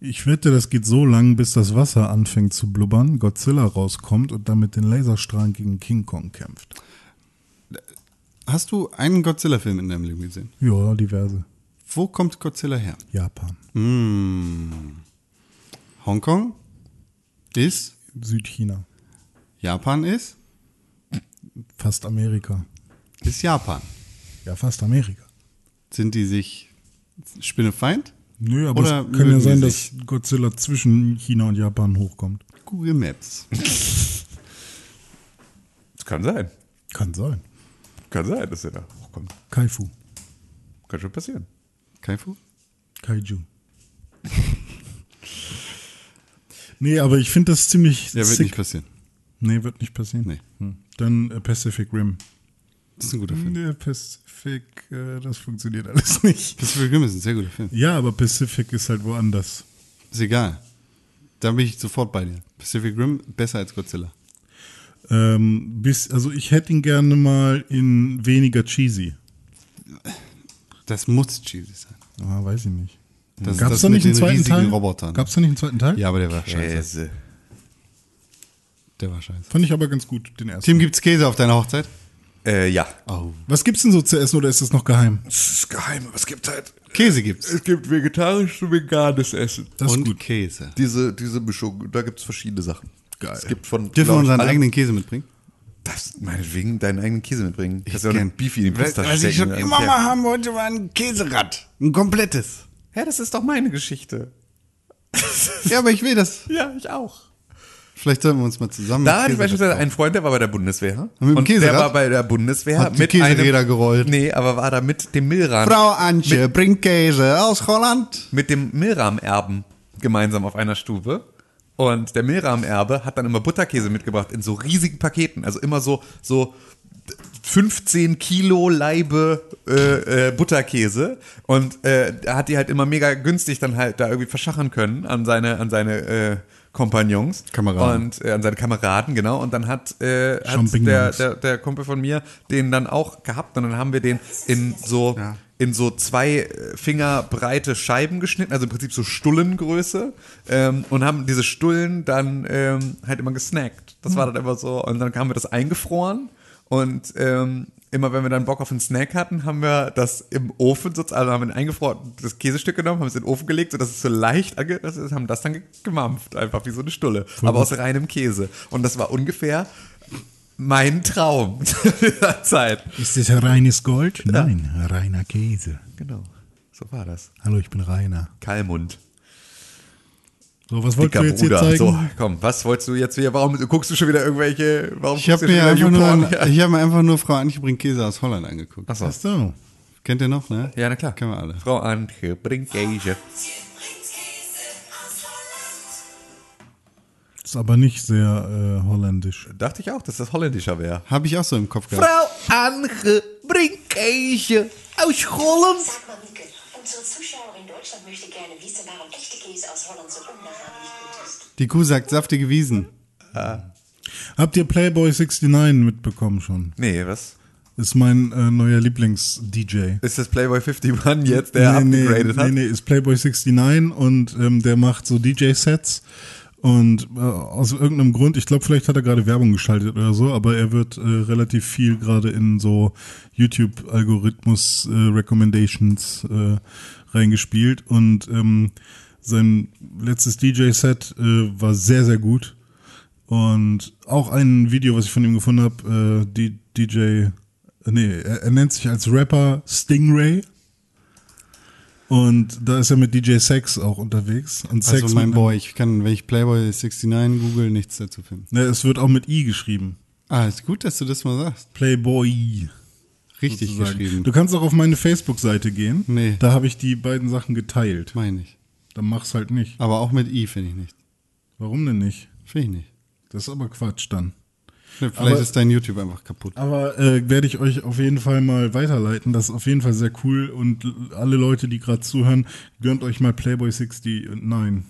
Speaker 3: Ich wette, das geht so lang, bis das Wasser anfängt zu blubbern, Godzilla rauskommt und dann mit den Laserstrahlen gegen King Kong kämpft.
Speaker 2: Hast du einen Godzilla-Film in deinem Leben gesehen?
Speaker 3: Ja, diverse.
Speaker 2: Wo kommt Godzilla her?
Speaker 3: Japan.
Speaker 2: Hongkong ist,
Speaker 3: Südchina.
Speaker 2: Japan ist,
Speaker 3: Fast Amerika.
Speaker 2: ist Japan.
Speaker 3: Ja, fast Amerika.
Speaker 2: Sind die sich Spinnefeind?
Speaker 3: Nö, aber
Speaker 2: Oder
Speaker 3: es kann ja
Speaker 2: mögen
Speaker 3: sein,
Speaker 2: die
Speaker 3: dass Godzilla zwischen China und Japan hochkommt.
Speaker 2: Google Maps.
Speaker 8: Das kann sein.
Speaker 3: Kann sein.
Speaker 8: Kann sein, dass er da hochkommt.
Speaker 3: Kaifu.
Speaker 8: Kann schon passieren.
Speaker 2: Kaifu?
Speaker 3: Kaiju. nee, aber ich finde das ziemlich
Speaker 2: Ja, wird
Speaker 3: sick.
Speaker 2: nicht passieren.
Speaker 3: nee, wird nicht passieren.
Speaker 2: Nee.
Speaker 3: Hm. Dann äh, Pacific Rim.
Speaker 2: Das ist ein guter Film.
Speaker 3: Nee, Pacific, äh, das funktioniert alles nicht.
Speaker 2: Pacific Rim ist ein sehr guter Film.
Speaker 3: Ja, aber Pacific ist halt woanders.
Speaker 2: Ist egal. Da bin ich sofort bei dir. Pacific Rim besser als Godzilla.
Speaker 3: Ähm, bis, also ich hätte ihn gerne mal in weniger cheesy.
Speaker 2: Das muss cheesy sein.
Speaker 3: Ah, weiß ich nicht.
Speaker 2: Das ist
Speaker 3: Gab es
Speaker 2: das
Speaker 3: da
Speaker 2: mit
Speaker 3: nicht einen
Speaker 2: den
Speaker 3: zweiten
Speaker 2: riesigen
Speaker 3: Teil?
Speaker 2: Robotern.
Speaker 3: Gab es da nicht einen zweiten Teil?
Speaker 2: Ja, aber der war scheiße. Der war scheiße.
Speaker 3: Fand ich aber ganz gut, den ersten.
Speaker 2: Tim, gibt's Käse auf deiner Hochzeit?
Speaker 8: Äh, ja.
Speaker 2: Oh.
Speaker 3: Was gibt's denn so zu essen oder ist das noch geheim?
Speaker 8: Das ist geheim, aber es gibt halt.
Speaker 2: Käse gibt's.
Speaker 4: Äh,
Speaker 8: Es gibt vegetarisches und veganes Essen.
Speaker 3: Das
Speaker 2: Und
Speaker 3: ist gut.
Speaker 2: Käse.
Speaker 4: Diese, diese Mischung, da gibt es verschiedene Sachen.
Speaker 3: Geil.
Speaker 4: Es gibt von.
Speaker 2: Dürfen wir
Speaker 4: glaub ich,
Speaker 2: unseren
Speaker 4: allen-
Speaker 2: eigenen Käse mitbringen?
Speaker 4: Darfst meinetwegen deinen eigenen Käse mitbringen. Ich ja auch
Speaker 2: gern.
Speaker 4: einen Beefy in die
Speaker 2: Was,
Speaker 4: Brusttasche
Speaker 2: was ich schon
Speaker 4: stecken.
Speaker 2: immer
Speaker 4: Ja.
Speaker 2: mal haben wollte, war ein Käserad. Ein komplettes.
Speaker 4: Hä, das ist doch meine Geschichte.
Speaker 2: Ja, aber ich will das.
Speaker 4: Ja, ich auch.
Speaker 2: Vielleicht sollten wir uns mal zusammen.
Speaker 4: Da hatte ich
Speaker 2: Käserad
Speaker 4: beispielsweise
Speaker 2: kaufen.
Speaker 4: einen Freund, der war bei der Bundeswehr.
Speaker 2: dem
Speaker 4: und der
Speaker 2: Käserad?
Speaker 4: war bei der Bundeswehr
Speaker 2: Hat die Käseräder gerollt.
Speaker 4: Nee, aber war da mit dem Milram,
Speaker 2: Frau Antje bringt Käse aus Holland.
Speaker 4: mit dem Milram-Erben gemeinsam auf einer Stube. Und der Milram-Erbe hat dann immer Butterkäse mitgebracht in so riesigen Paketen. Also immer so, so 15 Kilo Laibe äh, äh, Butterkäse. Und äh, er hat die halt immer mega günstig dann halt da irgendwie verschachern können an seine, an seine äh, Kompagnons.
Speaker 2: Kameraden.
Speaker 4: Und äh, an seine Kameraden, genau. Und dann hat, äh, hat
Speaker 3: Champignons.
Speaker 4: der, der, der Kumpel von mir den dann auch gehabt. Und dann haben wir den in so
Speaker 2: Ja.
Speaker 4: in so zwei äh, Finger breite Scheiben geschnitten, also im Prinzip so Stullengröße, ähm, und haben diese Stullen dann ähm, halt immer gesnackt. Das war dann immer so. Und dann haben wir das eingefroren und ähm, immer wenn wir dann Bock auf einen Snack hatten, haben wir das im Ofen sozusagen, also haben wir ein eingefroren, das Käsestück genommen, haben es in den Ofen gelegt, sodass es so leicht angerissen ist, haben das dann ge- gemampft, einfach wie so eine Stulle, aber aus reinem Käse. Und das war ungefähr mein Traum dieser Zeit.
Speaker 3: Ist das reines Gold? Nein, reiner Käse.
Speaker 4: Genau, so war das.
Speaker 3: Hallo, ich bin Rainer.
Speaker 4: Kalmund.
Speaker 3: So, was wolltest
Speaker 4: Dicker
Speaker 3: du jetzt hier
Speaker 4: Bruder.
Speaker 3: zeigen?
Speaker 4: So, komm, was wolltest du jetzt wieder? Warum guckst du schon wieder irgendwelche. Warum
Speaker 2: Ich habe
Speaker 4: guckst du
Speaker 2: mir,
Speaker 4: schon
Speaker 2: einfach
Speaker 4: wieder YouPorn?
Speaker 2: nur- ich hab mir einfach nur Frau Antje bringt Käse aus Holland angeguckt.
Speaker 4: Achso.
Speaker 3: Ach so.
Speaker 2: Kennt ihr noch, ne?
Speaker 4: Ja, na klar.
Speaker 2: Kennen wir alle.
Speaker 4: Frau Antje, bringt Gage.
Speaker 3: Ist aber nicht sehr äh, holländisch.
Speaker 4: Dachte ich auch, dass das holländischer wäre.
Speaker 2: Habe ich auch so im Kopf gehabt.
Speaker 4: Frau Antje, bringt Gage aus Holland.
Speaker 9: Sag mal, Mieke, unsere Zuschauer in Deutschland möchte gerne wissen, warum echte Käse aus Holland so unnachahmlich gut ist.
Speaker 2: Die Kuh sagt saftige Wiesen.
Speaker 3: Habt ihr Playboy 69 mitbekommen schon?
Speaker 4: Nee, was?
Speaker 3: Ist mein äh, neuer Lieblings-DJ.
Speaker 4: Ist das Playboy 51 jetzt, der upgraded
Speaker 3: nee,
Speaker 4: hat?
Speaker 3: Nee, ist Playboy 69 und ähm, der macht so DJ-Sets. Und äh, aus irgendeinem Grund, ich glaube, vielleicht hat er gerade Werbung geschaltet oder so, aber er wird äh, relativ viel gerade in so YouTube-Algorithmus-Recommendations äh, reingespielt. Und ähm, sein letztes DJ-Set äh, war sehr, sehr gut. Und auch ein Video, was ich von ihm gefunden habe, äh, die DJ, äh, nee, er, er nennt sich als Rapper Stingray. Und da ist er mit DJ Sex auch unterwegs. Und Sex
Speaker 2: Also mein
Speaker 3: mit-
Speaker 2: Boy, ich kann, wenn ich Playboy 69 google, nichts dazu finden.
Speaker 3: Ne, es wird auch mit I geschrieben.
Speaker 2: Ah, ist gut, dass du das mal sagst.
Speaker 3: Playboy.
Speaker 2: Richtig
Speaker 3: sozusagen.
Speaker 2: geschrieben.
Speaker 3: Du kannst auch auf meine Facebook-Seite gehen.
Speaker 2: Nee.
Speaker 3: Da habe ich die beiden Sachen geteilt.
Speaker 2: Meine ich.
Speaker 3: Dann mach's halt nicht.
Speaker 2: Aber auch mit I finde ich nicht.
Speaker 3: Warum denn nicht?
Speaker 2: Finde ich nicht. Ne,
Speaker 3: Das ist aber Quatsch dann.
Speaker 2: Vielleicht
Speaker 3: Aber-
Speaker 2: ist dein YouTube einfach kaputt.
Speaker 3: Aber äh, werde ich euch auf jeden Fall mal weiterleiten. Das ist auf jeden Fall sehr cool. Und l- alle Leute, die gerade zuhören, gönnt euch mal Playboy äh, 69.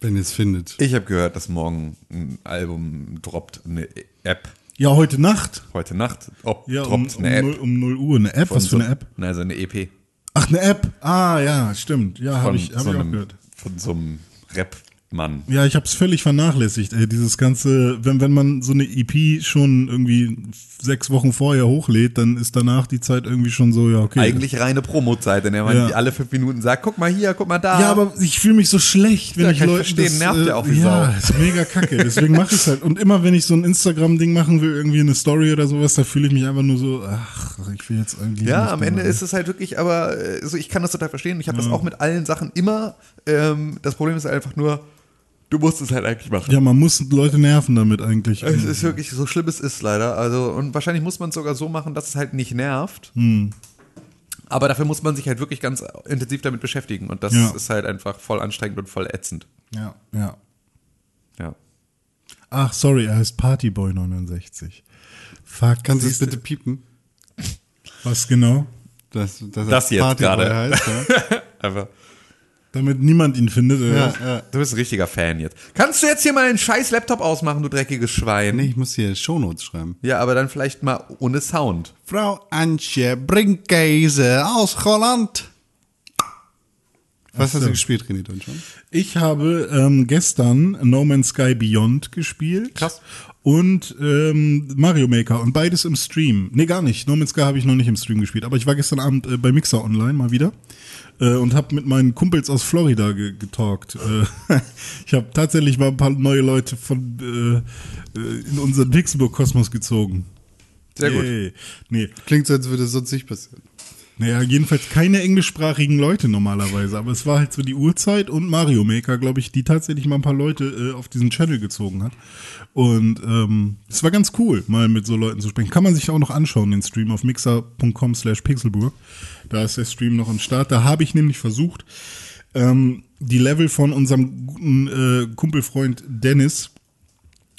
Speaker 2: Wenn ihr es findet.
Speaker 4: Ich habe gehört, dass morgen ein Album droppt, eine App.
Speaker 3: Ja, heute Nacht.
Speaker 4: Heute Nacht ob,
Speaker 3: Ja, um,
Speaker 4: droppt
Speaker 3: um,
Speaker 4: eine
Speaker 3: 0,
Speaker 4: App.
Speaker 3: um 0 Uhr. Eine App? Was für
Speaker 4: Von
Speaker 3: eine App?
Speaker 4: So, nein, so
Speaker 7: E
Speaker 4: eine EP.
Speaker 3: Ach, eine App. Ah, ja, stimmt. Ja, habe
Speaker 4: Von
Speaker 3: ich, hab
Speaker 4: so
Speaker 3: ich auch
Speaker 4: einem-
Speaker 3: gehört.
Speaker 4: Von so einem Rap. Mann.
Speaker 3: Ja, ich habe es völlig vernachlässigt, ey, dieses ganze, wenn, wenn man so eine EP schon irgendwie sechs Wochen vorher hochlädt, dann ist danach die Zeit irgendwie schon so, ja, okay.
Speaker 7: Eigentlich reine Promozeit, in der man
Speaker 3: Ja.
Speaker 7: die alle fünf Minuten sagt, guck mal hier, guck mal da.
Speaker 3: Ja, aber ich fühle mich so schlecht, wenn
Speaker 7: Ja,
Speaker 3: ich
Speaker 7: kann ich
Speaker 3: Leuten
Speaker 7: verstehen,
Speaker 3: das, äh,
Speaker 7: nervt ja auch wie
Speaker 3: Ja,
Speaker 7: Sau.
Speaker 3: ist mega kacke, deswegen mache ich es halt. Und immer, wenn ich so ein Instagram-Ding machen will, irgendwie eine Story oder sowas, da fühle ich mich einfach nur so, ach, ich will jetzt irgendwie
Speaker 7: Ja,
Speaker 3: nicht
Speaker 7: am Ende
Speaker 3: dabei.
Speaker 7: ist es halt wirklich, aber äh, also ich kann das total verstehen. Ich habe
Speaker 3: Mhm.
Speaker 7: das auch mit allen Sachen immer. Ähm, das Problem ist einfach nur, du musst es halt eigentlich machen.
Speaker 3: Ja, man muss Leute nerven damit eigentlich.
Speaker 7: Es ist wirklich so schlimm, es ist leider. Also, und wahrscheinlich muss man es sogar so machen, dass es halt nicht nervt.
Speaker 3: Mhm.
Speaker 7: Aber dafür muss man sich halt wirklich ganz intensiv damit beschäftigen. Und das
Speaker 3: Ja.
Speaker 7: ist halt einfach voll anstrengend und voll ätzend.
Speaker 3: Ja, ja.
Speaker 7: Ja.
Speaker 3: Ach, sorry, er heißt Partyboy69. Fuck.
Speaker 2: Kannst du es
Speaker 3: siehste.
Speaker 2: bitte piepen?
Speaker 3: Was genau?
Speaker 2: Dass, dass er
Speaker 4: Das jetzt
Speaker 2: Partyboy
Speaker 4: gerade.
Speaker 2: heißt, ja?
Speaker 4: Einfach.
Speaker 3: Damit niemand ihn findet. äh, Oder?
Speaker 2: ja,
Speaker 3: was?
Speaker 2: ja.
Speaker 7: Du bist ein richtiger Fan jetzt. Kannst du jetzt hier mal den scheiß Laptop ausmachen, du dreckiges Schwein?
Speaker 2: Nee, ich muss hier Shownotes schreiben.
Speaker 7: Ja, aber dann vielleicht mal ohne Sound.
Speaker 2: Frau Antje Brinkkäse aus Holland. Was hast
Speaker 3: so.
Speaker 2: du gespielt, René Dunschon?
Speaker 3: Ich habe ähm, gestern No Man's Sky Beyond gespielt.
Speaker 7: Krass.
Speaker 3: Und ähm, Mario Maker und beides im Stream. Nee, gar nicht. No Man's Sky habe ich noch nicht im Stream gespielt. Aber ich war gestern Abend äh, bei Mixer online mal wieder äh, und habe mit meinen Kumpels aus Florida ge getalkt. Äh, ich habe tatsächlich mal ein paar neue Leute von äh, äh, in unseren Pixelburg-Kosmos gezogen.
Speaker 7: Sehr gut.
Speaker 3: Yay. Nee,
Speaker 2: Klingt so, als würde es sonst nicht passieren.
Speaker 3: naja, jedenfalls keine englischsprachigen Leute normalerweise, aber es war halt so die Uhrzeit und Mario Maker, glaube ich, die tatsächlich mal ein paar Leute äh, auf diesen Channel gezogen hat. Und ähm, es war ganz cool, mal mit so Leuten zu sprechen. Kann man sich auch noch anschauen, den Stream auf mixer.com slash pixelburg. Da ist der Stream noch am Start. Da habe ich nämlich versucht, ähm, die Level von unserem guten äh, Kumpelfreund Dennis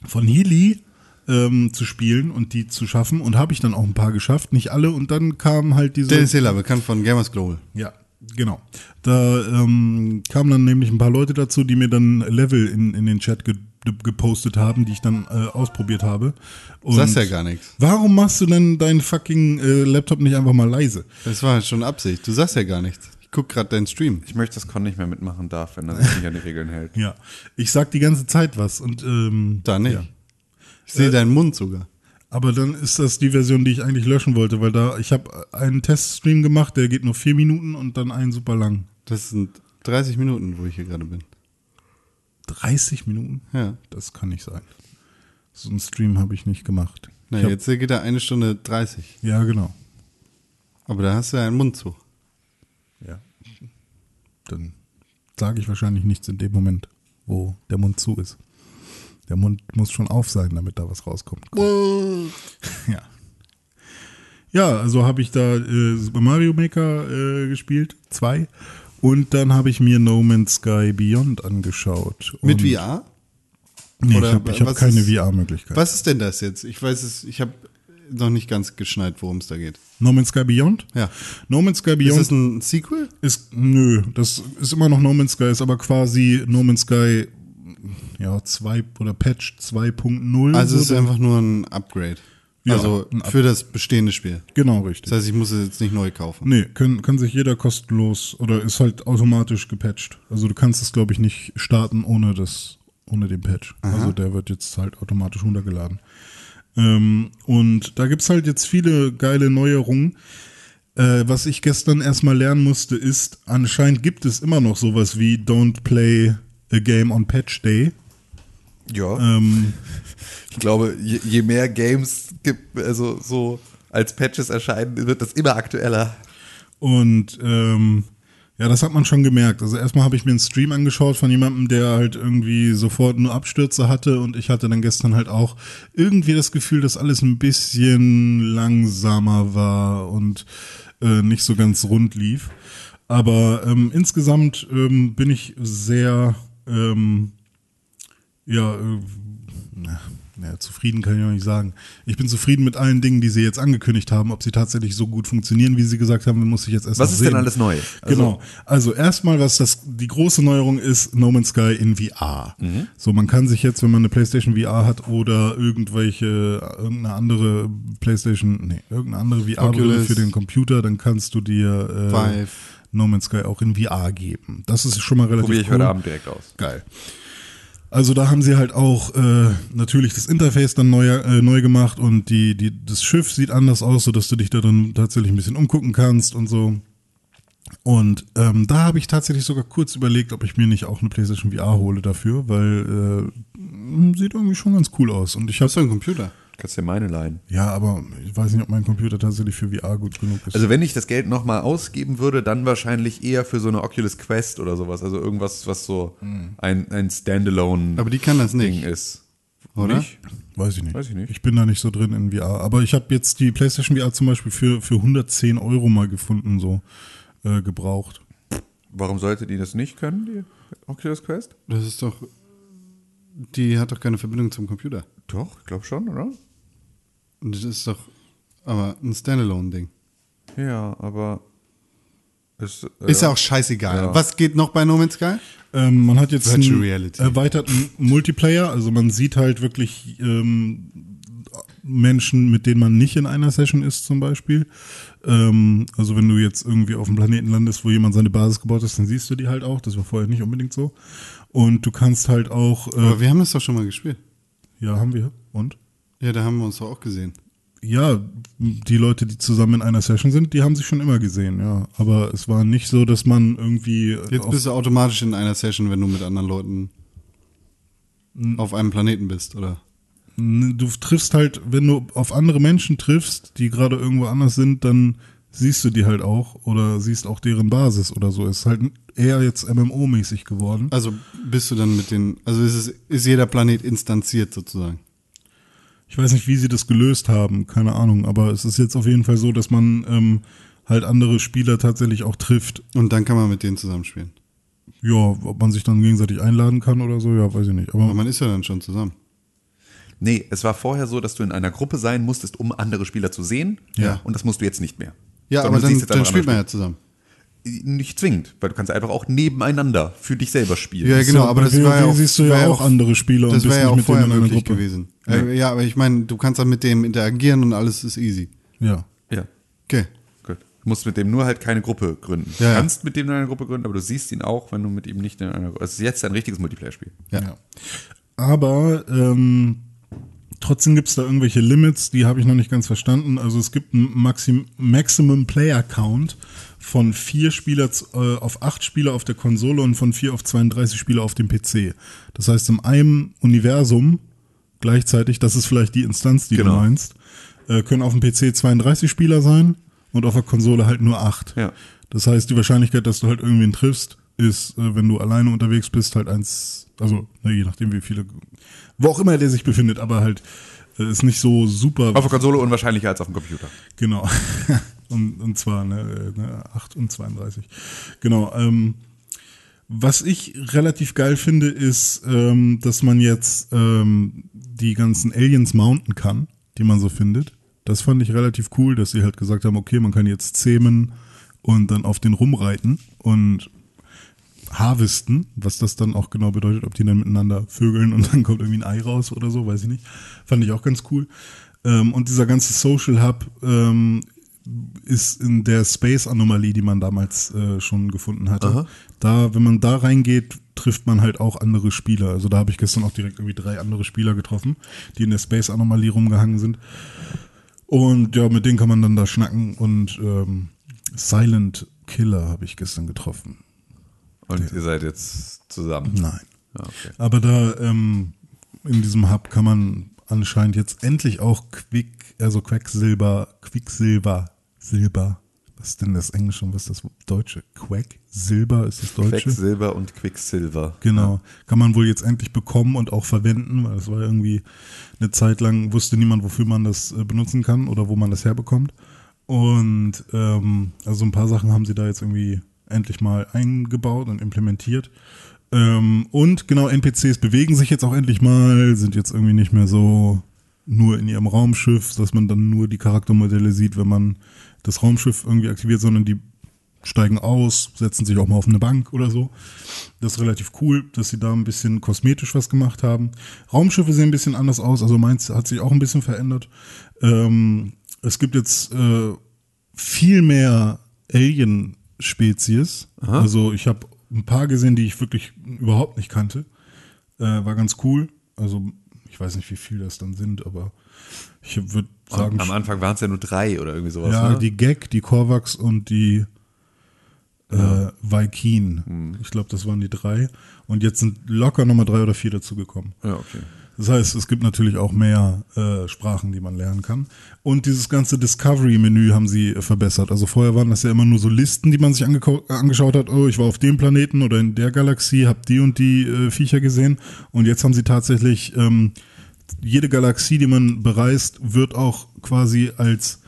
Speaker 3: von Healy ähm, zu spielen und die zu schaffen. Und habe ich dann auch ein paar geschafft, nicht alle. Und dann kamen halt diese...
Speaker 2: Dennis Hiller, bekannt von Gamers Global.
Speaker 3: Ja, genau. Da ähm, kamen dann nämlich ein paar Leute dazu, die mir dann Level in, in den Chat ge gepostet haben, die ich dann äh, ausprobiert habe. Und
Speaker 2: Sagst ja gar nichts.
Speaker 3: Warum machst du denn deinen fucking äh, Laptop nicht einfach mal leise?
Speaker 2: Das war schon Absicht. Du sagst ja gar nichts. Ich guck gerade deinen Stream.
Speaker 7: Ich möchte, dass Con nicht mehr mitmachen darf, wenn er sich nicht an die Regeln hält.
Speaker 3: Ja, ich sag die ganze Zeit was und ähm,
Speaker 2: Da nicht.
Speaker 3: Ja. Äh,
Speaker 2: Ich sehe deinen Mund sogar.
Speaker 3: Aber dann ist das die Version, die ich eigentlich löschen wollte, weil da ich habe einen Teststream gemacht, der geht nur vier Minuten und dann einen super lang.
Speaker 2: Das sind 30 Minuten, wo ich hier gerade bin.
Speaker 3: 30 Minuten?
Speaker 2: Ja.
Speaker 3: Das kann nicht sein. So einen Stream habe ich nicht gemacht.
Speaker 2: Na,
Speaker 3: ich hab,
Speaker 2: jetzt geht er eine Stunde 30.
Speaker 3: Ja, genau.
Speaker 2: Aber da hast du ja einen Mund zu.
Speaker 3: Ja. Dann sage ich wahrscheinlich nichts in dem Moment, wo der Mund zu ist. Der Mund muss schon auf sein, damit da was rauskommt. ja. Ja, also habe ich da äh, Super Mario Maker äh, gespielt, zwei. Und dann habe ich mir No Man's Sky Beyond angeschaut. Und
Speaker 2: Mit VR?
Speaker 3: Nee,
Speaker 2: Oder
Speaker 3: ich habe hab
Speaker 2: was
Speaker 3: keine
Speaker 2: ist-
Speaker 3: VR-Möglichkeit.
Speaker 2: Was ist denn das jetzt? Ich weiß es, ich habe noch nicht ganz geschnallt, worum es da geht.
Speaker 3: No Man's Sky Beyond?
Speaker 2: Ja.
Speaker 3: No Man's Sky
Speaker 2: Ist
Speaker 3: Beyond
Speaker 2: das ein Sequel?
Speaker 3: Ist, nö, das ist immer noch No Man's Sky, ist aber quasi No Man's Sky, ja, 2 oder Patch 2.0.
Speaker 2: Also es ist
Speaker 3: würde-
Speaker 2: einfach nur ein Upgrade.
Speaker 3: Ja,
Speaker 2: also
Speaker 3: ein Up-
Speaker 2: für das bestehende Spiel.
Speaker 3: Genau, richtig.
Speaker 2: Das heißt, ich muss es jetzt nicht neu kaufen.
Speaker 3: nee, können, kann sich jeder kostenlos oder ist halt automatisch gepatcht. Also du kannst es, glaube ich, nicht starten ohne das, ohne den Patch. Also der wird jetzt halt automatisch runtergeladen. Ähm, und da gibt's halt jetzt viele geile Neuerungen. Äh, was ich gestern erstmal lernen musste, ist, anscheinend gibt es immer noch sowas wie Don't play a game on Patch Day.
Speaker 7: Ja.
Speaker 2: Ähm.
Speaker 7: ich glaube, je, je mehr Games gibt, also so als Patches erscheinen, wird das immer aktueller.
Speaker 3: Und ähm, ja, das hat man schon gemerkt. Also erstmal habe ich mir einen Stream angeschaut von jemandem, der halt irgendwie sofort nur Abstürze hatte und ich hatte dann gestern halt auch irgendwie das Gefühl, dass alles ein bisschen langsamer war und äh, nicht so ganz rund lief. Aber ähm, insgesamt ähm, bin ich sehr ähm, ja, äh, na, na, zufrieden kann ich noch nicht sagen. Ich bin zufrieden mit allen Dingen, die sie jetzt angekündigt haben. Ob sie tatsächlich so gut funktionieren, wie sie gesagt haben, muss ich jetzt erst
Speaker 7: Was
Speaker 3: noch
Speaker 7: ist
Speaker 3: sehen.
Speaker 7: denn alles neu? Also-
Speaker 3: genau. Also erstmal, was das die große Neuerung ist, No Man's Sky in VR.
Speaker 7: Mhm.
Speaker 3: So, man kann sich jetzt, wenn man eine PlayStation VR hat oder irgendwelche irgendeine andere PlayStation, nee, irgendeine andere VR-Brille
Speaker 2: Oculus.
Speaker 3: für den Computer, dann kannst du dir äh,
Speaker 2: Vive.
Speaker 3: No Man's Sky auch in VR geben. Das ist schon mal relativ
Speaker 7: Probiere ich
Speaker 3: cool.
Speaker 7: heute Abend direkt aus.
Speaker 3: Geil. Also da haben sie halt auch äh, natürlich das Interface dann neu, äh, neu gemacht und die, die, das Schiff sieht anders aus, sodass du dich da dann tatsächlich ein bisschen umgucken kannst und so. Und ähm, da habe ich tatsächlich sogar kurz überlegt, ob ich mir nicht auch eine PlayStation VR hole dafür, weil äh, sieht irgendwie schon ganz cool aus. Und ich habe
Speaker 2: Hast du einen Computer?
Speaker 7: Kannst dir meine leihen.
Speaker 3: ja, aber ich weiß nicht, ob mein Computer tatsächlich für VR gut genug ist.
Speaker 7: Also wenn ich das Geld nochmal ausgeben würde, dann wahrscheinlich eher für so eine Oculus Quest oder sowas. Also irgendwas, was so ein, ein Standalone
Speaker 2: Aber die kann das
Speaker 7: Ding
Speaker 2: nicht,
Speaker 7: ist.
Speaker 2: oder?
Speaker 7: Nicht?
Speaker 3: Weiß ich nicht.
Speaker 7: Weiß ich nicht.
Speaker 3: Ich bin da nicht so drin in VR. Aber ich habe jetzt die PlayStation VR zum Beispiel für, für 110 Euro mal gefunden, so äh, gebraucht.
Speaker 7: Warum sollte die das nicht können, die Oculus Quest?
Speaker 2: Das ist doch. Die hat doch keine Verbindung zum Computer.
Speaker 7: Doch, ich glaube schon, oder?
Speaker 2: Und Das ist doch aber ein Standalone-Ding.
Speaker 7: Ja, aber ist,
Speaker 2: Ist ja auch scheißegal. Was geht noch bei No Man's Sky?
Speaker 3: Ähm, man hat jetzt
Speaker 2: Virtual
Speaker 3: einen
Speaker 2: Reality.
Speaker 3: erweiterten Multiplayer, also man sieht halt wirklich ähm, Menschen, mit denen man nicht in einer Session ist zum Beispiel. Ähm, also wenn du jetzt irgendwie auf dem Planeten landest, wo jemand seine Basis gebaut hat, dann siehst du die halt auch. Das war vorher nicht unbedingt so. Und du kannst halt auch, äh,
Speaker 2: Aber wir haben das doch schon mal gespielt.
Speaker 3: ja haben wir und
Speaker 2: Ja, da haben wir uns doch auch gesehen.
Speaker 3: ja, die Leute, die zusammen in einer Session sind, die haben sich schon immer gesehen, ja. Aber es war nicht so, dass man irgendwie
Speaker 2: Jetzt
Speaker 3: auf-
Speaker 2: bist du automatisch in einer Session, wenn du mit anderen Leuten
Speaker 3: Hm.
Speaker 2: auf einem Planeten bist, oder?
Speaker 3: du triffst halt, wenn du auf andere Menschen triffst, die gerade irgendwo anders sind, dann siehst du die halt auch oder siehst auch deren Basis oder so. Ist halt eher jetzt MMO-mäßig geworden.
Speaker 2: Also bist du dann mit den, also ist, es, ist jeder Planet instanziert sozusagen.
Speaker 3: Ich weiß nicht, wie sie das gelöst haben, keine Ahnung, aber es ist jetzt auf jeden Fall so, dass man ähm, halt andere Spieler tatsächlich auch trifft.
Speaker 2: Und dann kann man mit denen zusammenspielen.
Speaker 3: Ja, ob man sich dann gegenseitig einladen kann oder so, ja, weiß ich nicht.
Speaker 2: Aber
Speaker 3: Aber
Speaker 2: man ist ja dann schon zusammen.
Speaker 7: Nee, es war vorher so, dass du in einer Gruppe sein musstest, um andere Spieler zu sehen.
Speaker 2: Ja.
Speaker 7: Und das musst du jetzt nicht mehr.
Speaker 2: Ja,
Speaker 7: Sondern
Speaker 2: aber
Speaker 7: du
Speaker 2: dann,
Speaker 7: siehst jetzt
Speaker 2: dann
Speaker 7: einfach
Speaker 2: spielt man
Speaker 7: andere
Speaker 2: ja zusammen.
Speaker 7: Spieler. Äh, Nicht zwingend, weil du kannst einfach auch nebeneinander für dich selber spielen.
Speaker 2: Ja, genau,
Speaker 3: ja,
Speaker 2: aber
Speaker 3: bei
Speaker 2: das war ja
Speaker 3: WoW
Speaker 2: auch,
Speaker 3: siehst du ja
Speaker 2: war
Speaker 3: auch andere Spieler und
Speaker 2: das
Speaker 3: bist
Speaker 2: wäre
Speaker 3: nicht
Speaker 2: ja auch
Speaker 3: mit
Speaker 2: vorher
Speaker 3: denen in einer
Speaker 2: möglich
Speaker 3: Gruppe.
Speaker 2: gewesen. Äh, ja, aber ich meine, du kannst dann mit dem interagieren und alles ist easy.
Speaker 3: ja.
Speaker 7: Ja,
Speaker 2: Okay.
Speaker 7: gut. Du musst mit dem nur halt keine Gruppe gründen.
Speaker 2: Ja, ja.
Speaker 7: du kannst mit dem nur eine Gruppe gründen, aber du siehst ihn auch, wenn du mit ihm nicht in einer Gruppe... Es ist jetzt ein richtiges Multiplayer-Spiel.
Speaker 3: Ja. Aber ähm, trotzdem gibt es da irgendwelche Limits, die habe ich noch nicht ganz verstanden. Also es gibt einen Maxim Maximum Player Count von vier Spieler zu- äh, auf acht Spieler auf der Konsole und von vier auf 32 Spieler auf dem PC. Das heißt, in einem Universum gleichzeitig, das ist vielleicht die Instanz, die
Speaker 7: Genau.
Speaker 3: du meinst, äh, können auf dem PC 32 Spieler sein und auf der Konsole halt nur acht.
Speaker 7: Ja.
Speaker 3: Das heißt, die Wahrscheinlichkeit, dass du halt irgendwen triffst, ist, äh, wenn du alleine unterwegs bist, halt eins, also ne, je nachdem, wie viele, wo auch immer der sich befindet, aber halt äh, ist nicht so super.
Speaker 7: Auf der Konsole unwahrscheinlicher als auf dem Computer.
Speaker 3: Genau. und, und zwar ne, äh, ne, 8 und 32. Genau. Ähm, was ich relativ geil finde, ist, ähm, dass man jetzt ähm, die ganzen Aliens mounten kann, die man so findet. Das fand ich relativ cool, dass sie halt gesagt haben, okay, man kann jetzt zähmen und dann auf den rumreiten und harvesten, was das dann auch genau bedeutet, ob die dann miteinander vögeln und dann kommt irgendwie ein Ei raus oder so, weiß ich nicht. Fand ich auch ganz cool. Ähm, und dieser ganze Social Hub ähm, ist in der Space-Anomalie, die man damals äh, schon gefunden hatte. Da, wenn man da reingeht, trifft man halt auch andere Spieler. Also da habe ich gestern auch direkt irgendwie drei andere Spieler getroffen, die in der Space-Anomalie rumgehangen sind. Und ja, mit denen kann man dann da schnacken und ähm, Silent Killer habe ich gestern getroffen.
Speaker 7: Und ihr seid jetzt zusammen.
Speaker 3: Nein.
Speaker 7: Ah, okay.
Speaker 3: Aber da ähm, in diesem Hub kann man anscheinend jetzt endlich auch Quick, also Quecksilber, Quicksilber, Silber. Was ist denn das Englische und was ist das Deutsche? Quacksilber ist das Deutsche?
Speaker 7: Quecksilber und Quicksilver.
Speaker 3: Genau. Kann man wohl jetzt endlich bekommen und auch verwenden, weil es war irgendwie eine Zeit lang, wusste niemand, wofür man das äh, benutzen kann oder wo man das herbekommt. Und ähm, also ein paar Sachen haben sie da jetzt irgendwie endlich mal eingebaut und implementiert. Ähm, und genau, NPCs bewegen sich jetzt auch endlich mal, sind jetzt irgendwie nicht mehr so nur in ihrem Raumschiff, dass man dann nur die Charaktermodelle sieht, wenn man das Raumschiff irgendwie aktiviert, sondern die steigen aus, setzen sich auch mal auf eine Bank oder so. Das ist relativ cool, dass sie da ein bisschen kosmetisch was gemacht haben. Raumschiffe sehen ein bisschen anders aus, also meins hat sich auch ein bisschen verändert. Ähm, es gibt jetzt äh, viel mehr Alien-Spezies. Also ich habe ein paar gesehen, die ich wirklich überhaupt nicht kannte. Äh, war ganz cool. Also ich weiß nicht, wie viel das dann sind, aber ich würde sagen,
Speaker 4: Am Anfang waren es ja nur drei oder irgendwie sowas.
Speaker 3: ja,
Speaker 4: ne?
Speaker 3: die Gag, die Korvax und die äh, Vikin.
Speaker 4: Hm.
Speaker 3: Ich glaube, das waren die drei. Und jetzt sind locker nochmal drei oder vier dazugekommen.
Speaker 4: ja okay.
Speaker 3: Das heißt, es gibt natürlich auch mehr äh, Sprachen, die man lernen kann. Und dieses ganze Discovery-Menü haben sie äh, verbessert. Also vorher waren das ja immer nur so Listen, die man sich angeko- angeschaut hat. Oh, ich war auf dem Planeten oder in der Galaxie, hab die und die äh, Viecher gesehen. Und jetzt haben sie tatsächlich ähm, jede Galaxie, die man bereist, wird auch quasi als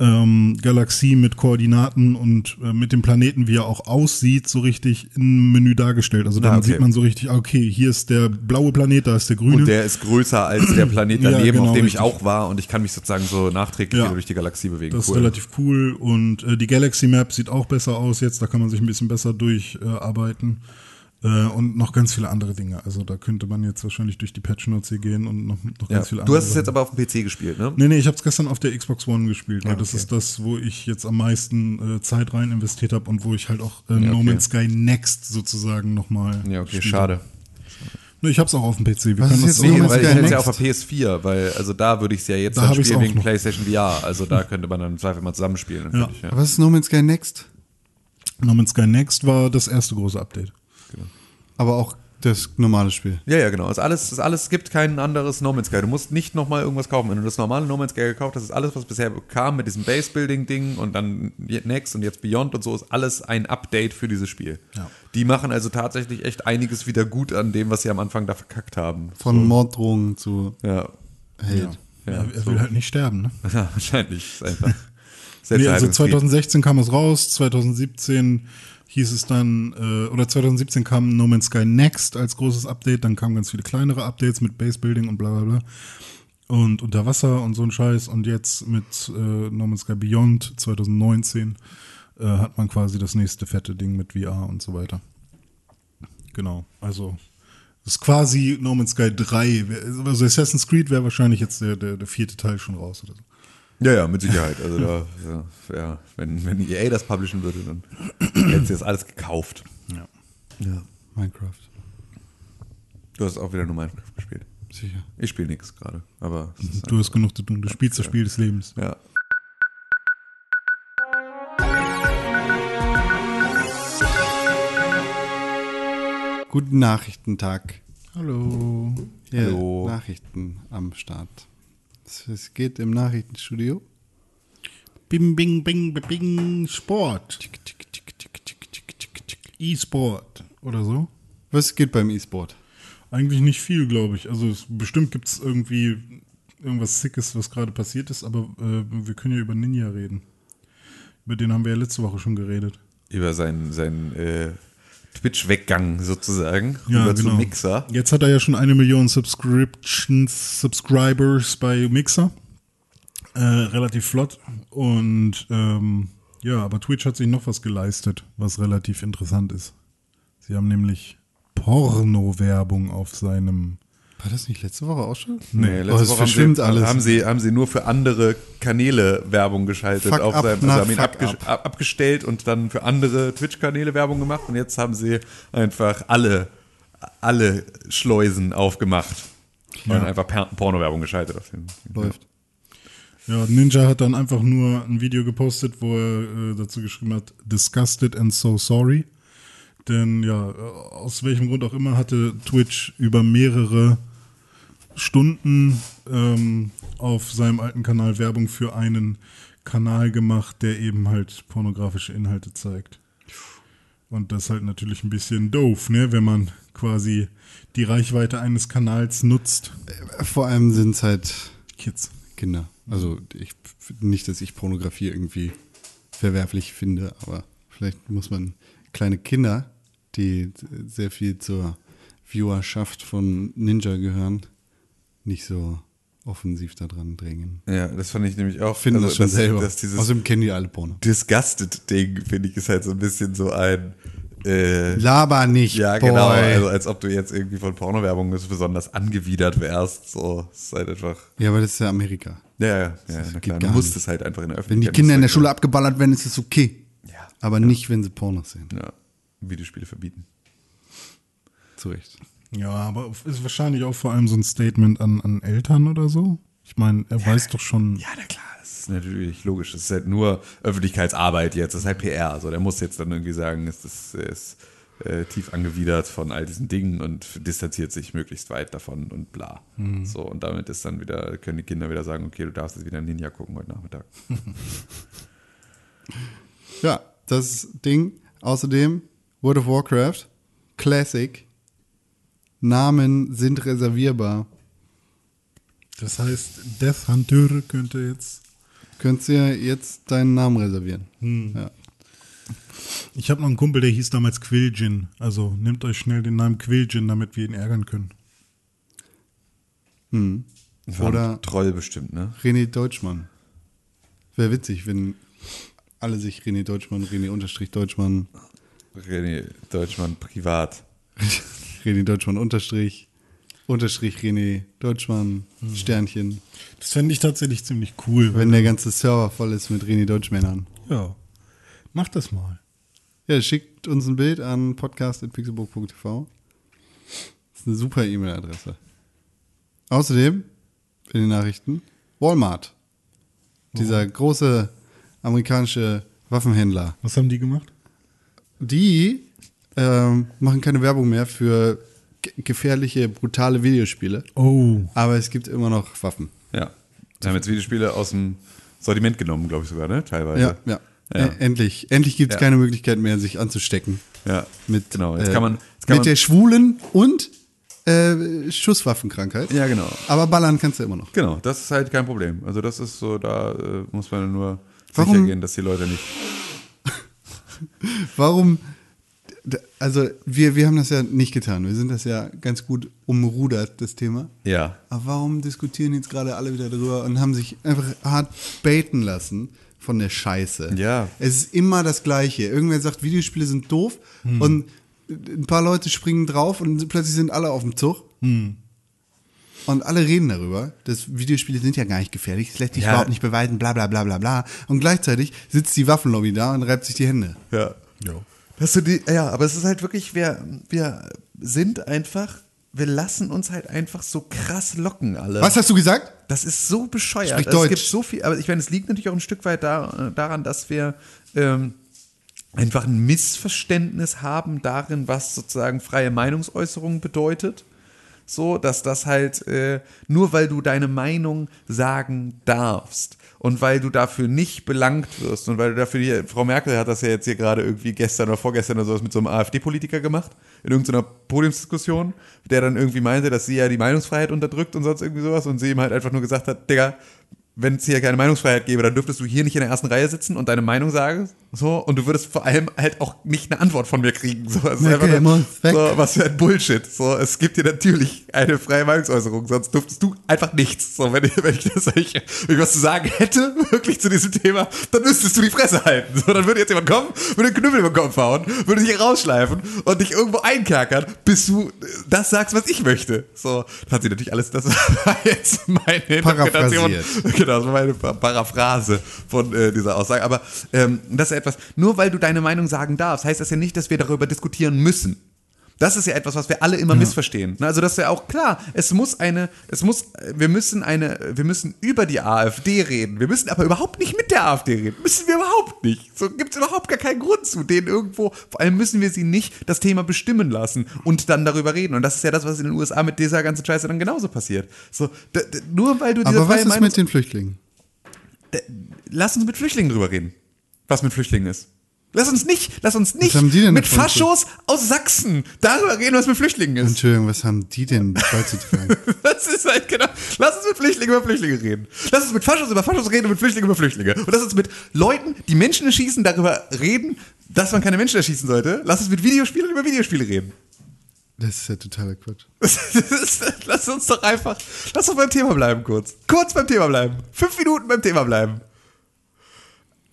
Speaker 3: ähm, Galaxie mit Koordinaten und äh, mit dem Planeten, wie er auch aussieht, so richtig im Menü dargestellt. Also dann
Speaker 4: okay.
Speaker 3: sieht man so richtig, ah, okay, hier ist der blaue Planet, da ist der grüne.
Speaker 4: Und der ist größer als der Planet
Speaker 3: Ja,
Speaker 4: daneben,
Speaker 3: genau,
Speaker 4: auf dem ich
Speaker 3: richtig.
Speaker 4: auch war und ich kann mich sozusagen so nachträglich
Speaker 3: Ja.
Speaker 4: wieder durch die Galaxie bewegen.
Speaker 3: das ist relativ cool und äh, die Galaxy Map sieht auch besser aus jetzt, da kann man sich ein bisschen besser durcharbeiten äh, arbeiten. äh, und noch ganz viele andere Dinge. Also da könnte man jetzt wahrscheinlich durch die Patch Notes hier gehen und noch, noch
Speaker 4: ja.
Speaker 3: ganz viele andere
Speaker 4: Du hast es
Speaker 3: Sachen.
Speaker 4: jetzt aber auf dem PC gespielt, ne?
Speaker 3: Nee, nee, ich habe es gestern auf der Xbox One gespielt, weil das ist das, wo ich jetzt am meisten äh, Zeit rein investiert habe und wo ich halt auch äh, No
Speaker 4: okay.
Speaker 3: Man's Sky Next sozusagen nochmal.
Speaker 4: Ja, okay,
Speaker 3: spiele.
Speaker 4: schade.
Speaker 3: Nee, ich habe es auch auf dem PC. Wir
Speaker 2: Was
Speaker 3: können das
Speaker 2: ist jetzt
Speaker 3: auch
Speaker 2: No
Speaker 4: Nee,
Speaker 3: noch-
Speaker 2: Man's
Speaker 4: weil ich
Speaker 2: Sky
Speaker 4: hätte es ja
Speaker 2: Next.
Speaker 4: auf der PS4, weil also da würde ich es ja jetzt
Speaker 3: Da
Speaker 4: dann
Speaker 3: hab ich's
Speaker 4: spielen
Speaker 3: auch
Speaker 4: wegen
Speaker 3: noch.
Speaker 4: PlayStation VR. Also da könnte man dann im Zweifel mal zusammenspielen.
Speaker 3: Ja.
Speaker 4: natürlich,
Speaker 2: Aber was ist No Man's Sky Next?
Speaker 3: No Man's Sky Next war das erste große Update.
Speaker 2: Aber auch das normale Spiel.
Speaker 4: Ja, ja, genau. Es ist alles, es ist alles es gibt kein anderes No Man's Sky. Du musst nicht nochmal irgendwas kaufen. Wenn du das normale No Man's Sky gekauft hast, ist alles, was bisher kam mit diesem Base-Building-Ding und dann Next und jetzt Beyond und so, ist alles ein Update für dieses Spiel. Die machen also tatsächlich echt einiges wieder gut an dem, was sie am Anfang da verkackt haben.
Speaker 2: Von Morddrohungen zu
Speaker 4: Ja,
Speaker 2: Held.
Speaker 3: Ja, er will halt nicht sterben, ne?
Speaker 4: ja wahrscheinlich. Ist einfach
Speaker 3: Nee, also
Speaker 4: Selbstheilungskrieg.
Speaker 3: 2016 kam es raus, 2017 hieß es dann, äh, oder 2017 kam No Man's Sky Next als großes Update, dann kamen ganz viele kleinere Updates mit Base-Building und bla bla bla. Und unter Wasser und so ein Scheiß. Und jetzt mit äh, No Man's Sky Beyond 2019 äh, hat man quasi das nächste fette Ding mit VR und so weiter. Genau, also ist quasi No Man's Sky 3. Also Assassin's Creed wäre wahrscheinlich jetzt der, der, der vierte Teil schon raus oder so.
Speaker 4: Ja, ja, mit Sicherheit. Also da, ja, ja, wenn, wenn EA das publishen würde, dann hätten sie das alles gekauft.
Speaker 3: Ja.
Speaker 4: Ja.
Speaker 2: Minecraft.
Speaker 4: Du hast auch wieder nur Minecraft gespielt.
Speaker 2: Sicher.
Speaker 4: Ich spiele nichts gerade, aber es ist
Speaker 3: Du hast genug zu tun. Du spielst das Spiel des Lebens.
Speaker 4: ja.
Speaker 2: Guten Nachrichtentag.
Speaker 3: Hallo.
Speaker 2: Hier
Speaker 4: Hallo.
Speaker 2: Nachrichten am Start. Es- Es geht im Nachrichtenstudio.
Speaker 3: Bing, bing, bing, bing, bing. Sport. E-Sport oder so.
Speaker 2: Was geht beim E-Sport?
Speaker 3: Eigentlich nicht viel, glaube ich. Also es, bestimmt gibt es irgendwie irgendwas Sickes, was gerade passiert ist, aber äh, wir können ja über Ninja reden. Über den haben wir ja letzte Woche schon geredet.
Speaker 4: über seinen, seinen äh, Twitch-Weggang sozusagen
Speaker 3: Ja,
Speaker 4: über
Speaker 3: genau.
Speaker 4: zu Mixer.
Speaker 3: Jetzt hat er ja schon eine Million Subscriptions, Subscribers bei Mixer. Äh, relativ flott. Und ähm, ja, aber Twitch hat sich noch was geleistet, was relativ interessant ist. Sie haben nämlich Porno-Werbung auf seinem.
Speaker 2: War das nicht letzte Woche auch schon?
Speaker 4: Nee,
Speaker 2: oh, es
Speaker 4: haben
Speaker 2: verschwimmt
Speaker 4: sie,
Speaker 2: alles.
Speaker 4: Haben sie, haben sie nur für andere Kanäle Werbung geschaltet.
Speaker 2: Fuck
Speaker 4: auf
Speaker 2: up,
Speaker 4: seinem,
Speaker 2: na,
Speaker 4: also haben ihn
Speaker 2: fuck
Speaker 4: abges- ab- abgestellt und dann für andere Twitch-Kanäle Werbung gemacht und jetzt haben sie einfach alle, alle Schleusen aufgemacht. Und einfach per Porno-Werbung geschaltet auf den.
Speaker 2: Läuft.
Speaker 3: Ja, Ninja hat dann einfach nur ein Video gepostet, wo er äh, dazu geschrieben hat, disgusted and so sorry. Denn ja, äh, aus welchem Grund auch immer hatte Twitch über mehrere Stunden ähm, auf seinem alten Kanal Werbung für einen Kanal gemacht, der eben halt pornografische Inhalte zeigt. Und das ist halt natürlich ein bisschen doof, ne, wenn man quasi die Reichweite eines Kanals nutzt.
Speaker 2: Vor allem sind es halt
Speaker 3: Kids.
Speaker 2: Kinder. Also ich nicht, dass ich Pornografie irgendwie verwerflich finde, aber vielleicht muss man kleine Kinder, die sehr viel zur Viewerschaft von Ninja gehören, nicht so offensiv da dran drängen.
Speaker 4: Ja, das fand ich nämlich auch.
Speaker 2: Finden das schon
Speaker 4: dass-
Speaker 2: selber. Also
Speaker 4: dass Also dieses
Speaker 2: Außerdem kennen die alle Porno.
Speaker 4: Disgusted-Ding, finde ich, ist halt so ein bisschen so ein. Äh,
Speaker 2: Laber nicht,
Speaker 4: Ja,
Speaker 2: Boy.
Speaker 4: genau. Also als ob du jetzt irgendwie von Pornowerbung so besonders angewidert wärst. So, es ist halt einfach.
Speaker 2: ja, aber das ist ja Amerika.
Speaker 4: Ja, ja, ja. Na
Speaker 2: geht
Speaker 4: klar, du
Speaker 2: gar
Speaker 4: musst
Speaker 2: nicht.
Speaker 4: es halt einfach in der
Speaker 2: Wenn die
Speaker 4: Öffentlichkeit.
Speaker 2: Kinder in der
Speaker 4: musst du
Speaker 2: Schule abgeballert werden, ist es okay.
Speaker 4: Ja.
Speaker 2: Aber nicht, wenn sie Pornos sehen.
Speaker 4: halt- Ja, Videospiele verbieten.
Speaker 2: Zu Recht.
Speaker 3: Ja, aber ist wahrscheinlich auch vor allem so ein Statement an, an Eltern oder so. Ich meine, er weiß doch schon.
Speaker 10: Ja, na klar, das ist natürlich logisch. Das ist halt nur Öffentlichkeitsarbeit jetzt, das ist halt PR. So, der muss jetzt dann irgendwie sagen, es ist, er ist äh, tief angewidert von all diesen Dingen und distanziert sich möglichst weit davon und bla.
Speaker 2: Hm.
Speaker 10: So, und damit ist dann wieder, können die Kinder wieder sagen, okay, du darfst jetzt wieder Ninja gucken heute Nachmittag.
Speaker 2: Ja, das Ding. Außerdem World of Warcraft Classic. Namen sind reservierbar.
Speaker 3: Das heißt, Death Hunter könnte jetzt.
Speaker 2: Könntest dir jetzt deinen Namen reservieren. Ja.
Speaker 3: Ich habe noch einen Kumpel, der hieß damals Quilljin. Also nehmt euch schnell den Namen Quilljin, damit wir ihn ärgern können.
Speaker 10: War ein
Speaker 2: Oder-
Speaker 10: Troll bestimmt, ne?
Speaker 2: René Deutschmann. Wäre witzig, wenn alle sich René Deutschmann, René Unterstrich Deutschmann,
Speaker 10: René Deutschmann privat.
Speaker 2: René Deutschmann Unterstrich, Unterstrich René Deutschmann, Sternchen.
Speaker 3: Das fände ich tatsächlich ziemlich cool.
Speaker 2: Wenn der ganze Server voll ist mit René Deutschmännern.
Speaker 3: ja. Macht das mal.
Speaker 2: Ja, schickt uns ein Bild an podcast.pixelburg.tv. Das ist eine super E-Mail-Adresse. Außerdem in den Nachrichten Walmart. Dieser große amerikanische Waffenhändler.
Speaker 3: Was haben die gemacht?
Speaker 2: Die ähm, machen keine Werbung mehr für ge- gefährliche, brutale Videospiele.
Speaker 3: Oh.
Speaker 2: Aber es gibt immer noch Waffen.
Speaker 10: Ja. Die haben jetzt Videospiele aus dem Sortiment genommen, glaube ich sogar, ne?
Speaker 2: Ja,
Speaker 10: Teilweise.
Speaker 2: ja.
Speaker 10: Ja.
Speaker 2: Ä- Endlich. Endlich gibt es
Speaker 10: Ja.
Speaker 2: keine Möglichkeit mehr, sich anzustecken.
Speaker 10: Ja.
Speaker 2: Mit,
Speaker 10: Genau, jetzt
Speaker 2: äh,
Speaker 10: kann man- jetzt kann
Speaker 2: mit
Speaker 10: man-
Speaker 2: der schwulen und äh, Schusswaffenkrankheit.
Speaker 10: Ja, genau.
Speaker 2: Aber ballern kannst du immer noch.
Speaker 10: Genau, das ist halt kein Problem. Also das ist so, da äh, muss man nur
Speaker 2: Warum-
Speaker 10: sicher gehen, dass die Leute nicht.
Speaker 2: Warum? d- Also, wir, wir haben das ja nicht getan. Wir sind das ja ganz gut umrudert, das Thema.
Speaker 10: Ja.
Speaker 2: Aber warum diskutieren jetzt gerade alle wieder darüber und haben sich einfach hart baiten lassen von der Scheiße?
Speaker 10: Ja.
Speaker 2: Es ist immer das Gleiche. Irgendwer sagt, Videospiele sind doof
Speaker 10: Hm.
Speaker 2: und ein paar Leute springen drauf und plötzlich sind alle auf dem Zug.
Speaker 10: Hm.
Speaker 2: Und alle reden darüber, dass Videospiele sind ja gar nicht gefährlich, es lässt sich
Speaker 10: Ja.
Speaker 2: überhaupt nicht beweisen, bla bla bla bla bla. Und gleichzeitig sitzt die Waffenlobby da und reibt sich die Hände.
Speaker 10: Ja.
Speaker 3: Ja.
Speaker 4: Hast du die, ja, aber es ist halt wirklich, wir, wir sind einfach, wir lassen uns halt einfach so krass locken alle.
Speaker 2: Was hast du gesagt?
Speaker 4: Das ist so bescheuert.
Speaker 2: Sprich
Speaker 4: Also
Speaker 2: Deutsch.
Speaker 4: Es gibt so viel, aber ich meine, es liegt natürlich auch ein Stück weit da, äh, daran, dass wir ähm, einfach ein Missverständnis haben darin, was sozusagen freie Meinungsäußerung bedeutet. So, dass das halt äh, nur weil du deine Meinung sagen darfst und weil du dafür nicht belangt wirst und weil du dafür, die, Frau Merkel hat das ja jetzt hier gerade irgendwie gestern oder vorgestern oder sowas mit so einem AfD-Politiker gemacht, in irgendeiner Podiumsdiskussion, der dann irgendwie meinte, dass sie ja die Meinungsfreiheit unterdrückt und sonst irgendwie sowas und sie ihm halt einfach nur gesagt hat, Digga, wenn es hier keine Meinungsfreiheit gäbe, dann dürftest du hier nicht in der ersten Reihe sitzen und deine Meinung sagen. So, und du würdest vor allem halt auch nicht eine Antwort von mir kriegen. So, es ist
Speaker 2: Merkel
Speaker 4: einfach nur,
Speaker 2: muss weg.
Speaker 4: so, was für ein Bullshit. So, es gibt dir natürlich eine freie Meinungsäußerung, sonst dürftest du einfach nichts. So, wenn, ich- wenn, ich das, wenn, ich, wenn ich was zu sagen hätte, wirklich zu diesem Thema, dann müsstest du die Fresse halten. So, dann würde jetzt jemand kommen, würde einen Knüppel über den Kopf hauen, würde dich rausschleifen und dich irgendwo einkerkern, bis du äh, das sagst, was ich möchte. So, das hat sie natürlich alles, das war jetzt meine Interpretation.
Speaker 2: Paraphrasiert.
Speaker 4: Genau, das war meine Pa- Paraphrase von äh, dieser Aussage. Aber ähm, das ist etwas, nur weil du deine Meinung sagen darfst, heißt das ja nicht, dass wir darüber diskutieren müssen. Das ist ja etwas, was wir alle immer missverstehen. Na, Also das ist ja auch klar. Es muss eine, es muss, wir müssen eine, wir müssen über die AfD reden. Wir müssen aber überhaupt nicht mit der AfD reden. Müssen wir überhaupt nicht. So gibt es überhaupt gar keinen Grund zu, den irgendwo. Vor allem müssen wir sie nicht das Thema bestimmen lassen und dann darüber reden. Und das ist ja das, was in den USA mit dieser ganzen Scheiße dann genauso passiert. So d- d- nur weil du diese
Speaker 2: Aber was
Speaker 4: freie
Speaker 2: ist
Speaker 4: Meinungs-
Speaker 2: mit den Flüchtlingen?
Speaker 4: lass uns mit Flüchtlingen drüber reden. Was mit Flüchtlingen ist. Lass uns nicht, lass uns nicht
Speaker 2: haben die denn
Speaker 4: mit
Speaker 2: davon zu-
Speaker 4: Faschos aus Sachsen darüber reden, was mit Flüchtlingen ist.
Speaker 2: Entschuldigung, was haben die denn beizutragen?
Speaker 4: Das ist halt genau. Lass uns mit Flüchtlingen über Flüchtlinge reden. Lass uns mit Faschos über Faschos reden und mit Flüchtlingen über Flüchtlinge. Und lass uns mit Leuten, die Menschen erschießen, darüber reden, dass man keine Menschen erschießen sollte. Lass uns mit Videospielern über Videospiele reden.
Speaker 2: Das ist ja totaler Quatsch.
Speaker 4: Das ist- halt, lass uns doch einfach. Lass uns beim Thema bleiben kurz. Kurz beim Thema bleiben. Fünf Minuten beim Thema bleiben.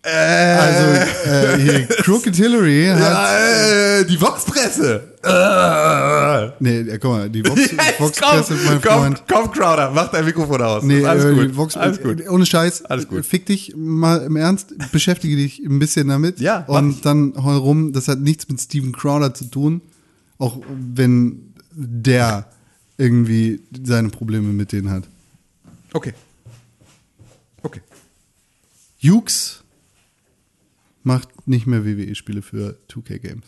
Speaker 2: Also, äh, hier, Crooked Hillary hat.
Speaker 4: Äh, die Vox-Presse. Äh.
Speaker 2: Nee, ja, guck mal, die Vox,
Speaker 4: Yes,
Speaker 2: Vox-Presse, mein
Speaker 4: komm,
Speaker 2: Freund.
Speaker 4: komm, Crowder, mach dein Mikrofon aus.
Speaker 2: Nee,
Speaker 4: Ist alles,
Speaker 2: äh,
Speaker 4: gut.
Speaker 2: die Vox,
Speaker 4: alles gut.
Speaker 2: Ohne Scheiß.
Speaker 4: Alles gut.
Speaker 2: Fick dich mal im Ernst, beschäftige dich ein bisschen damit.
Speaker 4: Ja, mach
Speaker 2: Und dann heul rum, das hat nichts mit Steven Crowder zu tun. Auch wenn der irgendwie seine Probleme mit denen hat.
Speaker 4: Okay. Okay.
Speaker 2: Jukes macht nicht mehr WWE-Spiele für 2K Games.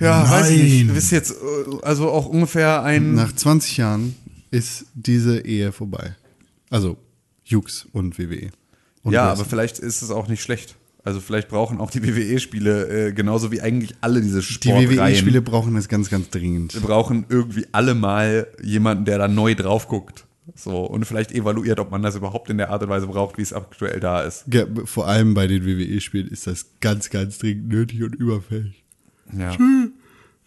Speaker 4: Ja,
Speaker 3: Nein.
Speaker 4: weiß ich nicht. Du bist jetzt äh, also auch ungefähr ein.
Speaker 2: Nach 20 Jahren ist diese Ehe vorbei. Also Jukes und WWE. Und
Speaker 4: ja,
Speaker 2: Wrestling.
Speaker 4: aber vielleicht ist es auch nicht schlecht. Also vielleicht brauchen auch die WWE-Spiele äh, genauso wie eigentlich alle diese
Speaker 2: die
Speaker 4: Sportreihen.
Speaker 2: WWE-Spiele brauchen das ganz, ganz dringend.
Speaker 4: Wir brauchen irgendwie alle mal jemanden, der da neu drauf guckt. So, und vielleicht evaluiert, ob man das überhaupt in der Art und Weise braucht, wie es aktuell da ist.
Speaker 2: Ge- Vor allem bei den WWE-Spielen ist das ganz, ganz dringend nötig und überfällig.
Speaker 4: Ja.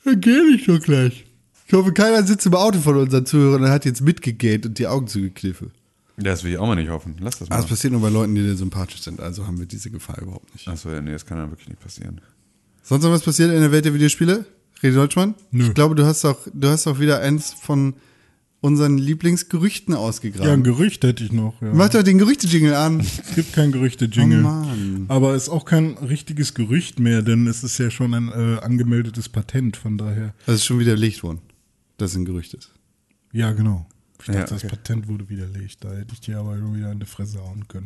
Speaker 2: Dann gehe ich doch gleich. Ich hoffe, keiner sitzt im Auto von unseren Zuhörern und hat jetzt mitgegähnt und die Augen zugekniffen.
Speaker 4: Das will ich auch mal nicht hoffen. Lass das
Speaker 2: Aber
Speaker 4: mal.
Speaker 2: das passiert nur bei Leuten, die dir sympathisch sind, also haben wir diese Gefahr überhaupt nicht.
Speaker 4: Achso, ja, nee, das kann ja wirklich nicht passieren.
Speaker 2: Sonst noch was passiert in der Welt der Videospiele? Rede Deutschmann?
Speaker 3: Nö.
Speaker 2: Ich glaube, du hast auch, du hast auch wieder eins von unseren Lieblingsgerüchten ausgegraben.
Speaker 3: Ja, ein Gerücht hätte ich noch. Ja.
Speaker 2: Mach doch den Gerüchte-Jingle an.
Speaker 3: Es gibt kein Gerüchte-Jingle.
Speaker 2: Oh Mann.
Speaker 3: aber es ist auch kein richtiges Gerücht mehr, denn es ist ja schon ein äh, angemeldetes Patent, von daher.
Speaker 2: Das ist schon widerlegt worden, dass es ein Gerücht ist.
Speaker 3: Ja, genau. Ich dachte,
Speaker 4: Ja, okay.
Speaker 3: das Patent wurde widerlegt. Da hätte ich dir aber schon wieder in die Fresse hauen können.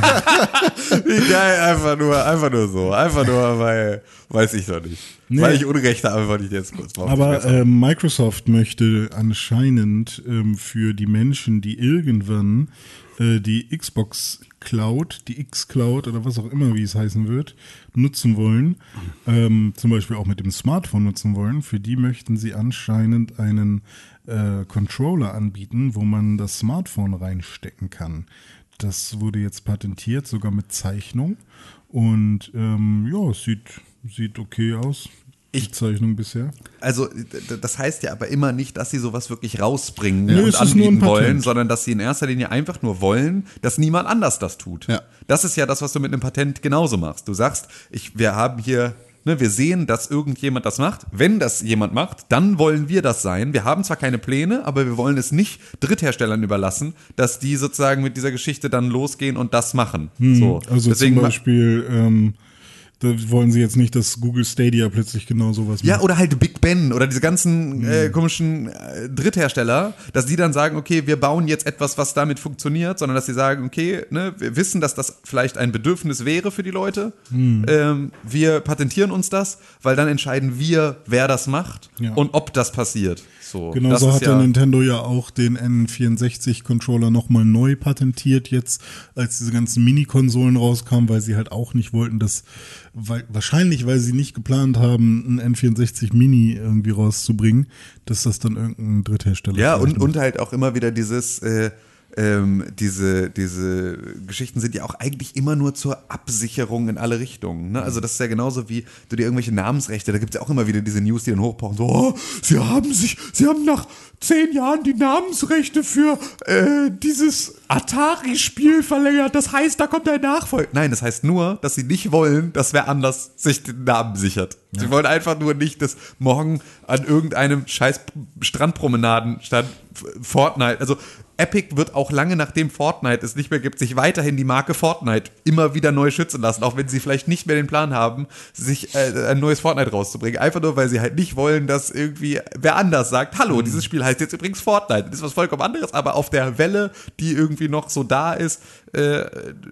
Speaker 4: Wie geil, einfach nur, einfach nur so. Einfach nur, weil, weiß ich doch nicht. Weil ich Unrecht habe, wollte ich jetzt kurz drauf.
Speaker 3: aber äh, Microsoft möchte anscheinend ähm, für die Menschen, die irgendwann äh, die Xbox Cloud, die X-Cloud oder was auch immer, wie es heißen wird, nutzen wollen, ähm, zum Beispiel auch mit dem Smartphone nutzen wollen, für die möchten sie anscheinend einen äh, Controller anbieten, wo man das Smartphone reinstecken kann. Das wurde jetzt patentiert, sogar mit Zeichnung. Und ähm, ja, es sieht, sieht okay aus. die Zeichnung bisher.
Speaker 4: also, d- d- das heißt ja aber immer nicht, dass sie sowas wirklich rausbringen
Speaker 3: Nö,
Speaker 4: und
Speaker 3: es ist
Speaker 4: anbieten
Speaker 3: nur ein Patent.
Speaker 4: wollen, sondern dass sie in erster Linie einfach nur wollen, dass niemand anders das tut.
Speaker 2: Ja.
Speaker 4: Das ist ja das, was du mit einem Patent genauso machst. Du sagst, ich, wir haben hier, ne, wir sehen, dass irgendjemand das macht. Wenn das jemand macht, dann wollen wir das sein. Wir haben zwar keine Pläne, aber wir wollen es nicht Drittherstellern überlassen, dass die sozusagen mit dieser Geschichte dann losgehen und das machen. so.
Speaker 3: Also
Speaker 4: Deswegen
Speaker 3: zum
Speaker 4: ma-
Speaker 3: Beispiel, ähm, da wollen sie jetzt nicht, dass Google Stadia plötzlich genau sowas
Speaker 4: Ja,
Speaker 3: macht.
Speaker 4: oder halt Big Ben oder diese ganzen
Speaker 3: Hm.
Speaker 4: äh, komischen äh, Dritthersteller, dass die dann sagen, okay, wir bauen jetzt etwas, was damit funktioniert, sondern dass sie sagen, okay, ne, wir wissen, dass das vielleicht ein Bedürfnis wäre für die Leute.
Speaker 3: Hm.
Speaker 4: Ähm, wir patentieren uns das, weil dann entscheiden wir, wer das macht
Speaker 3: Ja.
Speaker 4: und ob das passiert. So, oh, das
Speaker 3: Genauso
Speaker 4: ist
Speaker 3: Genau hat ja Nintendo ja auch den N64-Controller nochmal neu patentiert jetzt, als diese ganzen Mini-Konsolen rauskamen, weil sie halt auch nicht wollten, dass, weil, wahrscheinlich weil sie nicht geplant haben, einen N64 Mini irgendwie rauszubringen, dass das dann irgendein Dritthersteller
Speaker 4: Ja,
Speaker 3: vielleicht
Speaker 4: und, und
Speaker 3: macht.
Speaker 4: halt auch immer wieder dieses, äh, ähm, diese, diese Geschichten sind ja auch eigentlich immer nur zur Absicherung in alle Richtungen. Ne? Also das ist ja genauso wie du dir irgendwelche Namensrechte, da gibt es ja auch immer wieder diese News, die dann hochpochen, so, oh, sie haben sich, sie haben nach zehn Jahren die Namensrechte für äh, dieses Atari-Spiel verlängert. Das heißt, da kommt ein Nachfolger. Nein, das heißt nur, dass sie nicht wollen, dass wer anders sich den Namen sichert. Sie wollen einfach nur nicht, dass morgen an irgendeinem scheiß Strandpromenadenstand F- Fortnite, also Epic wird auch lange nachdem Fortnite es nicht mehr gibt, sich weiterhin die Marke Fortnite immer wieder neu schützen lassen, auch wenn sie vielleicht nicht mehr den Plan haben, sich äh, ein neues Fortnite rauszubringen. Einfach nur, weil sie halt nicht wollen, dass irgendwie wer anders sagt, hallo, dieses Spiel heißt jetzt übrigens Fortnite. Das ist was vollkommen anderes, aber auf der Welle, die irgendwie noch so da ist, äh,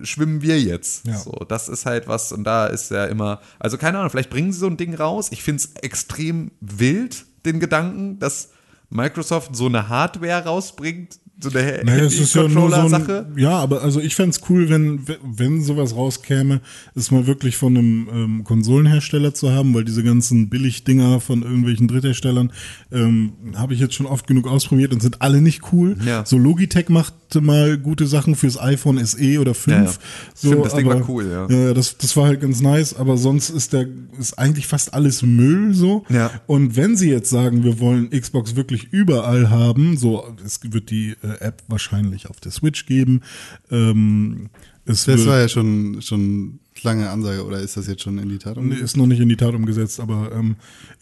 Speaker 4: schwimmen wir jetzt.
Speaker 3: Ja.
Speaker 4: So, das ist halt was, und da ist ja immer, also keine Ahnung, vielleicht bringen sie so ein Ding raus. Ich finde es extrem wild, den Gedanken, dass Microsoft so eine Hardware rausbringt, so eine
Speaker 3: Naja, es ist ja nur so
Speaker 4: Handy-Controller-Sache.
Speaker 3: ein, Ja, aber also ich fänd's cool, wenn, wenn sowas rauskäme, es mal wirklich von einem ähm, Konsolenhersteller zu haben, weil diese ganzen Billigdinger von irgendwelchen Drittherstellern ähm, habe ich jetzt schon oft genug ausprobiert und sind alle nicht cool.
Speaker 4: Ja.
Speaker 3: So Logitech machte mal gute Sachen fürs iPhone SE oder 5.
Speaker 4: Ja, ja.
Speaker 3: So,
Speaker 4: Stimmt, das Ding
Speaker 3: aber,
Speaker 4: war cool, ja.
Speaker 3: Ja, das, das war halt ganz nice, aber sonst ist der ist eigentlich fast alles Müll so.
Speaker 4: Ja.
Speaker 3: Und wenn sie jetzt sagen, wir wollen Xbox wirklich überall haben, so es wird die äh, App wahrscheinlich auf der Switch geben. Ähm, es
Speaker 2: Das
Speaker 3: wird,
Speaker 2: war ja schon, schon lange Ansage, oder ist das jetzt schon in die Tat?
Speaker 3: Nee, ist noch nicht in die Tat umgesetzt, aber ähm,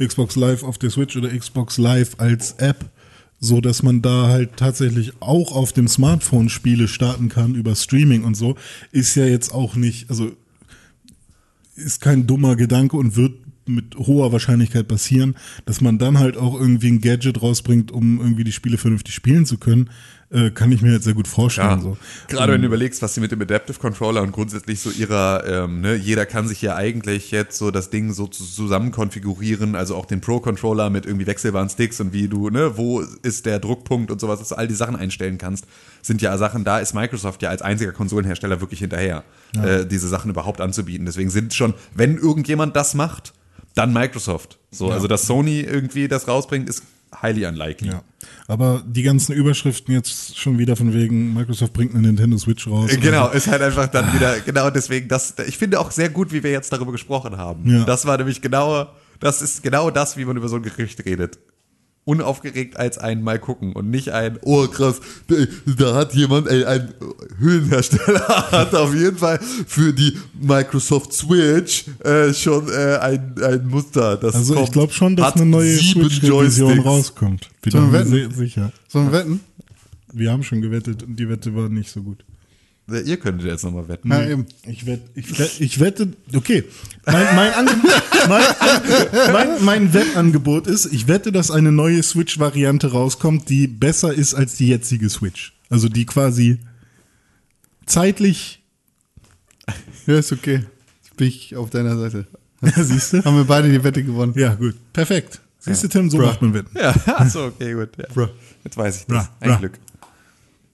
Speaker 3: Xbox Live auf der Switch oder Xbox Live als App, so dass man da halt tatsächlich auch auf dem Smartphone Spiele starten kann über Streaming und so, ist ja jetzt auch nicht, also ist kein dummer Gedanke und wird mit hoher Wahrscheinlichkeit passieren, dass man dann halt auch irgendwie ein Gadget rausbringt, um irgendwie die Spiele vernünftig spielen zu können, äh, kann ich mir jetzt sehr gut vorstellen.
Speaker 4: Ja.
Speaker 3: So. Ähm,
Speaker 4: Gerade wenn du überlegst, was sie mit dem Adaptive Controller und grundsätzlich so ihrer, ähm, ne, jeder kann sich ja eigentlich jetzt so das Ding so zu- zusammen konfigurieren, also auch den Pro Controller mit irgendwie wechselbaren Sticks und wie du, ne, wo ist der Druckpunkt und sowas, dass du all die Sachen einstellen kannst, sind ja Sachen, da ist Microsoft ja als einziger Konsolenhersteller wirklich hinterher, äh, diese Sachen überhaupt anzubieten. Deswegen sind schon, wenn irgendjemand das macht, dann Microsoft. So, also dass Sony irgendwie das rausbringt, ist highly unlikely.
Speaker 3: Ja. Aber die ganzen Überschriften jetzt schon wieder von wegen, Microsoft bringt eine Nintendo Switch raus.
Speaker 4: Äh, Genau, ist halt einfach dann wieder, genau deswegen, das, ich finde auch sehr gut, wie wir jetzt darüber gesprochen haben.
Speaker 3: Ja.
Speaker 4: Das war nämlich genau, das ist genau das, wie man über so ein Gericht redet. Unaufgeregt als ein Mal gucken und nicht ein, oh krass, da, da hat jemand, ein, ein Höhlenhersteller hat auf jeden Fall für die Microsoft Switch äh, schon äh, ein, ein Muster. Das
Speaker 3: Also ich
Speaker 4: kommt.
Speaker 3: glaube schon, dass
Speaker 4: Hat
Speaker 3: eine neue
Speaker 4: sieben
Speaker 3: Switch-Revision
Speaker 4: Joysticks.
Speaker 3: rauskommt. Bin
Speaker 2: Sollen wir
Speaker 3: mir
Speaker 2: wetten?
Speaker 3: se- sicher.
Speaker 2: Sollen wir wetten?
Speaker 3: Wir haben schon gewettet und die Wette war nicht so gut.
Speaker 4: Ja, Ihr könntet jetzt nochmal wetten.
Speaker 2: Ja, eben.
Speaker 3: Ich wette, ich wette, ich wette okay. Mein, mein, Angebot, mein, mein, mein Wettangebot ist, ich wette, dass eine neue Switch-Variante rauskommt, die besser ist als die jetzige Switch. Also die quasi zeitlich,
Speaker 2: Ja, ist okay. Bin ich auf deiner Seite.
Speaker 3: siehst du?
Speaker 2: Haben wir beide die Wette gewonnen.
Speaker 3: Ja, gut. Perfekt. Siehst du, Tim, so macht man Wetten.
Speaker 4: Ja, achso, okay, gut. Ja. Jetzt weiß ich das.
Speaker 3: Bruh,
Speaker 4: Ein
Speaker 3: bruh.
Speaker 4: Glück.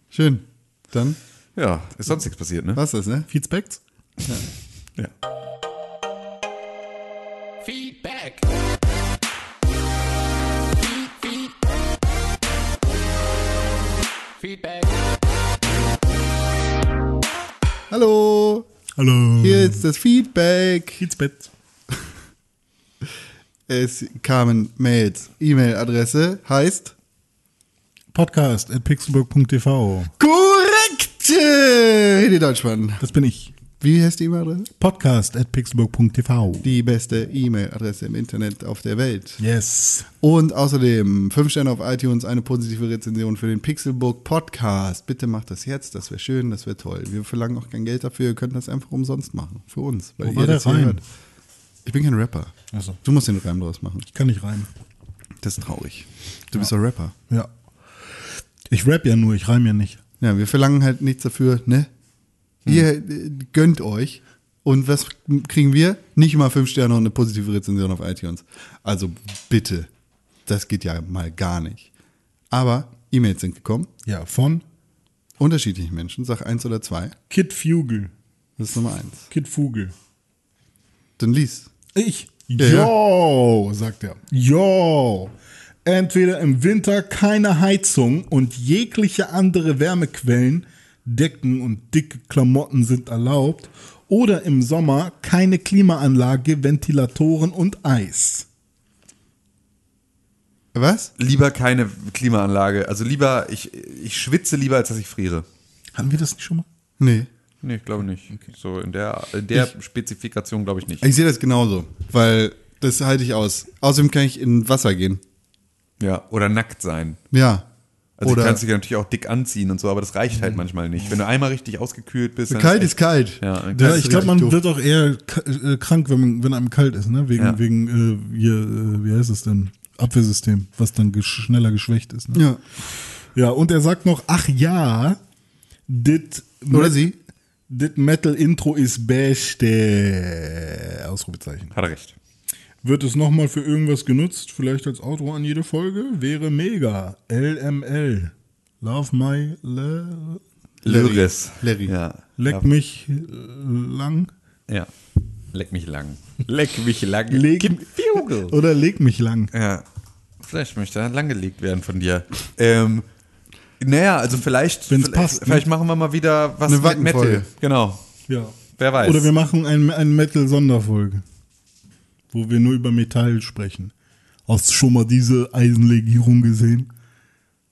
Speaker 2: Schön. Dann
Speaker 4: Ja, ist sonst nichts passiert, ne?
Speaker 2: war's das, ne?
Speaker 3: Feedbacks?
Speaker 4: Ja.
Speaker 11: Feedback. Feedback.
Speaker 2: Hallo,
Speaker 3: Hallo.
Speaker 2: hier ist das Feedback.
Speaker 3: Feedback.
Speaker 2: Es kamen Mails. E-Mail-Adresse heißt
Speaker 3: Podcast at pixelburg.tv.
Speaker 2: korrekt. äh, Die Deutschmann.
Speaker 3: Das bin ich.
Speaker 2: Wie heißt die E-Mail-Adresse?
Speaker 3: Podcast at pixelburg.tv.
Speaker 2: Die beste E-Mail-Adresse im Internet auf der Welt.
Speaker 3: Yes.
Speaker 2: Und außerdem 5 Sterne auf iTunes, eine positive Rezension für den Pixelbook Podcast. Bitte macht das jetzt, das wäre schön, das wäre toll. Wir verlangen auch kein Geld dafür, ihr könnt das einfach umsonst machen. Für uns. Weil
Speaker 3: Wo war der
Speaker 2: hier
Speaker 3: Reim?
Speaker 2: Ich bin kein Rapper.
Speaker 3: Ach so.
Speaker 2: Du musst den Reim draus machen.
Speaker 3: Ich kann nicht rein.
Speaker 2: Das ist traurig. Du bist doch Rapper.
Speaker 3: Ja. Ich rap ja nur, ich reim ja nicht.
Speaker 2: Ja, wir verlangen halt nichts dafür, ne? Ihr äh, gönnt euch. Und was kriegen wir? Nicht mal 5 Sterne und eine positive Rezension auf iTunes. Also bitte. Das geht ja mal gar nicht. Aber E-Mails sind gekommen.
Speaker 3: Ja, von
Speaker 2: unterschiedlichen Menschen, sag eins oder zwei,
Speaker 3: Kid Fugel.
Speaker 2: das ist Nummer eins.
Speaker 3: Kid Fugel.
Speaker 2: Dann lies.
Speaker 3: Ich. Yo, sagt er. Yo. Entweder im Winter keine Heizung und jegliche andere Wärmequellen, Decken und dicke Klamotten sind erlaubt, oder im Sommer keine Klimaanlage, Ventilatoren und Eis.
Speaker 2: Was?
Speaker 4: Lieber keine Klimaanlage. Also lieber, ich, ich schwitze lieber, als dass ich friere.
Speaker 3: Haben wir das nicht schon mal?
Speaker 2: Nee.
Speaker 4: Nee, ich glaube nicht. So in der, in der Spezifikation glaube ich nicht.
Speaker 2: Ich sehe das genauso, weil das halte ich aus. Außerdem kann ich in Wasser gehen.
Speaker 4: Ja, oder nackt sein.
Speaker 2: Ja.
Speaker 4: Also du
Speaker 2: oder
Speaker 4: kannst dich natürlich auch dick anziehen und so, aber das reicht halt manchmal nicht. Wenn du einmal richtig ausgekühlt bist. dann
Speaker 2: kalt
Speaker 4: echt-
Speaker 2: ist kalt.
Speaker 4: Ja, dann
Speaker 3: Ja,
Speaker 2: Das ist
Speaker 3: ich glaube, man
Speaker 2: richtig
Speaker 3: wird
Speaker 2: doof.
Speaker 3: auch eher k- äh, krank, wenn, man, wenn einem kalt ist, ne? Wegen,
Speaker 4: Ja.
Speaker 3: wegen äh, hier, äh, wie heißt es denn? Abwehrsystem, was dann gesch schneller geschwächt ist. Ne?
Speaker 2: Ja.
Speaker 3: Ja, und er sagt noch, ach ja, dit,
Speaker 2: Oder sie?
Speaker 3: dit Metal Intro ist beste. Ausrufezeichen.
Speaker 4: Hat er recht.
Speaker 3: Wird es nochmal für irgendwas genutzt? Vielleicht als Outro an jede Folge? Wäre mega. LML. Love my le
Speaker 2: Larry.
Speaker 4: Lyris.
Speaker 2: Larry.
Speaker 4: Ja.
Speaker 3: leck
Speaker 4: ja.
Speaker 3: mich äh, lang.
Speaker 4: Ja. Leck mich lang. Leck mich lang.
Speaker 3: Leg-
Speaker 4: Gib- Vogel.
Speaker 3: Oder leg mich lang.
Speaker 4: Ja. Vielleicht möchte er langgelegt werden von dir. Ähm, naja, also vielleicht,
Speaker 3: Wenn's
Speaker 4: vielleicht,
Speaker 3: passt, ne?
Speaker 4: vielleicht machen wir mal wieder was
Speaker 2: Eine
Speaker 4: mit Metal.
Speaker 2: Wackenfolge.
Speaker 4: Genau.
Speaker 3: Ja.
Speaker 4: Wer weiß.
Speaker 3: Oder wir machen ein, ein Metal-Sonderfolge, wo wir nur über Metall sprechen. Hast du schon mal diese Eisenlegierung gesehen?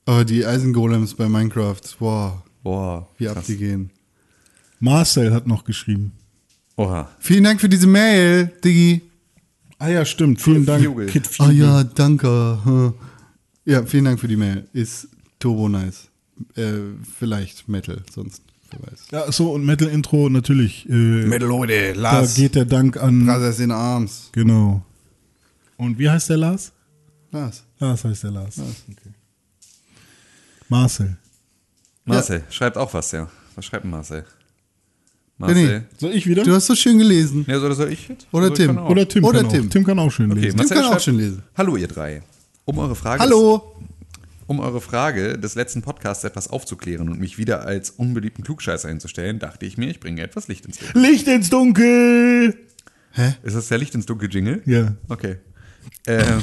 Speaker 2: Aber Oh, die Eisengolems bei Minecraft, wow,
Speaker 4: Boah.
Speaker 2: wie ab
Speaker 4: krass.
Speaker 2: die gehen.
Speaker 3: Marcel hat noch geschrieben.
Speaker 4: Oha.
Speaker 2: Vielen Dank für diese Mail, Diggi.
Speaker 3: Ah ja, stimmt. Vielen Dank,
Speaker 4: Fugel.
Speaker 3: Kid
Speaker 2: Ah
Speaker 3: Fugel.
Speaker 2: ja, danke. Hm. Ja, vielen Dank für die Mail. Ist turbo nice. Äh, vielleicht Metal, sonst, wer weiß.
Speaker 3: Ja, so, und Metal-Intro natürlich. Äh,
Speaker 2: Metal, Leute,
Speaker 3: da
Speaker 2: Lars.
Speaker 3: geht der Dank an.
Speaker 2: Brothers in Arms.
Speaker 3: Genau. Und wie heißt der Lars?
Speaker 2: Lars.
Speaker 3: Lars heißt der Lars. Okay. Marcel.
Speaker 4: Marcel, schreibt auch was, ja. Was schreibt denn Marcel?
Speaker 2: René,
Speaker 4: Marcel.
Speaker 3: Soll ich wieder?
Speaker 2: du hast so schön gelesen.
Speaker 4: Ja, so, oder soll ich jetzt?
Speaker 2: Oder
Speaker 4: so, ich
Speaker 2: Tim.
Speaker 4: kann auch.
Speaker 3: Oder Tim
Speaker 2: Oder
Speaker 3: kann
Speaker 2: Tim.
Speaker 3: auch. Tim kann auch schön
Speaker 4: Okay,
Speaker 3: lesen.
Speaker 4: Marcel
Speaker 2: kann auch
Speaker 4: schreibt,
Speaker 2: schon lesen.
Speaker 4: Hallo ihr drei. Um eure Frage
Speaker 2: Hallo.
Speaker 4: Um eure Frage des letzten Podcasts etwas aufzuklären und mich wieder als unbeliebten Klugscheißer hinzustellen, dachte ich mir, ich bringe etwas Licht ins Dunkel.
Speaker 3: Licht ins Dunkel!
Speaker 4: Ist das der Licht ins Dunkel Jingle?
Speaker 3: Ja.
Speaker 4: Okay. Ähm,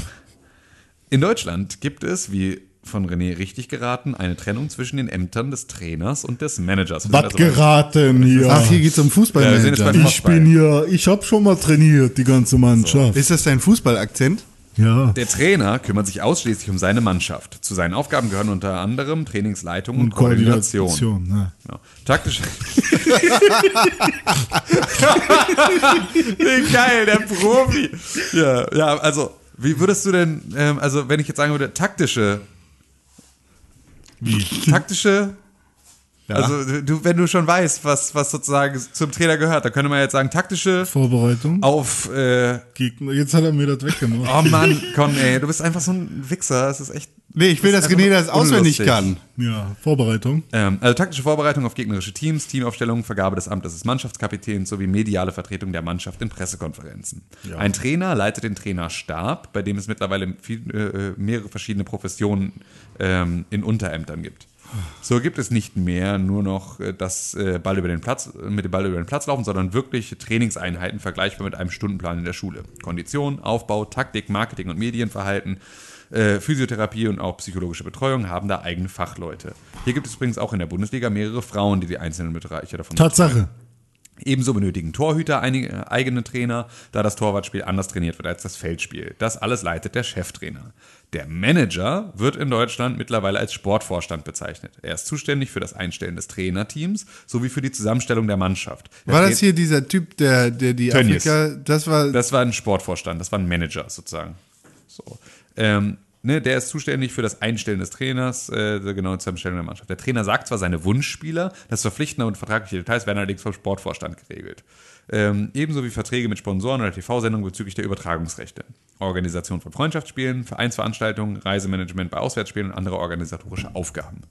Speaker 4: in Deutschland gibt es, wie von René richtig geraten, eine Trennung zwischen den Ämtern des Trainers und des Managers. Wir sind
Speaker 3: Was
Speaker 4: also bei-
Speaker 3: geraten hier?
Speaker 2: Ach, hier geht's um
Speaker 4: Ja, wir sind jetzt
Speaker 2: Fußballmanager.
Speaker 4: beim
Speaker 3: ich bin hier, ich hab schon mal trainiert, die ganze Mannschaft.
Speaker 2: ist das dein Fußballakzent?
Speaker 3: Ja.
Speaker 4: Der Trainer kümmert sich ausschließlich um seine Mannschaft. Zu seinen Aufgaben gehören unter anderem Trainingsleitung und, Koordination.
Speaker 3: ne.
Speaker 4: Ja. Taktisch. nee, geil, der Profi. Ja, ja, also, wie würdest du denn, ähm, also, wenn ich jetzt sagen würde, taktische. Wie? Taktische. Also, du, wenn du schon weißt, was, was sozusagen zum Trainer gehört, dann könnte man jetzt sagen, taktische
Speaker 3: Vorbereitung.
Speaker 4: auf. Äh,
Speaker 3: Gegner. Jetzt hat er mir das weggemacht.
Speaker 4: oh Mann, Con, ey, du bist einfach so ein Wichser. Es ist echt.
Speaker 2: Nee, ich will,
Speaker 4: Das
Speaker 2: dass
Speaker 4: ist
Speaker 2: René
Speaker 4: einfach
Speaker 2: das auswendig
Speaker 4: unlustig.
Speaker 2: kann.
Speaker 3: Ja, Vorbereitung.
Speaker 4: Ähm, also taktische Vorbereitung auf gegnerische Teams, Teamaufstellung, Vergabe des Amtes des Mannschaftskapitäns sowie mediale Vertretung der Mannschaft in Pressekonferenzen. Ein Trainer leitet den Trainerstab, bei dem es mittlerweile viel, äh, mehrere verschiedene Professionen ähm, in Unterämtern gibt. So gibt es nicht mehr nur noch äh, das äh, Ball über den Platz, mit dem Ball über den Platz laufen, sondern wirkliche Trainingseinheiten vergleichbar mit einem Stundenplan in der Schule. Kondition, Aufbau, Taktik, Marketing und Medienverhalten äh, Physiotherapie und auch psychologische Betreuung haben da eigene Fachleute. Hier gibt es übrigens auch in der Bundesliga mehrere Frauen, die die einzelnen Bereiche davon
Speaker 3: Tatsache.
Speaker 4: Ebenso benötigen Torhüter einige äh, eigene Trainer, da das Torwartspiel anders trainiert wird als das Feldspiel. Das alles leitet der Cheftrainer. Der Manager wird in Deutschland mittlerweile als Sportvorstand bezeichnet. Er ist zuständig für das Einstellen des Trainerteams sowie für die Zusammenstellung der Mannschaft. Der
Speaker 2: War
Speaker 4: Tra-
Speaker 2: das hier dieser Typ, der, der die
Speaker 4: Tönnies.
Speaker 2: Afrika, das war,
Speaker 4: das war ein Sportvorstand, das war ein Manager sozusagen. So. Ähm, ne, der ist zuständig für das Einstellen des Trainers, äh, genau zur Einstellung der Mannschaft. Der Trainer sagt zwar seine Wunschspieler, das Verpflichtende und vertragliche Details werden allerdings vom Sportvorstand geregelt. Ähm, ebenso wie Verträge mit Sponsoren oder TV-Sendungen bezüglich der Übertragungsrechte. Organisation von Freundschaftsspielen, Vereinsveranstaltungen, Reisemanagement bei Auswärtsspielen und andere organisatorische Aufgaben.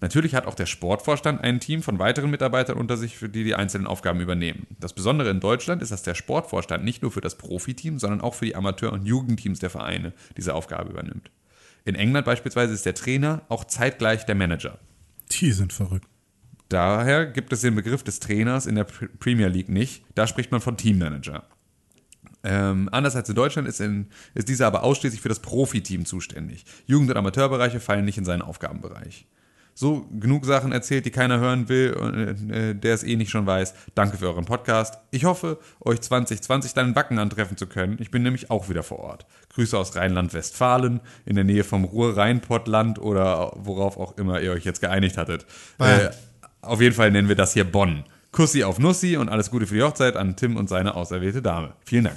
Speaker 4: Natürlich hat auch der Sportvorstand ein Team von weiteren Mitarbeitern unter sich, für die die einzelnen Aufgaben übernehmen. Das Besondere in Deutschland ist, dass der Sportvorstand nicht nur für das Profiteam, sondern auch für die Amateur- und Jugendteams der Vereine diese Aufgabe übernimmt. In England beispielsweise ist der Trainer auch zeitgleich der Manager.
Speaker 3: Die sind verrückt.
Speaker 4: Daher gibt es den Begriff des Trainers in der Pr- Premier League nicht. Da spricht man von Teammanager. Ähm, anders als in Deutschland ist, in, ist dieser aber ausschließlich für das Profiteam zuständig. Jugend- und Amateurbereiche fallen nicht in seinen Aufgabenbereich. So genug Sachen erzählt, die keiner hören will, und, äh, der es eh nicht schon weiß. Danke für euren Podcast. Ich hoffe, euch 2020 dann in Wacken antreffen zu können. Ich bin nämlich auch wieder vor Ort. Grüße aus Rheinland-Westfalen, in der Nähe vom Ruhr-Rhein-Pottland oder worauf auch immer ihr euch jetzt geeinigt hattet. Äh, auf jeden Fall nennen wir das hier Bonn. Kussi auf Nussi und alles Gute für die Hochzeit an Tim und seine auserwählte Dame. Vielen Dank.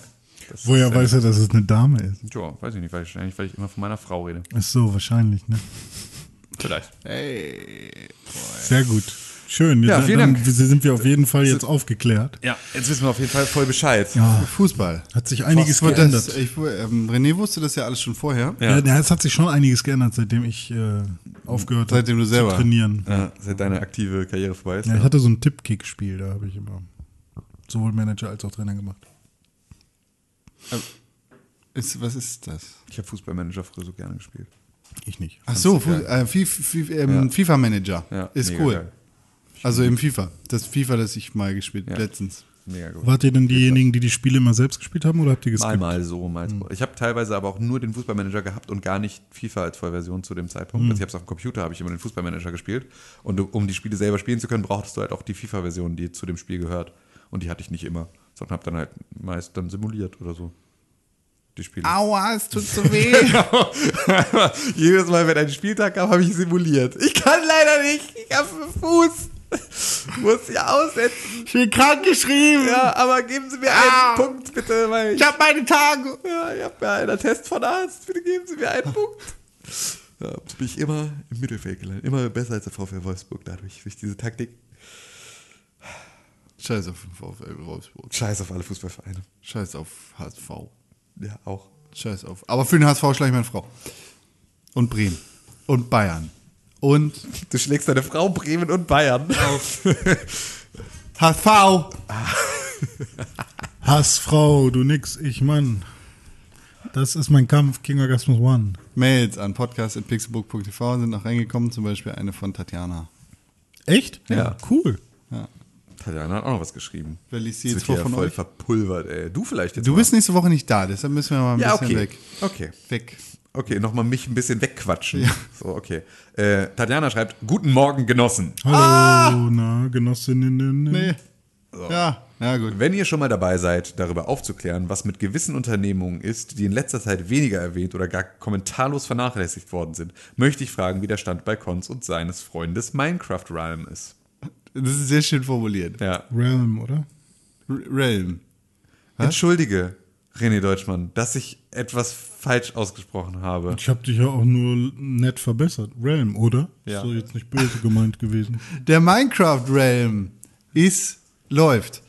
Speaker 4: Das
Speaker 3: Woher
Speaker 4: ist,
Speaker 3: weiß er, dass es eine Dame ist?
Speaker 4: Äh, tja, weiß ich nicht, weil ich, eigentlich, weil ich immer von meiner Frau rede.
Speaker 3: Ach so, wahrscheinlich, ne?
Speaker 4: Vielleicht.
Speaker 3: Sehr gut. Schön.
Speaker 4: Ja,
Speaker 3: Dann-
Speaker 4: vielen
Speaker 3: dann
Speaker 4: Dank.
Speaker 3: sind wir auf jeden Fall jetzt aufgeklärt.
Speaker 4: Ja, jetzt wissen wir auf jeden Fall voll Bescheid.
Speaker 2: Fußball.
Speaker 3: Hat sich einiges
Speaker 2: Was war
Speaker 3: geändert.
Speaker 2: Das, ich, ähm, René wusste das ja alles schon vorher.
Speaker 3: Ja. ja, es hat sich schon einiges geändert, seitdem ich äh, aufgehört habe
Speaker 2: Seitdem du selber.
Speaker 3: zu trainieren.
Speaker 4: Ja, seit deine aktive Karriere vorbei ist.
Speaker 3: Ja, ich hatte so ein Tippkick-Spiel, da habe ich immer sowohl Manager als auch Trainer gemacht.
Speaker 2: Ist, was ist das?
Speaker 4: Ich habe Fußballmanager früher so gerne gespielt.
Speaker 3: Ich nicht.
Speaker 2: Ach so, Fu äh, Fi- Fi- ähm,
Speaker 4: Ja.
Speaker 2: FIFA-Manager.
Speaker 4: Ja,
Speaker 2: ist
Speaker 4: mega
Speaker 2: cool.
Speaker 4: geil.
Speaker 2: Also im FIFA. Das FIFA, das ich mal gespielt
Speaker 4: Ja.
Speaker 2: letztens.
Speaker 4: Mega gut.
Speaker 3: Wart ihr denn diejenigen, die die Spiele immer selbst gespielt haben oder habt ihr
Speaker 4: Mal,
Speaker 3: geskippt?
Speaker 4: mal so, mal
Speaker 2: Mhm.
Speaker 4: so. Ich habe teilweise aber auch nur den Fußballmanager gehabt und gar nicht FIFA als Vollversion zu dem Zeitpunkt.
Speaker 2: Mhm.
Speaker 4: Also ich habe es auf dem Computer, habe ich immer den Fußballmanager gespielt. Und du- um die Spiele selber spielen zu können, brauchtest du halt auch die FIFA-Version, die zu dem Spiel gehört. Und die hatte ich nicht immer, sondern habe dann halt meist dann simuliert oder so. Die Spiele.
Speaker 2: Aua, es tut so weh.
Speaker 4: Jedes Mal, wenn ein Spieltag kam, habe ich simuliert. Ich kann leider nicht. Ich habe einen Fuß. Muss ja aussetzen.
Speaker 2: ich bin krank geschrieben.
Speaker 4: Ja, aber geben Sie mir einen Punkt, bitte. Weil Ah. ich
Speaker 2: habe meine Tage.
Speaker 4: Ja, ich habe mir einen Test von Arzt. Bitte geben Sie mir einen Punkt. Ja, bin ich immer im Mittelfeld gelandet. Immer besser als der VfL Wolfsburg dadurch, durch diese Taktik.
Speaker 2: Scheiß auf den VfL Wolfsburg.
Speaker 4: Scheiß auf alle Fußballvereine.
Speaker 2: Scheiß auf HSV.
Speaker 4: Ja, auch.
Speaker 2: Scheiß auf. Aber für den HSV schlage ich meine Frau. Und Bremen. Und Bayern. Und
Speaker 4: Du schlägst deine Frau Bremen und Bayern auf.
Speaker 2: HSV.
Speaker 3: Hassfrau, du nix, ich Mann. Das ist mein Kampf, King Orgasmus One.
Speaker 2: Mails an podcast.pixelburg.tv sind noch reingekommen, zum Beispiel eine von Tatjana.
Speaker 3: Echt? Ja. Cool.
Speaker 4: Tatjana hat auch noch was geschrieben.
Speaker 2: Wer liest die
Speaker 4: Das
Speaker 2: jetzt
Speaker 4: wird
Speaker 2: vor
Speaker 4: hier
Speaker 2: von
Speaker 4: voll
Speaker 2: euch?
Speaker 4: verpulvert, ey. Du vielleicht jetzt
Speaker 2: Du
Speaker 4: mal.
Speaker 2: bist nächste Woche nicht da, deshalb müssen wir mal ein
Speaker 4: ja, okay.
Speaker 2: bisschen weg.
Speaker 4: Okay.
Speaker 2: Weg.
Speaker 4: Okay, nochmal mich ein bisschen wegquatschen. So, okay. Äh, Tatjana schreibt, guten Morgen, Genossen.
Speaker 3: Hallo, na, ne, Genossinnen.
Speaker 2: Nee. Ja, ja gut.
Speaker 4: Wenn ihr schon mal dabei seid, darüber aufzuklären, was mit gewissen Unternehmungen ist, die in letzter Zeit weniger erwähnt oder gar kommentarlos vernachlässigt worden sind, möchte ich fragen, wie der Stand bei Cons und seines Freundes Minecraft Realm ist.
Speaker 2: Das ist sehr schön formuliert.
Speaker 4: Ja.
Speaker 3: Realm, oder?
Speaker 2: R Realm.
Speaker 4: Entschuldige, René Deutschmann, dass ich etwas falsch ausgesprochen habe.
Speaker 3: Ich habe dich ja auch nur nett verbessert. Realm, oder?
Speaker 4: Ja.
Speaker 3: Ist doch jetzt nicht böse gemeint gewesen.
Speaker 2: Der Minecraft Realm ist läuft.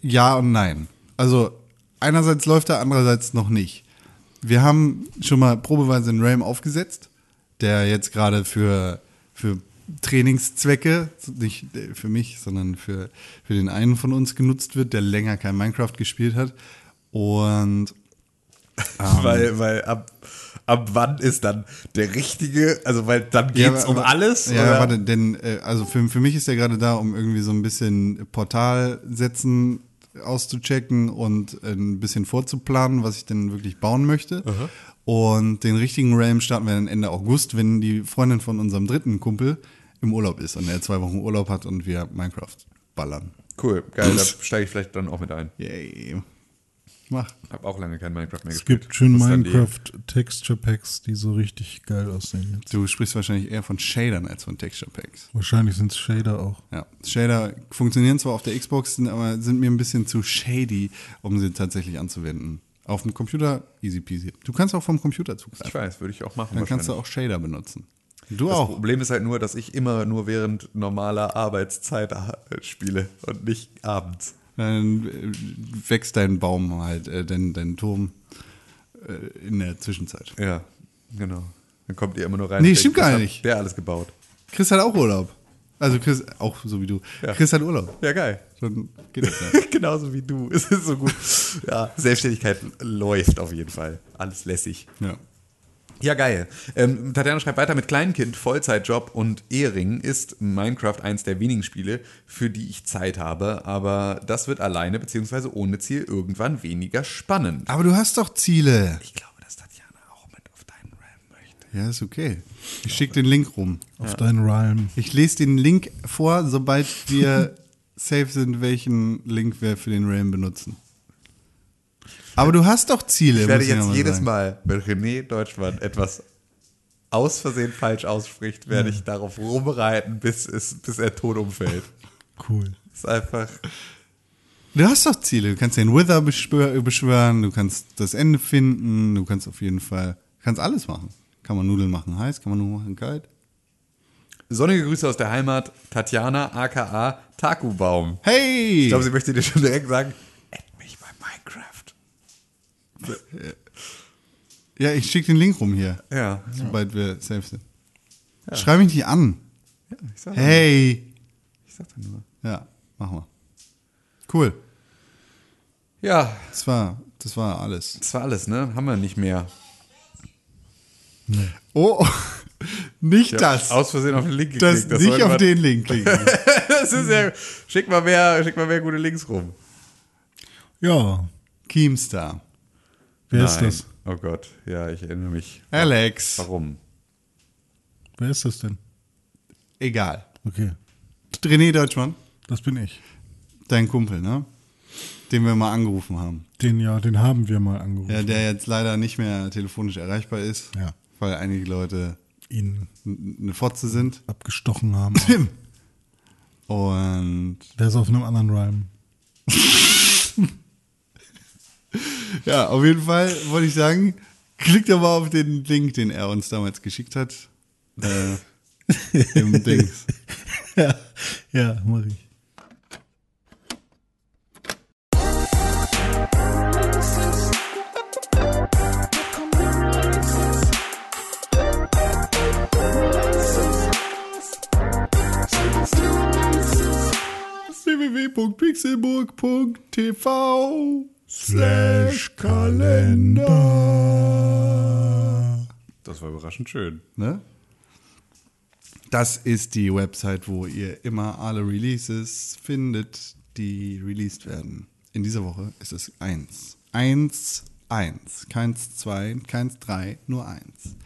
Speaker 2: Ja und nein. Also einerseits läuft er, andererseits noch nicht. Wir haben schon mal probeweise einen Realm aufgesetzt, der jetzt gerade für, für Trainingszwecke, nicht für mich, sondern für, für den einen von uns genutzt wird, der länger kein Minecraft gespielt hat. Und Ähm.
Speaker 4: Weil, weil ab, ab wann ist dann der richtige, also weil dann
Speaker 2: Ja,
Speaker 4: geht's
Speaker 2: aber-
Speaker 4: um
Speaker 2: aber-
Speaker 4: alles?
Speaker 2: Ja,
Speaker 4: oder?
Speaker 2: warte, denn äh, also für, für mich ist der gerade da, um irgendwie so ein bisschen Portal setzen auszuchecken und äh, ein bisschen vorzuplanen, was ich denn wirklich bauen möchte. Und den richtigen Realm starten wir dann Ende August, wenn die Freundin von unserem dritten Kumpel im Urlaub ist und er zwei Wochen Urlaub hat und wir Minecraft ballern.
Speaker 4: Cool, geil, da steige ich vielleicht dann auch mit ein.
Speaker 2: Yay. Mach.
Speaker 4: Hab auch lange kein Minecraft mehr
Speaker 3: Es
Speaker 4: gespielt.
Speaker 3: gibt schön
Speaker 4: Das ist dann die-
Speaker 3: Minecraft-Texture-Packs, die so richtig geil aussehen.
Speaker 2: Du sprichst wahrscheinlich eher von Shadern als von Texture Packs.
Speaker 3: Wahrscheinlich sind es Shader auch.
Speaker 2: Ja, Shader funktionieren zwar auf der Xbox, sind aber sind mir ein bisschen zu shady, um sie tatsächlich anzuwenden. Auf dem Computer easy peasy. Du kannst auch vom Computer
Speaker 4: Ich
Speaker 2: zugreifen.
Speaker 4: weiß, würde ich auch machen.
Speaker 2: Dann kannst du
Speaker 4: wahrscheinlich.
Speaker 2: auch Shader benutzen. Du
Speaker 4: Das
Speaker 2: auch.
Speaker 4: Problem ist halt nur, dass ich immer nur während normaler Arbeitszeit äh, spiele und nicht abends.
Speaker 2: Dann äh, wächst dein Baum halt, äh, dein, dein Turm äh, in der Zwischenzeit.
Speaker 4: Ja, genau. Dann kommt ihr immer nur rein.
Speaker 2: Nee,
Speaker 4: und
Speaker 2: stimmt
Speaker 4: denkt,
Speaker 2: gar
Speaker 4: was hat
Speaker 2: nicht.
Speaker 4: Der alles gebaut.
Speaker 2: Chris hat auch Urlaub. Also Chris, auch so wie du.
Speaker 4: Ja.
Speaker 2: Chris hat Urlaub.
Speaker 4: Ja, geil.
Speaker 2: Dann geht das nicht.
Speaker 4: Genauso wie du. Es ist so gut. Ja, Selbstständigkeit läuft auf jeden Fall. Alles lässig.
Speaker 2: ja.
Speaker 4: Ja, geil. Ähm, Tatjana schreibt weiter, mit Kleinkind, Vollzeitjob und Ehering ist Minecraft eins der wenigen Spiele, für die ich Zeit habe, aber das wird alleine bzw. ohne Ziel irgendwann weniger spannend.
Speaker 2: Aber du hast doch Ziele.
Speaker 4: Ich glaube, dass Tatjana auch mit auf deinen Realm möchte.
Speaker 2: Ja, ist okay. Ich schicke den Link rum.
Speaker 3: Auf deinen Realm.
Speaker 2: Ich lese den Link vor, sobald wir safe sind, welchen Link wir für den Realm benutzen. Aber du hast doch Ziele.
Speaker 4: Ich werde
Speaker 2: muss noch
Speaker 4: jetzt jedes
Speaker 2: sagen.
Speaker 4: Mal, wenn René Deutschmann etwas aus Versehen falsch ausspricht, werde ich darauf rumreiten, bis, es, bis er tot umfällt.
Speaker 3: Cool.
Speaker 4: Das ist einfach
Speaker 2: Du hast doch Ziele. Du kannst den Wither beschwör beschwören, du kannst das Ende finden, du kannst auf jeden Fall, kannst alles machen. Kann man Nudeln machen heiß, kann man Nudeln machen kalt.
Speaker 4: sonnige Grüße aus der Heimat, Tatjana aka Takubaum.
Speaker 2: Hey!
Speaker 4: Ich glaube, sie möchte dir schon direkt sagen, add mich bei Minecraft.
Speaker 2: ja, ich schicke den Link rum hier,
Speaker 4: Ja.
Speaker 2: sobald wir safe sind. Schreib mich nicht an.
Speaker 4: Ich sag,
Speaker 2: Hey!
Speaker 4: ich sag dann nur.
Speaker 2: Ja, machen wir. Cool.
Speaker 4: Ja,
Speaker 2: Das war, das war alles.
Speaker 4: das war alles, ne? Haben wir nicht mehr.
Speaker 2: Oh, nicht
Speaker 4: Ich
Speaker 2: das.
Speaker 4: hab Aus Versehen auf den Link geklickt.
Speaker 2: das nicht
Speaker 4: sollte
Speaker 2: auf
Speaker 4: man-
Speaker 2: den Link klicken.
Speaker 4: das ist ja, schick mal mehr, schick mal mehr gute Links rum.
Speaker 3: Ja,
Speaker 2: Keemstar.
Speaker 3: wer ist das?
Speaker 4: Oh Gott, ja, ich erinnere mich.
Speaker 2: Alex.
Speaker 4: Warum?
Speaker 3: Wer ist das denn?
Speaker 2: Egal.
Speaker 3: Okay,
Speaker 2: René Deutschmann,
Speaker 3: das bin ich.
Speaker 2: dein Kumpel, ne? Den wir mal angerufen haben.
Speaker 3: Den ja, den haben wir mal
Speaker 2: Ja,
Speaker 3: angerufen.
Speaker 2: der jetzt leider nicht mehr telefonisch erreichbar ist,
Speaker 3: Ja.
Speaker 2: weil einige Leute
Speaker 3: Ihn
Speaker 2: n- eine Fotze sind.
Speaker 3: abgestochen haben.
Speaker 2: Und
Speaker 3: der ist auf einem anderen Realm.
Speaker 2: ja, auf jeden Fall wollte ich sagen, klickt doch mal auf den Link, den er uns damals geschickt hat. Äh, Im Dings.
Speaker 3: ja, ja, mach ich.
Speaker 2: www.pixelburg.tv slash Kalender.
Speaker 12: Das war überraschend schön.
Speaker 2: Ne? Das ist die Website, wo ihr immer alle Releases findet, die released werden. In dieser Woche ist es eins. Eins, eins. Keins zwei, keins drei, nur eins.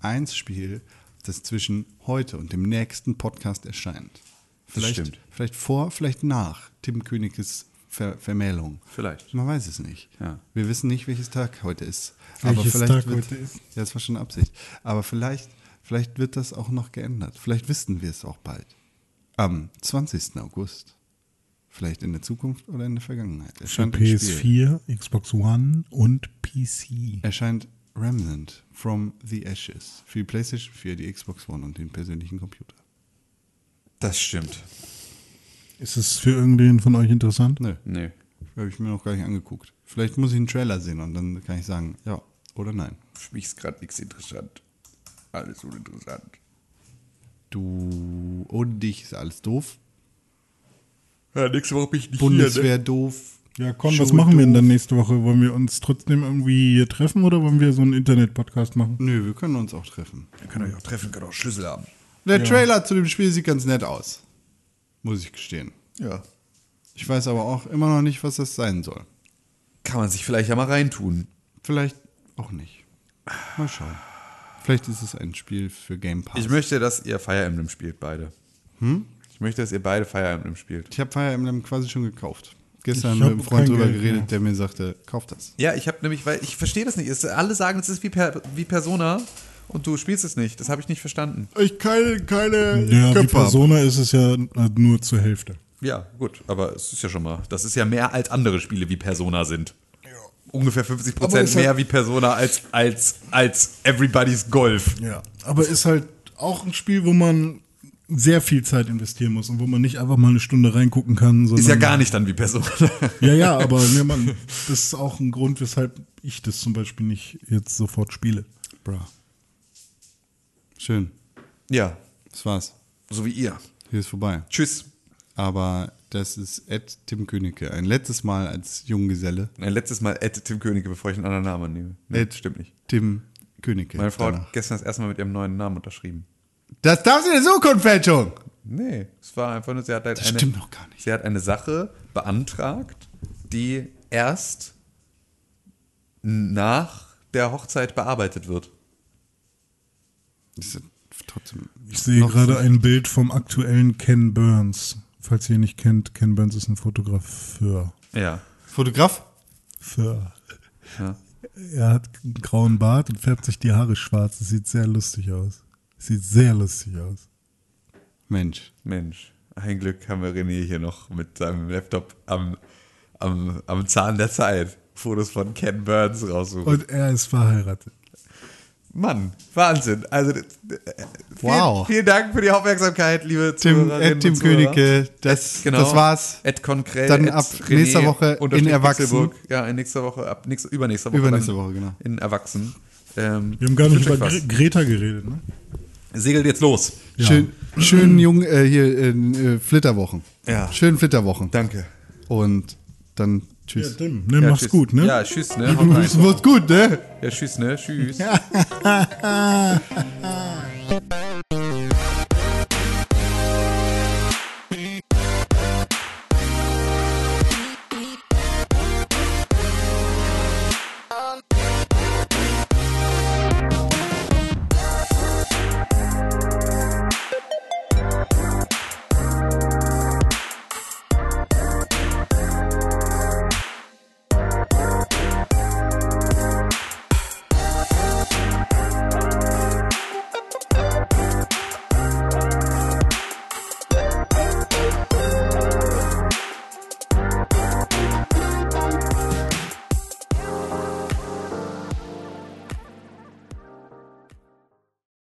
Speaker 2: Eins Spiel, das zwischen heute und dem nächsten Podcast erscheint. Vielleicht,
Speaker 12: stimmt.
Speaker 2: vielleicht vor, vielleicht nach Tim Königes Ver Vermählung.
Speaker 12: Vielleicht.
Speaker 2: Man weiß es nicht.
Speaker 12: Ja.
Speaker 2: Wir wissen nicht, welches Tag heute ist.
Speaker 3: Welches
Speaker 2: Aber vielleicht
Speaker 3: Tag
Speaker 2: wird,
Speaker 3: heute ist.
Speaker 2: Ja, das war schon Absicht. Aber vielleicht, vielleicht wird das auch noch geändert. Vielleicht wissen wir es auch bald. Am 20. August. Vielleicht in der Zukunft oder in der Vergangenheit.
Speaker 3: Für
Speaker 2: Erscheint ein Spiel.
Speaker 3: PS4, Xbox One und PC.
Speaker 2: Erscheint Remnant from the Ashes. Für die PlayStation 4, die Xbox One und den persönlichen Computer.
Speaker 12: Das stimmt.
Speaker 3: Ist es für irgendwen von euch interessant?
Speaker 2: Nö,
Speaker 12: Nee.
Speaker 2: habe ich mir noch gar nicht angeguckt. Vielleicht muss ich einen Trailer sehen und dann kann ich sagen, ja oder nein.
Speaker 12: Für mich ist gerade nichts interessant. Alles uninteressant.
Speaker 2: Du, ohne dich ist alles doof.
Speaker 12: Ja, nächste Woche bin ich nicht
Speaker 4: ne?
Speaker 12: hier.
Speaker 2: Bundeswehr doof.
Speaker 3: ne? Ja, komm, was
Speaker 2: Schul
Speaker 3: machen wir denn
Speaker 2: doof.
Speaker 3: dann nächste Woche? Wollen wir uns trotzdem irgendwie hier treffen oder wollen wir so einen Internet-Podcast machen?
Speaker 2: Nö, wir können uns auch treffen.
Speaker 12: Ne? Könnt ihr euch auch treffen, könnt auch Schlüssel haben.
Speaker 2: Der Trailer zu dem Spiel sieht ganz nett aus. Muss ich gestehen.
Speaker 4: Ja.
Speaker 2: Ich weiß aber auch immer noch nicht, was das sein soll.
Speaker 4: Kann man sich vielleicht ja mal reintun.
Speaker 2: Vielleicht auch nicht. Mal schauen. Vielleicht ist es ein Spiel für Game Pass.
Speaker 4: Ich möchte, dass ihr Fire Emblem spielt, beide. Hm? Ich möchte, dass ihr beide Fire Emblem spielt.
Speaker 2: ich habe Fire Emblem quasi schon gekauft. Gestern
Speaker 3: Ich
Speaker 2: mit
Speaker 3: hab
Speaker 2: einem
Speaker 3: kein
Speaker 2: Freund drüber
Speaker 3: Geld
Speaker 2: geredet,
Speaker 3: mehr.
Speaker 2: der mir sagte, kauf das.
Speaker 4: Ja, ich habe nämlich, weil ich verstehe das nicht. Es, alle sagen, es ist wie, per, wie Persona und du spielst es nicht. Das habe ich nicht verstanden.
Speaker 2: Ich keine, keine
Speaker 3: Ja, wie
Speaker 2: Köpfe habe.
Speaker 3: Persona ist es ja äh, nur zur Hälfte.
Speaker 4: Ja, gut, aber es ist ja schon mal. Das ist ja mehr als andere Spiele wie Persona sind. Ungefähr 50
Speaker 3: Aber es
Speaker 4: Prozent
Speaker 3: hat-
Speaker 4: mehr wie Persona als, als, als Everybody's Golf.
Speaker 3: Ja, aber ist halt auch ein Spiel, wo man sehr viel Zeit investieren muss und wo man nicht einfach mal eine Stunde reingucken kann. Sondern
Speaker 4: Ist ja gar nicht dann wie Persona.
Speaker 3: Hm. Ja, ja, aber ne, man, das ist auch ein Grund, weshalb ich das zum Beispiel nicht jetzt sofort spiele.
Speaker 2: Schön.
Speaker 4: Ja,
Speaker 2: Das war's.
Speaker 4: so wie ihr.
Speaker 2: Hier ist vorbei.
Speaker 4: Tschüss.
Speaker 2: Aber das ist Ed Tim Königke. Ein letztes Mal als Junggeselle.
Speaker 4: Ein letztes Mal Ed Tim Königke, bevor ich einen anderen Namen nehme. Nee,
Speaker 2: Ed
Speaker 4: stimmt nicht.
Speaker 2: Tim Königke.
Speaker 4: Meine Frau
Speaker 2: Danach.
Speaker 4: hat gestern das erste Mal mit ihrem neuen Namen unterschrieben.
Speaker 2: Das darfst du in der Zukunft, Fälschung.
Speaker 4: Nee, es war einfach nur, sie hat halt
Speaker 2: Das
Speaker 4: eine,
Speaker 2: stimmt doch gar nicht.
Speaker 4: Sie hat eine Sache beantragt, die erst nach der Hochzeit bearbeitet wird.
Speaker 2: Das ist trotzdem.
Speaker 3: Ich sehe
Speaker 2: Noch-
Speaker 3: gerade ein Bild vom aktuellen Ken Burns. Falls ihr ihn nicht kennt, Ken Burns ist ein Fotograf für.
Speaker 4: Ja.
Speaker 2: Fotograf?
Speaker 3: für. Er hat einen grauen Bart und färbt sich die Haare schwarz. Das sieht sehr lustig aus. Sieht sehr lustig aus.
Speaker 2: Mensch.
Speaker 4: Mensch, ein Glück haben wir René hier noch mit seinem Laptop am, am, am Zahn der Zeit. Fotos von Ken Burns raussuchen.
Speaker 3: Und er ist verheiratet.
Speaker 4: Mann, Wahnsinn. Also, äh,
Speaker 2: Wow.
Speaker 4: vielen, vielen Dank für die Aufmerksamkeit, liebe
Speaker 2: Tim,
Speaker 4: Zuhörerinnen
Speaker 2: Ed, Tim
Speaker 4: und Zuhörer.
Speaker 2: Königke. Das,
Speaker 4: Genau.
Speaker 2: das war's.
Speaker 4: Ed Konkrell.
Speaker 2: Dann
Speaker 4: Ed
Speaker 2: ab nächster Woche
Speaker 4: unterstrich
Speaker 2: in Erwachsen.
Speaker 4: Pixelburg. Ja, in nächster Woche, ab nächster, übernächster Woche.
Speaker 2: Übernächste
Speaker 4: dann
Speaker 2: Woche, genau.
Speaker 4: In Erwachsen. Ähm,
Speaker 3: Wir haben gar
Speaker 4: fühlt
Speaker 3: nicht über
Speaker 4: euch was.
Speaker 3: Gre Greta geredet, ne?
Speaker 4: Segelt jetzt los.
Speaker 3: Ja.
Speaker 2: Schön, schönen jungen äh, hier äh, äh, Flitterwochen.
Speaker 4: Ja.
Speaker 2: Schönen Flitterwochen.
Speaker 4: Danke.
Speaker 2: Und dann
Speaker 3: Ja,
Speaker 2: tschüss.
Speaker 3: Tim, ne, mach's
Speaker 4: tschüss.
Speaker 3: gut, ne?
Speaker 4: Ja, tschüss, ne? Haut rein.
Speaker 2: Macht's gut, ne?
Speaker 4: Ja, tschüss, ne? Tschüss.